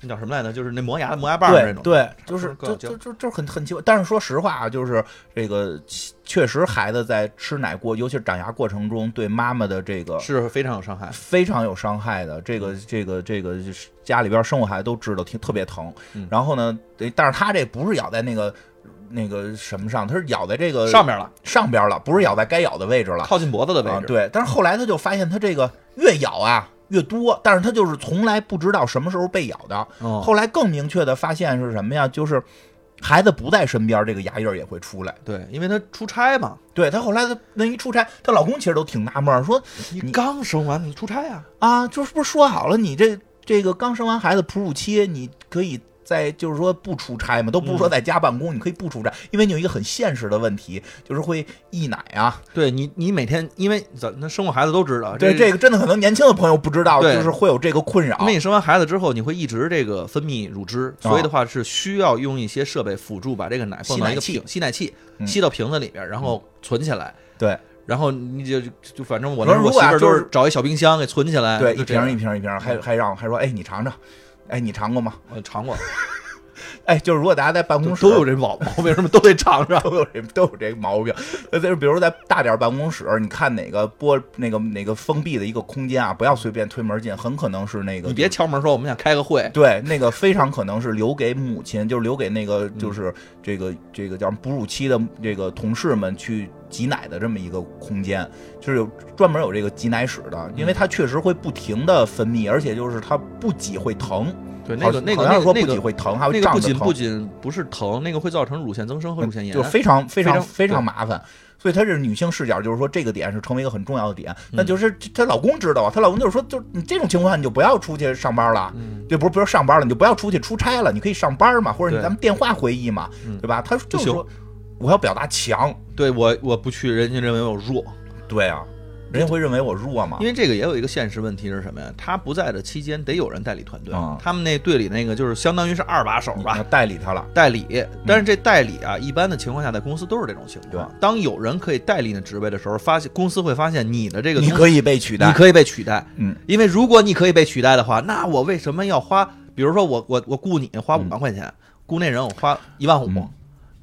S3: 那叫什么来着？就是那磨牙磨牙棒儿那
S2: 对
S3: 种。
S2: 对，
S3: 不多
S2: 就是
S3: 各
S2: 就就
S3: 有各
S2: 就就很很奇怪。但是说实话啊，就是这个其确实孩子在吃奶过，尤其是长牙过程中，对妈妈的这个
S3: 是非常有伤害。
S2: 非常有伤害的。这
S3: 嗯
S2: 个这个这个就是家里边生过孩子都知道，挺特别疼
S3: 嗯。
S2: 然后呢，对但是他这不是咬在那个那个什么上，他是咬在这个
S3: 上面了，
S2: 上边了，不是咬在该咬的位置了。
S3: 靠近脖子的位
S2: 啊，
S3: 置。
S2: 对，但是后来他就发现他这个越咬啊越多，但是他就是从来不知道什么时候被咬的。
S3: 哦，
S2: 后来更明确的发现是什么呀？就是孩子不在身边，这个牙印儿也会出来。
S3: 对，因为他出差嘛，
S2: 对她后来她那一出差，她老公其实都挺纳闷儿，说
S3: 你
S2: 你
S3: 刚生完你出差呀、
S2: 啊，就是不是说好了你这这个刚生完孩子哺乳期，你可以。在就是说不出差嘛，都不是说
S3: 嗯
S2: 在家办公，你可以不出差，因为你有一个很现实的问题，就是会溢奶啊。
S3: 对你，你每天因为咱那生过孩子都知道，
S2: 对这个真的可能年轻的朋友不知道，
S3: 啊对
S2: 就是会有这个困扰。
S3: 因为你生完孩子之后，你会一直这个分泌乳汁，
S2: 啊
S3: 所以的话是需要用一些设备辅助把这个奶放到一个
S2: 吸奶器
S3: 瓶吸奶器，
S2: 嗯
S3: 吸到瓶子里边，然后存起来。
S2: 对，
S3: 然后你就就反正我
S2: 说
S3: 那时候我
S2: 如果
S3: 媳
S2: 啊
S3: 妇儿都
S2: 就是
S3: 是找一小冰箱给存起来，
S2: 对，
S3: 啊就
S2: 一
S3: 这样嗯
S2: 瓶一瓶一瓶，还还让还说，哎，你尝尝，哎，你尝过吗？
S3: 我呃尝过，
S2: 哎，就是如果大家在办公室
S3: 都有这毛病， <laughs> 为什么都得尝尝？
S2: 都有这都有这个毛病，呃，就是比如在大点儿办公室，你看哪个玻那个哪个封闭的一个空间啊，不要随便推门进，很可能是那个
S3: 你别敲门说我们想开个会，
S2: 对那个非常可能是留给母亲，就是留给那个
S3: 嗯
S2: 就是这个这个叫哺乳期的这个同事们去挤奶的这么一个空间，就是有专门有这个挤奶室的，因为它确实会不停的分泌，而且就是它不挤会疼。
S3: 对那个
S2: 好
S3: 那个
S2: 好
S3: 那
S2: 像
S3: 个
S2: 说
S3: 那
S2: 不
S3: 个
S2: 仅会疼，还
S3: 那
S2: 会
S3: 个不
S2: 胀着
S3: 仅不
S2: 疼，
S3: 仅不是疼，那个会造成乳腺增生和乳腺
S2: 嗯
S3: 炎
S2: 就。非常非
S3: 非
S2: 常
S3: 常
S2: 非常麻烦。所以她这是女性视角，就是说这个点是成为一个很重要的点。
S3: 嗯
S2: 那就是她老公知道啊，她老公就是说，就是你这种情况下你就不要出去上班了，
S3: 嗯，
S2: 对，不是不是上班了，你就不要出去出差了，你可以上班嘛，或者
S3: 对
S2: 你咱们电话会议嘛
S3: 嗯，
S2: 对吧？她就
S3: 行
S2: 是说我要表达强，
S3: 对我我不去，人家认为我弱，
S2: 对啊，人家会认为我弱嘛
S3: 因，为这个也有一个现实问题是什么呀？他不在的期间得有人代理团队
S2: 啊，
S3: 他们那队里那个就是相当于是二把手
S2: 你
S3: 吧
S2: 要。代理她了，
S3: 代理，但是这代理啊，一般的情况下，在公司都是这种情况。当有人可以代理你的职位的时候，发现公司会发现你的这个
S2: 你
S3: 东
S2: 可以被取
S3: 你
S2: 代，
S3: 可以被取代，
S2: 嗯，
S3: 因为如果你可以被取代的话，那我为什么要花？比如说我我我雇你花五万块钱，雇那人我花一万五、
S2: 嗯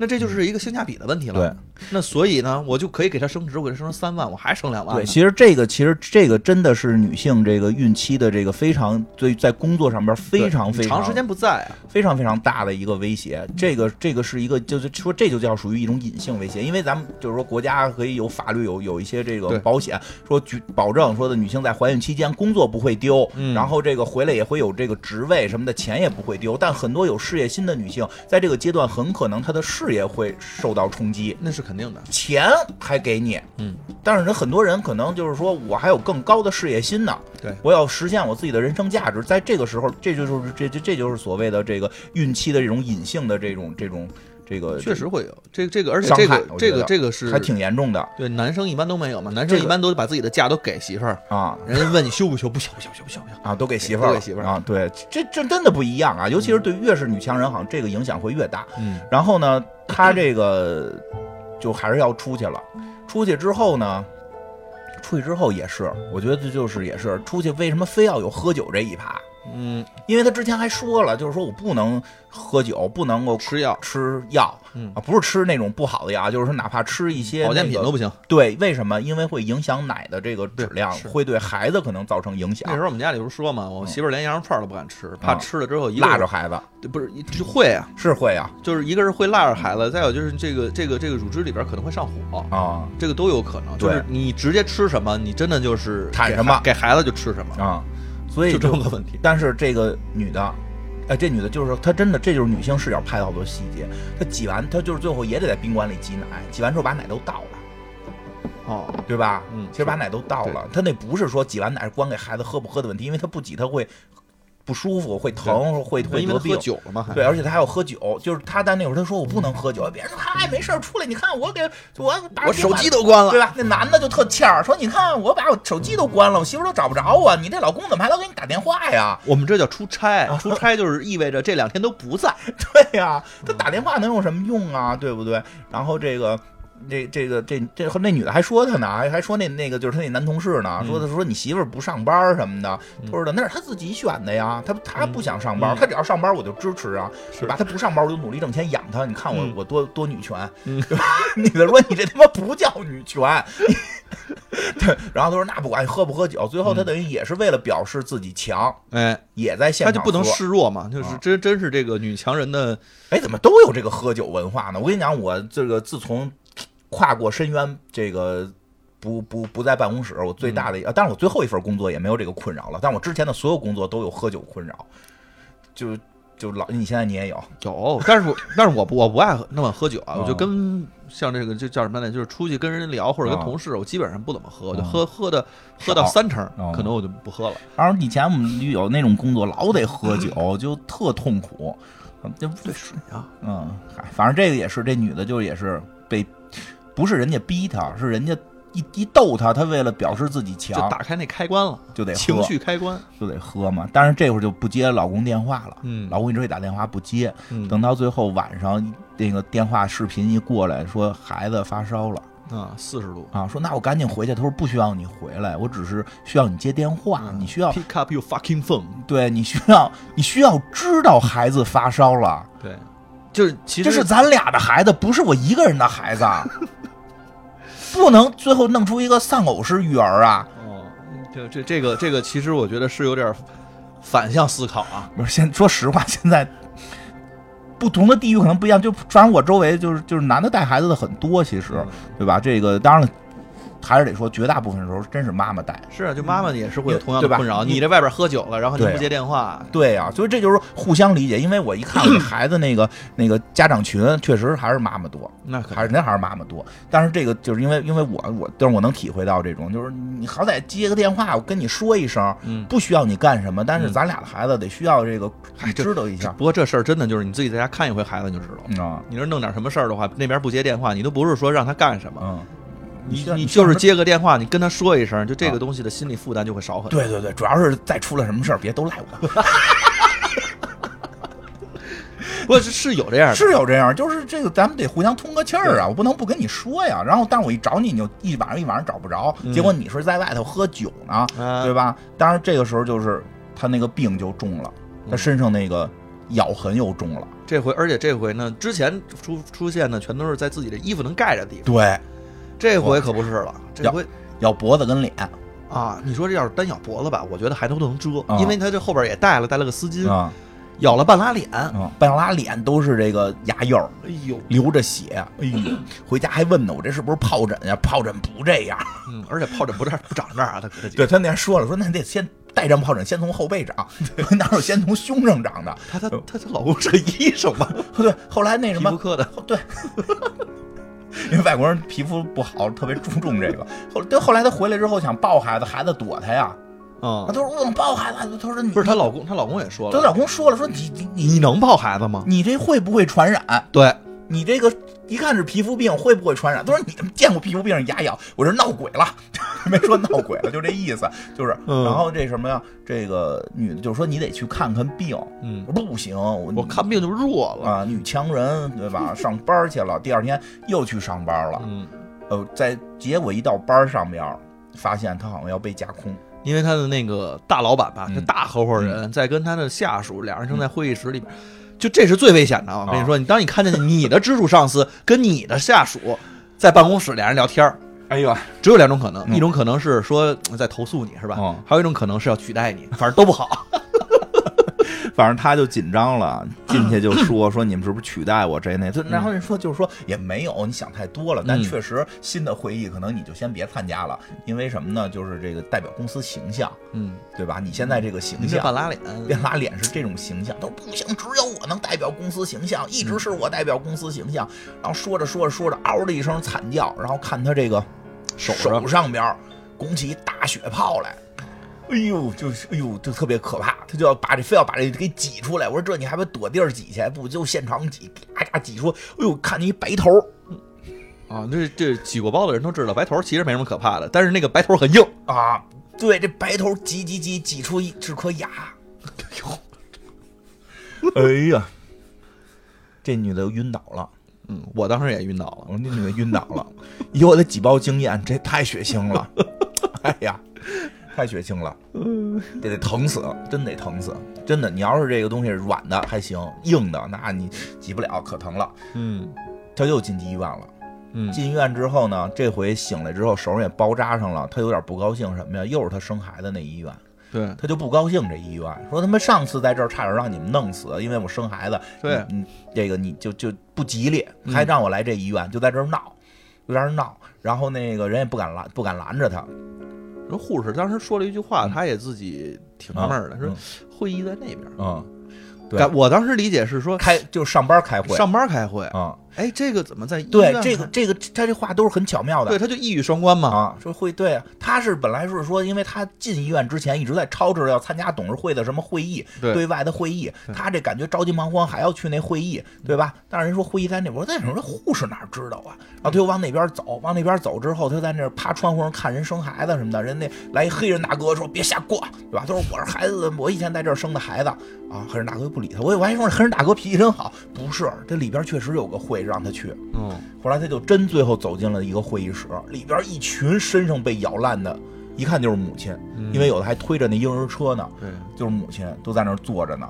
S3: 那这就是一个性价比的问题了。对，那所以呢，我就可以给他升职，我给他升成三万，我还省两万呢。
S2: 对，其实这个其实这个真的是女性这个孕期的这个非常对在工作上边非常
S3: 对
S2: 非
S3: 你
S2: 常
S3: 长时间不在啊，
S2: 非常非常大的一个威胁。这个这个是一个就是说这就叫属于一种隐性威胁，因为咱们就是说国家可以有法律有有一些这
S3: 对
S2: 个保险，说举保证说的女性在怀孕期间工作不会丢，
S3: 嗯
S2: 然后这个回来也会有这个职位什么的，钱也不会丢。但很多有事业心的女性在这个阶段很可能她的事业会受到冲击。
S3: 那是肯定的。
S2: 钱还给你，
S3: 嗯，
S2: 但是人很多人可能就是说我还有更高的事业心呢，
S3: 对
S2: 我要实现我自己的人生价值，在这个时候，这就是这这这就是所谓的这个孕期的这种隐性的这种这种这个，
S3: 确实会有这这个，而且
S2: 伤害
S3: 这个
S2: 我
S3: 这
S2: 觉
S3: 个
S2: 得
S3: 这个是
S2: 还挺严重的
S3: 对，男生一般都没有嘛，男
S2: 这
S3: 生
S2: 个
S3: 一般都把自己的假都给媳妇儿，
S2: 啊
S3: 人家问你休不休，不休不休不休不休。
S2: 啊，都给媳妇儿了，
S3: 都给媳妇儿
S2: 啊，对，这这真的不一样啊，尤其是对越是女强人，好像这个影响会越大。
S3: 嗯，
S2: 然后呢，她这个就还是要出去了。出去之后呢，出去之后也是，我觉得这就是也是出去为什么非要有喝酒这一趴？
S3: 嗯，
S2: 因为她之前还说了，就是说我不能喝酒，不能够
S3: 吃药、
S2: 吃药。
S3: 嗯
S2: 啊，不是吃那种不好的药啊，就是说哪怕吃一些
S3: 保健
S2: 那
S3: 品
S2: 个
S3: 都不行。
S2: 对，为什么？因为会影响奶的这个质
S3: 对
S2: 量，
S3: 是
S2: 会对孩子可能造成影
S3: 那时
S2: 响，
S3: 候我们家里不是说嘛，我媳妇儿连羊肉串儿都不敢吃，怕吃了之后一
S2: 嗯
S3: 个
S2: 辣着孩子
S3: 对不是一就会啊，
S2: 是会啊
S3: 就是一个是会辣着孩子，再有就是这个这个这个乳汁里边可能会上火，
S2: 啊
S3: 这个都有可能。就
S2: 对
S3: 是你直接吃什么，你真的就是
S2: 坦
S3: 给
S2: 什么
S3: 孩给孩子就吃什么，
S2: 啊，所以
S3: 就这么个问题。
S2: 但是这个女的，哎，这女的就是她真的，这就是女性视角拍到好多细节。她挤完，她就是最后也得在宾馆里挤奶，挤完之后把奶都倒了，
S3: 哦，
S2: 对吧？
S3: 嗯
S2: 其实把奶都倒了，她那不是说挤完奶是光给孩子喝不喝的问题，因为她不挤她会。不舒服，会疼，会会
S3: 因为
S2: 得
S3: 他
S2: 病
S3: 喝。酒了嘛，还
S2: 对，而且他还要喝酒，就是他在那会儿他说我不能喝酒，别人说嗨、哎、没事儿出来，你看我给我打
S3: 我
S2: 电
S3: 手
S2: 话
S3: 机都关了
S2: 对。吧？那男的就特欠儿，说你看我把我手机都关了，我媳妇儿都找不着我，你这老公怎么还老给你打电话呀？
S3: 我们这叫出差，
S2: 啊
S3: 出差就是意味着这两天都不
S2: <laughs>
S3: 在。
S2: 对呀、他打电话能有什么用啊？对不对？然后这个。这这个这这和那女的还说他呢，还还说那那个就是他那男同事呢，
S3: 嗯
S2: 说他说你媳妇儿不上班什么的，
S3: 嗯
S2: 他说的那是他自己选的呀，他他
S3: 嗯
S2: 不想上班，
S3: 嗯
S2: 他只要上班我就支持啊，
S3: 是
S2: 对吧？他不上班我就努力挣钱养他，你看我、
S3: 嗯
S2: 我多多女权，
S3: 嗯
S2: <laughs> 对吧？女的说你这他妈不叫女权， <laughs> 对，然后他说那不管喝不喝酒，最后他
S3: 嗯
S2: 等于也是为了表示自己强，
S3: 哎，
S2: 也在现
S3: 他
S2: 场
S3: 就不能
S2: 喝
S3: 示弱嘛，就是
S2: 啊
S3: 真真是这个女强人的
S2: 哎，怎么都有这个喝酒文化呢？我跟你讲，我这个自从跨过深渊，这个不不不在办公室，我最
S3: 嗯
S2: 大的，呃，但是我最后一份工作也没有这个困扰了，但我之前的所有工作都有喝酒困扰，就就老，你现在你也有，
S3: 有，但是我但是我不我不爱喝那么喝酒啊，
S2: 哦
S3: 我就跟像这个就叫什么呢？就是出去跟人聊或者跟
S2: 哦
S3: 同事，我基本上不怎么喝，我就
S2: 哦
S3: 喝喝的喝到
S2: 少
S3: 三成
S2: 哦，
S3: 可能我就不喝了。
S2: 然后以前我们有那种工作老得喝酒，就特痛苦，就
S3: 对水啊，
S2: 嗯，嗨，反正这个也是，这女的就也是被，不是人家逼她，是人家一一逗她，她为了表示自己
S3: 就
S2: 强，
S3: 打开那开关了，
S2: 就得喝
S3: 情绪开关。
S2: 就得喝嘛。但是这会儿就不接老公电话了，
S3: 嗯
S2: 老公一直给打电话不接，
S3: 嗯
S2: 等到最后晚上那个电话视频一过来说孩子发烧了
S3: 啊，四十度
S2: 啊，说那我赶紧回去。他说不需要你回来，我只是需要你接电话，
S3: 嗯
S2: 你需要
S3: ，pick up your fucking phone。
S2: 对你需要你需要知道孩子发烧了，
S3: 对，就是其
S2: 这
S3: 实
S2: 是咱俩的孩子，不是我一个人的孩子。 <laughs> 不能最后弄出一个丧偶式育儿啊！
S3: 哦，这这这个这个，其实我觉得是有点反向思考啊。
S2: 不是，先说实话， <laughs> 现在不同的地域可能不一样，就反正我周围就是就是男的带孩子的很多，其实
S3: 嗯
S2: 对吧？这个当然了，还是得说，绝大部分时候真是妈妈带。
S3: 是啊，就妈妈也是会有同样
S2: 对
S3: 的
S2: 吧
S3: 困扰。
S2: 你
S3: 你这外边喝酒了，然后你
S2: 对啊
S3: 不接电话，
S2: 对呀、所以这就是互相理解。因为我一看我这孩子那个 <coughs> 那个家长群，确实还是妈妈多，
S3: 那可
S2: 还是人家还是妈妈多。但是这个就是因为因为我我，但是我能体会到这种，就是你好歹接个电话，我跟你说一声，
S3: 嗯。
S2: 不需要你干什么，但是
S3: 嗯
S2: 咱俩的孩子得需要这个
S3: 哎这
S2: 知道一下
S3: 不过这事儿真的就是你自己在家看一回孩子你就知道了。
S2: 嗯啊，
S3: 你这弄点什么事儿的话，那边不接电话，你都不是说让他干什么，
S2: 嗯，
S3: 你
S2: 需要
S3: 你
S2: 需要
S3: 就是
S2: 什么
S3: 接个电话，你跟他说一声，就这
S2: 啊
S3: 个东西的心理负担就会少很多。
S2: 对对对，主要是再出了什么事儿，别都赖我。
S3: 不过是是有这样的，
S2: 是有这样，就是这个咱们得互相通个气儿啊，我不能不跟你说呀。然后，但我一找你，你就一晚上一晚上找不着，
S3: 嗯
S2: 结果你是在外头喝酒呢，
S3: 啊
S2: 对吧？当然，这个时候就是他那个病就重了，他身上那个咬痕又重了。
S3: 这回，而且这回呢，之前出出现的全都是在自己的衣服能盖着的地方，
S2: 对，
S3: 这回可不是了，这
S2: 要
S3: 回
S2: 咬脖子跟脸
S3: 啊，你说这要是单咬脖子吧，我觉得还都能遮
S2: 啊，
S3: 因为他这后边也带了带了个丝巾，
S2: 啊
S3: 咬了半拉脸，哎
S2: 啊，半拉脸都是这个牙印儿，
S3: 呦，
S2: 流着血。哎呦，回家还问呢，我这是不是疱疹呀？疱疹不这样。
S3: 嗯，而且疱疹不这儿不长这儿啊，他可得
S2: 对他那还说了，说那你得先带状疱疹，先从后背长， <laughs> 哪有先从胸上长的？
S3: 他他他他老公是个医生吧，
S2: 对，后来嗯 <laughs> 那什
S3: 皮
S2: 么 <laughs>
S3: 肤，科的，
S2: 对，因为外国人皮肤不好，特别注重这个。后对，后来他回来之后想抱孩子，孩子躲他呀，
S3: 嗯
S2: 他，说我想抱孩子，他说你
S3: 不是她老公，她老公也说
S2: 她
S3: 了，
S2: 老公说了，说你你你
S3: 你能抱孩子吗？
S2: 你这会不会传染？
S3: 对，
S2: 你这个一看是皮肤病，会不会传染？他说你怎么见过皮肤病人牙咬？我这闹鬼了， <laughs> 没说闹鬼了，就这意思，就是。
S3: 嗯
S2: 然后这什么呀？这个女的就说你得去看看病，
S3: 嗯，
S2: 我说不行，我
S3: 我看病就弱了，
S2: 啊，女强人对 <laughs> 吧？上班去了，第二天又去上班了。
S3: 嗯，
S2: 呃，在结果一到班上边儿，发现她好像要被架空。
S3: 因为她的那个大老板吧，
S2: 嗯
S3: 这大合伙人在跟他的下属，两人正在会议室里边。就这是最危险的，我
S2: 啊
S3: 跟你说，你当你看见你的直属上司跟你的下属在办公室俩人聊天儿，
S2: 哎呦，
S3: 只有两种可能，
S2: 嗯
S3: 一种可能是说呃在投诉你是吧？
S2: 嗯
S3: 还有一种可能是要取代你，反正都不好。
S2: 反正她就紧张 <laughs> 了，进去就说说你们是不是取代我这那？就然后人说就是说也没有，你想太多了。但
S3: 嗯
S2: 确实新的会议可能你就先别参加了，因为什么呢？就是这个代表公司形象，
S3: 嗯，
S2: 对吧？你现在这个形
S3: 你这
S2: 象
S3: 半拉脸，
S2: 变拉脸是这种形象，他说不行，只有我能代表公司形象，一直是我代表公司形象。然后说着说着说着，嗷的一声惨叫，然后看他这个
S3: 手
S2: 手上边儿拱起一大血泡来，哎呦，就是哎呦，就特别可怕，他就要把这非要把这给挤出来。我说这你还不躲地儿挤去？不就现场挤，咔咔挤出，哎呦，看见一白头儿，
S3: 啊，这这挤过包的人都知道，白头其实没什么可怕的，但是那个白头很硬，
S2: 啊，对，这白头挤挤挤挤出一只颗牙，哎 <laughs> 呦，哎呀，这女的晕倒了，
S3: 嗯，我当时也晕倒了，
S2: 我说这女的晕倒了，以我的几包经验，这太血腥了，哎呀，太血腥了，得得疼死，真得疼死，真的，你要是这个东西软的还行，硬的那你挤不了，可疼了，
S3: 嗯
S2: 她又进医院了。
S3: 嗯
S2: 进医院之后呢，这回醒来之后手上也包扎上了，她有点不高兴什么呀？又是她生孩子那医院。
S3: 对
S2: 他就不高兴这医院，说他妈上次在这儿差点让你们弄死，因为我生孩子，
S3: 对
S2: 嗯，这个你就就不吉利，还让我来这医院，就在这儿闹，就在这儿闹，然后那个人也不敢拦，不敢拦着他，
S3: 人护士当时说了一句话，
S2: 嗯
S3: 他也自己挺纳闷儿的，说会议在那边儿。
S2: 嗯，对
S3: 感我当时理解是说
S2: 开就上班开会，
S3: 上班开会，
S2: 啊、
S3: 哎，这个怎么在医
S2: 对
S3: 院
S2: 这
S3: 开
S2: 个这个他这话都是很巧妙的，
S3: 对，他就一语双关嘛。
S2: 啊，说会对啊，他是本来是说，因为他进医院之前一直在吵着要参加董事会的什么会议，
S3: 对
S2: 外的会议，
S3: 对嗯
S2: 他这感觉着急忙慌，还要去那会议，对吧？但是人说会议在那边，我说那时候护士哪儿知道啊？然后他又往那边走，往那边走之后，他在那儿趴窗户上看人生孩子什么的，人那来一黑人大哥说别瞎逛，对吧？他说我是孩子，我以前在这儿生的孩子啊，黑人大哥又不理他，我以为我还说黑人大哥脾气真好，不是，这里边确实有个会让他去，
S3: 嗯，
S2: 后来他就真最后走进了一个会议室，里边一群身上被咬烂的，一看就是母亲，因为
S3: 嗯
S2: 有的还推着那婴儿车呢，
S3: 对，
S2: 就是母亲都在那儿坐着呢。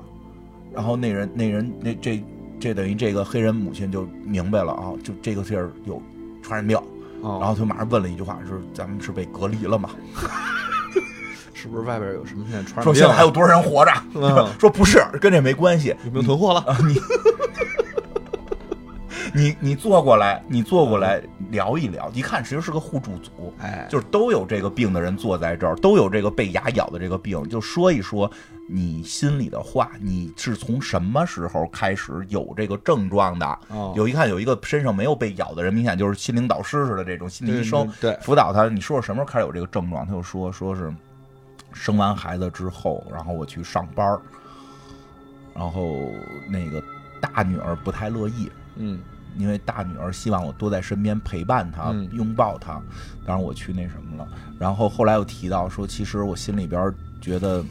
S2: 然后那人那人那这这等于这个黑人母亲就明白了啊，就这个地儿有传染病，然
S3: 哦，
S2: 后他马上问了一句话是咱们是被隔离了吗？
S3: 是不是外边有什么现在传染
S2: 说
S3: 病？啊
S2: 现在还有多少人活着？
S3: 嗯
S2: <laughs> 说不是，跟这没关系，啊
S3: 有没有囤货了？ <laughs>
S2: 你你坐过来，你坐过
S3: 嗯
S2: 来聊一聊，一看其实是个互助组，
S3: 哎，
S2: 就是都有这个病的人坐在这儿，都有这个被牙咬的这个病，就说一说你心里的话，你是从什么时候开始有这个症状的？
S3: 哦
S2: 有一看有一个身上没有被咬的人，明显就是心灵导师似的这种心理医生
S3: 对对
S2: 辅导他，你说我什么时候开始有这个症状？他就说说是生完孩子之后，然后我去上班儿，然后那个大女儿不太乐意，
S3: 嗯
S2: 因为大女儿希望我多在身边陪伴她、
S3: 嗯
S2: 拥抱她，当然我去那什么了。然后后来又提到说，其实我心里边觉得，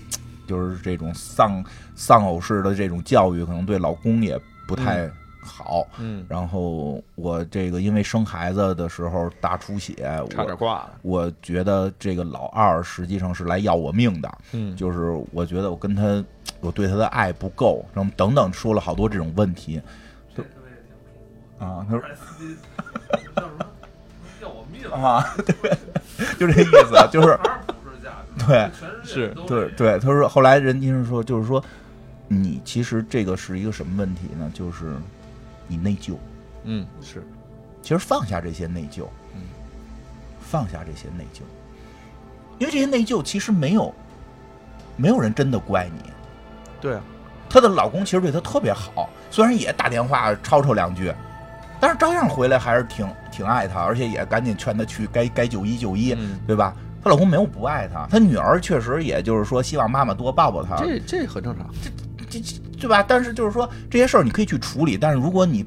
S2: 就是这种丧丧偶式的这种教育，可能对老公也不太好。
S3: 嗯，
S2: 然后我这个因为生孩子的时候大出血，
S3: 差点
S2: 我
S3: 挂了。
S2: 我觉得这个老二实际上是来要我命的，
S3: 嗯
S2: 就是我觉得我跟他，我对他的爱不够，然后等等说了好多这种问题
S1: 这他妈也挺恐怖
S2: 啊。他说
S1: 的。二司机叫什么？要我命！
S2: 啊， <laughs> 对，就这意思，啊就是
S1: 哪儿不是价值？
S2: 对
S1: 全世
S3: 是
S1: 界都
S2: 对对。他说后来人医生说，就是说你其实这个是一个什么问题呢？就是你内疚，
S3: 嗯，是
S2: 其实放下这些内疚，
S3: 嗯，
S2: 放下这些内疚，因为这些内疚其实没有没有人真的怪你。
S3: 对啊，
S2: 她的老公其实对她特别好，虽然也打电话吵吵两句，但是照样回来还是挺挺爱她，而且也赶紧劝她去该该就医就医，
S3: 嗯
S2: 对吧？她老公没有不爱她，她女儿确实也就是说希望妈妈多抱抱她，
S3: 这这很正常。
S2: 这这对吧？但是就是说这些事儿你可以去处理，但是如果你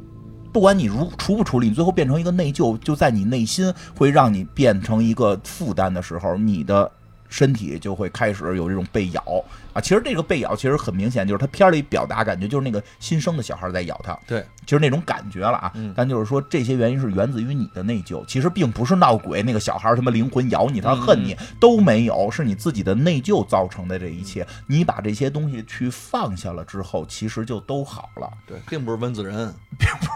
S2: 不管你如处不处理，你最后变成一个内疚，就在你内心会让你变成一个负担的时候，你的身体就会开始有这种被咬啊。其实这个被咬其实很明显，就是他片儿里表达感觉就是那个新生的小孩在咬他，
S3: 对，
S2: 就是那种感觉了啊。
S3: 嗯
S2: 但就是说这些原因是源自于你的内疚，其实并不是闹鬼，那个小孩他妈灵魂咬你，他恨你、都没有，是你自己的内疚造成的这一切。你把这些东西去放下了之后，其实就都好了。
S3: 对，并不是温子仁。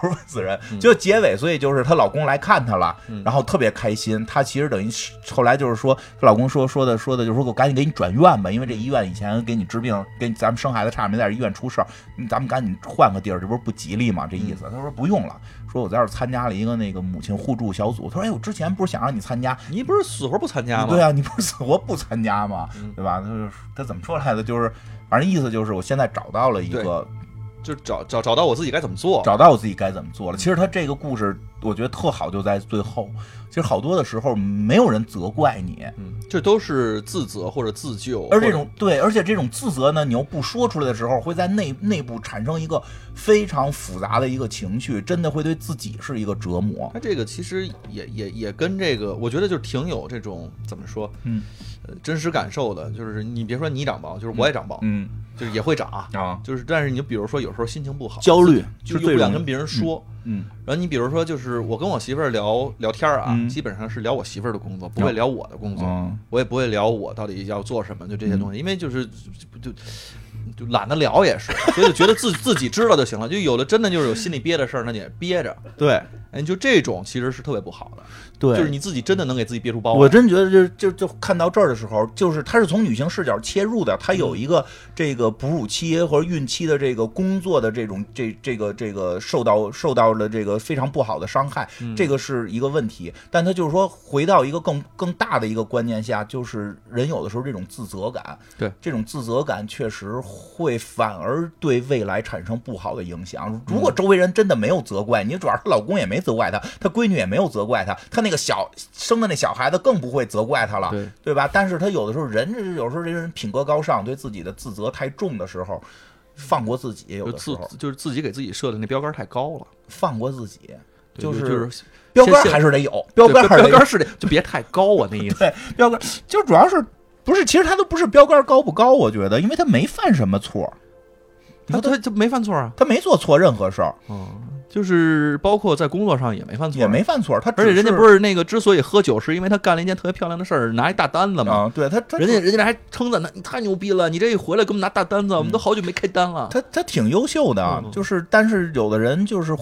S2: 不是死人，就结尾，所以就是她老公来看她了，
S3: 嗯
S2: 然后特别开心。她其实等于是后来就是说，她老公说说的说的，就是说我赶紧给你转院吧，因为这医院以前给你治病，给咱们生孩子差点没在这医院出事儿，你咱们赶紧换个地儿，这不是不吉利吗？这意
S3: 嗯
S2: 思。她说不用了，说我在这儿参加了一个那个母亲互助小组。她说哎，我之前不是想让你参加，
S3: 你不是死活不参加吗？
S2: 对啊，你不是死活不参加吗
S3: 嗯？
S2: 对吧？她就是她怎么说来的？就是反正意思就是我现在找到了一
S3: 对
S2: 个
S3: 就找找找到我自己该怎么做。
S2: 找到我自己该怎么做了。其实他这个故事，我觉得特好就在最后，其实好多的时候没有人责怪你，
S3: 嗯，这都是自责或者自救，
S2: 而这种对，而且这种自责呢，你又不说出来的时候，会在内内部产生一个非常复杂的一个情绪，真的会对自己是一个折磨。
S3: 他这个其实也也也跟这个，我觉得就是挺有这种怎么说，
S2: 嗯
S3: 呃，真实感受的。就是你别说你长包，就是我也长包，
S2: 嗯
S3: 就是也会长，
S2: 啊，
S3: 就是但是你比如说有时候心情不好，
S2: 焦虑
S3: 就是又
S2: 最
S3: 不想
S2: 容
S3: 跟
S2: 易，
S3: 别人说。
S2: 嗯
S3: 然后你比如说就是我跟我媳妇儿聊聊天儿啊，
S2: 嗯
S3: 基本上是聊我媳妇儿的工作，不会聊我的工作，
S2: 嗯
S3: 我也不会聊我到底要做什么，就这些东西，因为就是就。就就懒得聊也是， <laughs> 所以就觉得自自己知道就行了。就有的真的就是有心里憋的事儿，那你也憋着。
S2: 对
S3: 哎，就这种其实是特别不好的。
S2: 对，
S3: 就是你自己真的能给自己憋出包来。啊
S2: 我真觉得就就就看到这儿的时候，就是他是从女性视角切入的，他有一个这个哺乳期或者孕期的这个工作的这种这这个这个受到受到了这个非常不好的伤害，这个是一个问题。但他就是说回到一个更更大的一个观念下，就是人有的时候这种自责感，
S3: 对
S2: 这种自责感确实会反而对未来产生不好的影响。如果周围人真的没有责怪你，主要是她老公也没责怪她，她闺女也没有责怪她，她那个小生的那小孩子更不会责怪她了，
S4: 对
S2: 对吧？但是她有的时候人，有时候这人品格高尚，对自己的自责太重的时候，放过自己，有
S3: 就
S2: 的时
S3: 自
S2: 候
S3: 就是自己给自己设的那标杆太高了，
S2: 放过自己，
S3: 对
S2: 就
S3: 就是是
S2: 标杆
S3: 现
S2: 还是得有，标杆
S3: 对
S2: 还是得
S3: 标
S2: 有
S3: 杆，是得就别太高啊，
S2: <laughs>
S3: 那意思。
S2: 对，标杆就主要是不是？其实他都不是标杆高不高，我觉得，因为他没犯什么错，你
S3: 他
S2: 说
S3: 他就没犯错啊，
S2: 他没做错任何事儿，
S3: 嗯，就是包括在工作上也没犯错，啊
S2: 也没。犯错，他
S3: 而且人家不
S2: 是
S3: 是那个之所以喝酒，是因为他干了一件特别漂亮的事儿，拿一大单子嘛。
S2: 啊，对他他
S3: 人家人家还称赞他，你太牛逼了，你这一回来给我们拿大单子，我们都好久没开单了。
S2: 他他挺优秀的啊，
S3: 嗯
S2: 就是但是有的人就是。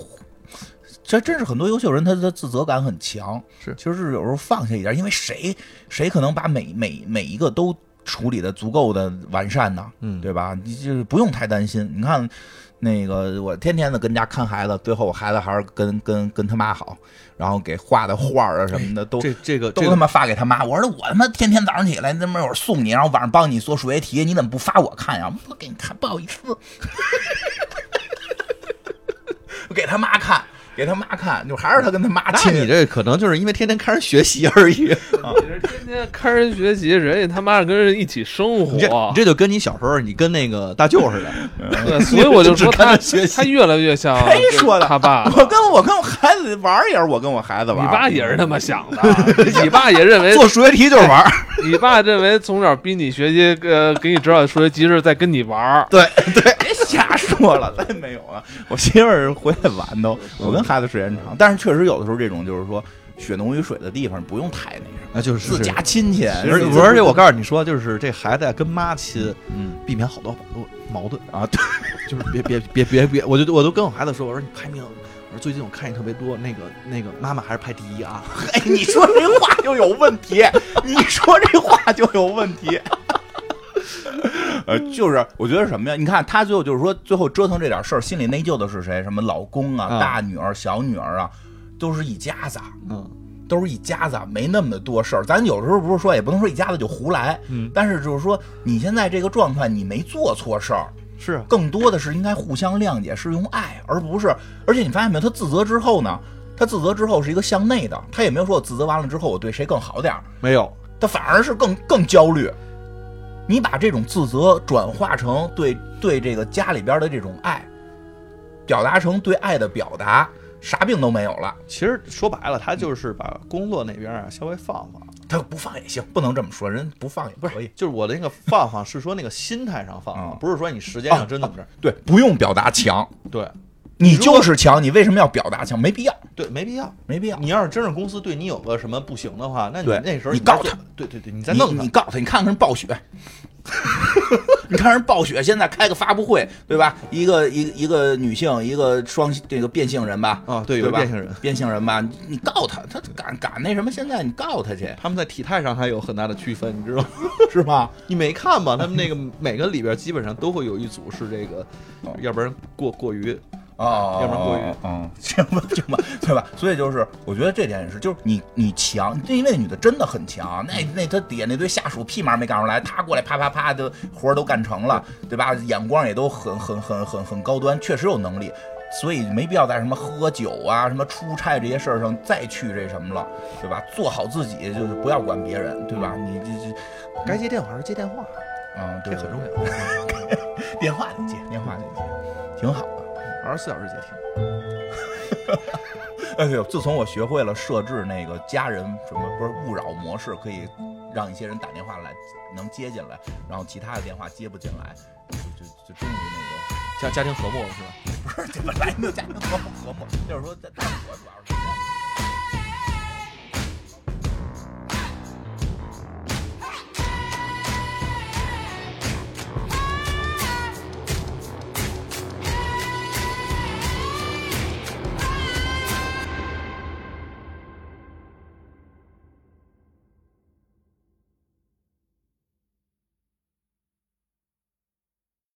S2: 这真是很多优秀人，他的自责感很强。
S3: 是
S2: 其实是有时候放下一点，因为谁谁可能把每每每一个都处理的足够的完善呢？
S3: 嗯
S2: 对吧？你就是不用太担心。你看，那个我天天的跟家看孩子，最后我孩子还是跟跟跟他妈好，然后给画的画儿啊什么的都、
S3: 这这个呃这
S2: 都他
S3: 个
S2: 妈发给他妈。我说我他妈天天早上起来他妈有人送你，然后晚上帮你做数学题，你怎么不发我看呀、不给你看，不好意思。 <laughs> 我给他妈看，给他妈看，就还是他跟他妈
S3: 那
S2: 亲。
S3: 你这可能就是因为天天看人学习而已。
S1: 你这天天看人学习，人家他妈是跟人一起生
S3: <laughs> 你这你
S1: 活，
S3: 这就跟你小时候你跟那个大舅似 <laughs> 的，
S1: 对，所以我就说
S3: 只看
S1: 他
S3: 人学习
S1: 他越来越像
S2: 谁说的
S1: 他爸了。
S2: 我跟我跟我孩子玩儿也是我跟我孩子
S1: 你
S2: 玩儿，
S1: 爸也是那么想的，你爸也认为，
S2: 做数学题就是玩儿，
S1: 你爸认为从小逼你学习，呃，给你指导数学题是在跟你玩儿。
S2: 对
S3: 哎
S2: 对，别哎 <laughs> 瞎说了，真没有啊！我媳妇儿回来晚都，我跟孩子时间长，但是确实有的时候这种就是说血浓于水的地方不用太那什么，
S3: 那啊就是
S2: 自家亲戚，
S3: 而且而且我告诉你说，就是这孩子呀跟妈亲，
S2: 嗯
S3: 避免好多好多矛盾，
S2: 啊，对，
S3: 就是别别别别别，我就我都跟我孩子说，我说你排名，我说最近我看你特别多，那个那个妈妈还是排第一啊，
S2: 哎，你说这话就有问题，你说这话就有问题。呃，就是我觉得什么呀？你看她最后就是说，最后折腾这点事儿，心里内疚的是谁？什么老公啊、
S3: 啊
S2: 大女儿、小女儿啊，都是一家子。
S3: 嗯，
S2: 都是一家子，没那么多事儿。咱有的时候不是说，也不能说一家子就胡来，
S3: 嗯
S2: 但是就是说，你现在这个状态，你没做错事儿，
S3: <laughs> 是啊，
S2: 更多的是应该互相谅解，是用爱，而不是。而且你发现没有，他自责之后呢，他自责之后是一个向内的，他也没有说我自责完了之后我对谁更好点儿，
S3: 没有，
S2: 他反而是更更焦虑。你把这种自责转化成对对这个家里边的这种爱，表达成对爱的表达，啥病都没有了。
S3: 其实说白了，他就是把工作那边啊稍微放放，
S2: 他不放也行，不能这么说，人不放也
S3: 不
S2: 可以
S3: 是，。就是我的那个放放是说那个心态上放
S2: 嗯
S3: 放，不是说你时间上真怎么着，
S2: 对，不用表达强，
S3: 对
S2: 你就是强，你为什么要表达强？没必要，
S3: 对，没必要。
S2: 没必要。
S3: 你要是真是公司对你有个什么不行的话，那你
S2: 对
S3: 那时候
S2: 你
S3: 再
S2: 告
S3: 做
S2: 他，
S3: 对对对，你
S2: 你
S3: 再弄
S2: 你告
S3: 他，
S2: 诉他，你看看人暴雪， <laughs> 你看人暴雪现在开个发布会，对吧？一个一个一个女性，一个双这个变性人吧，
S3: 啊，对，
S2: 对
S3: 有
S2: 吧
S3: 变性人，
S2: 变性人吧，你你告他，他敢敢那什么？现在你告他去
S3: 他们在体态上还有很大的区分，你知道吗？
S2: <laughs> 是吗？
S3: 你没看吗？他们那个每个里边基本上都会有一组是这个，要不然过过于
S2: 啊，
S3: 要不然过于
S2: 嗯， <laughs> 行吧，行吧，对吧？所以就是，我觉得这点也是，就是你你强，因为那女的真的很强，那那她底下那堆下属屁毛没干出来，她过来啪啪啪的活儿都干成了，对吧？眼光也都很很很很很高端，确实有能力，所以没必要在什么喝酒啊、什么出差这些事儿上再去这什么了，对吧？做好自己，就是不要管别人，对吧？你这这，
S3: 该接电话还是接电话，啊
S2: 嗯，
S3: 这
S2: 对，
S3: 很重
S2: 对，
S3: 要，
S2: 对 <laughs> 电话得接，电话得接，挺好的。
S3: 二十四小时接听。
S2: 哎呦，自从我学会了设置那个家人什么不是勿扰模式，可以让一些人打电话来能接进来，然后其他的电话接不进来，就就就真是那个
S4: 家家庭和睦了是吧？
S2: 不是本来就家庭和睦和睦，就是说在在我主要。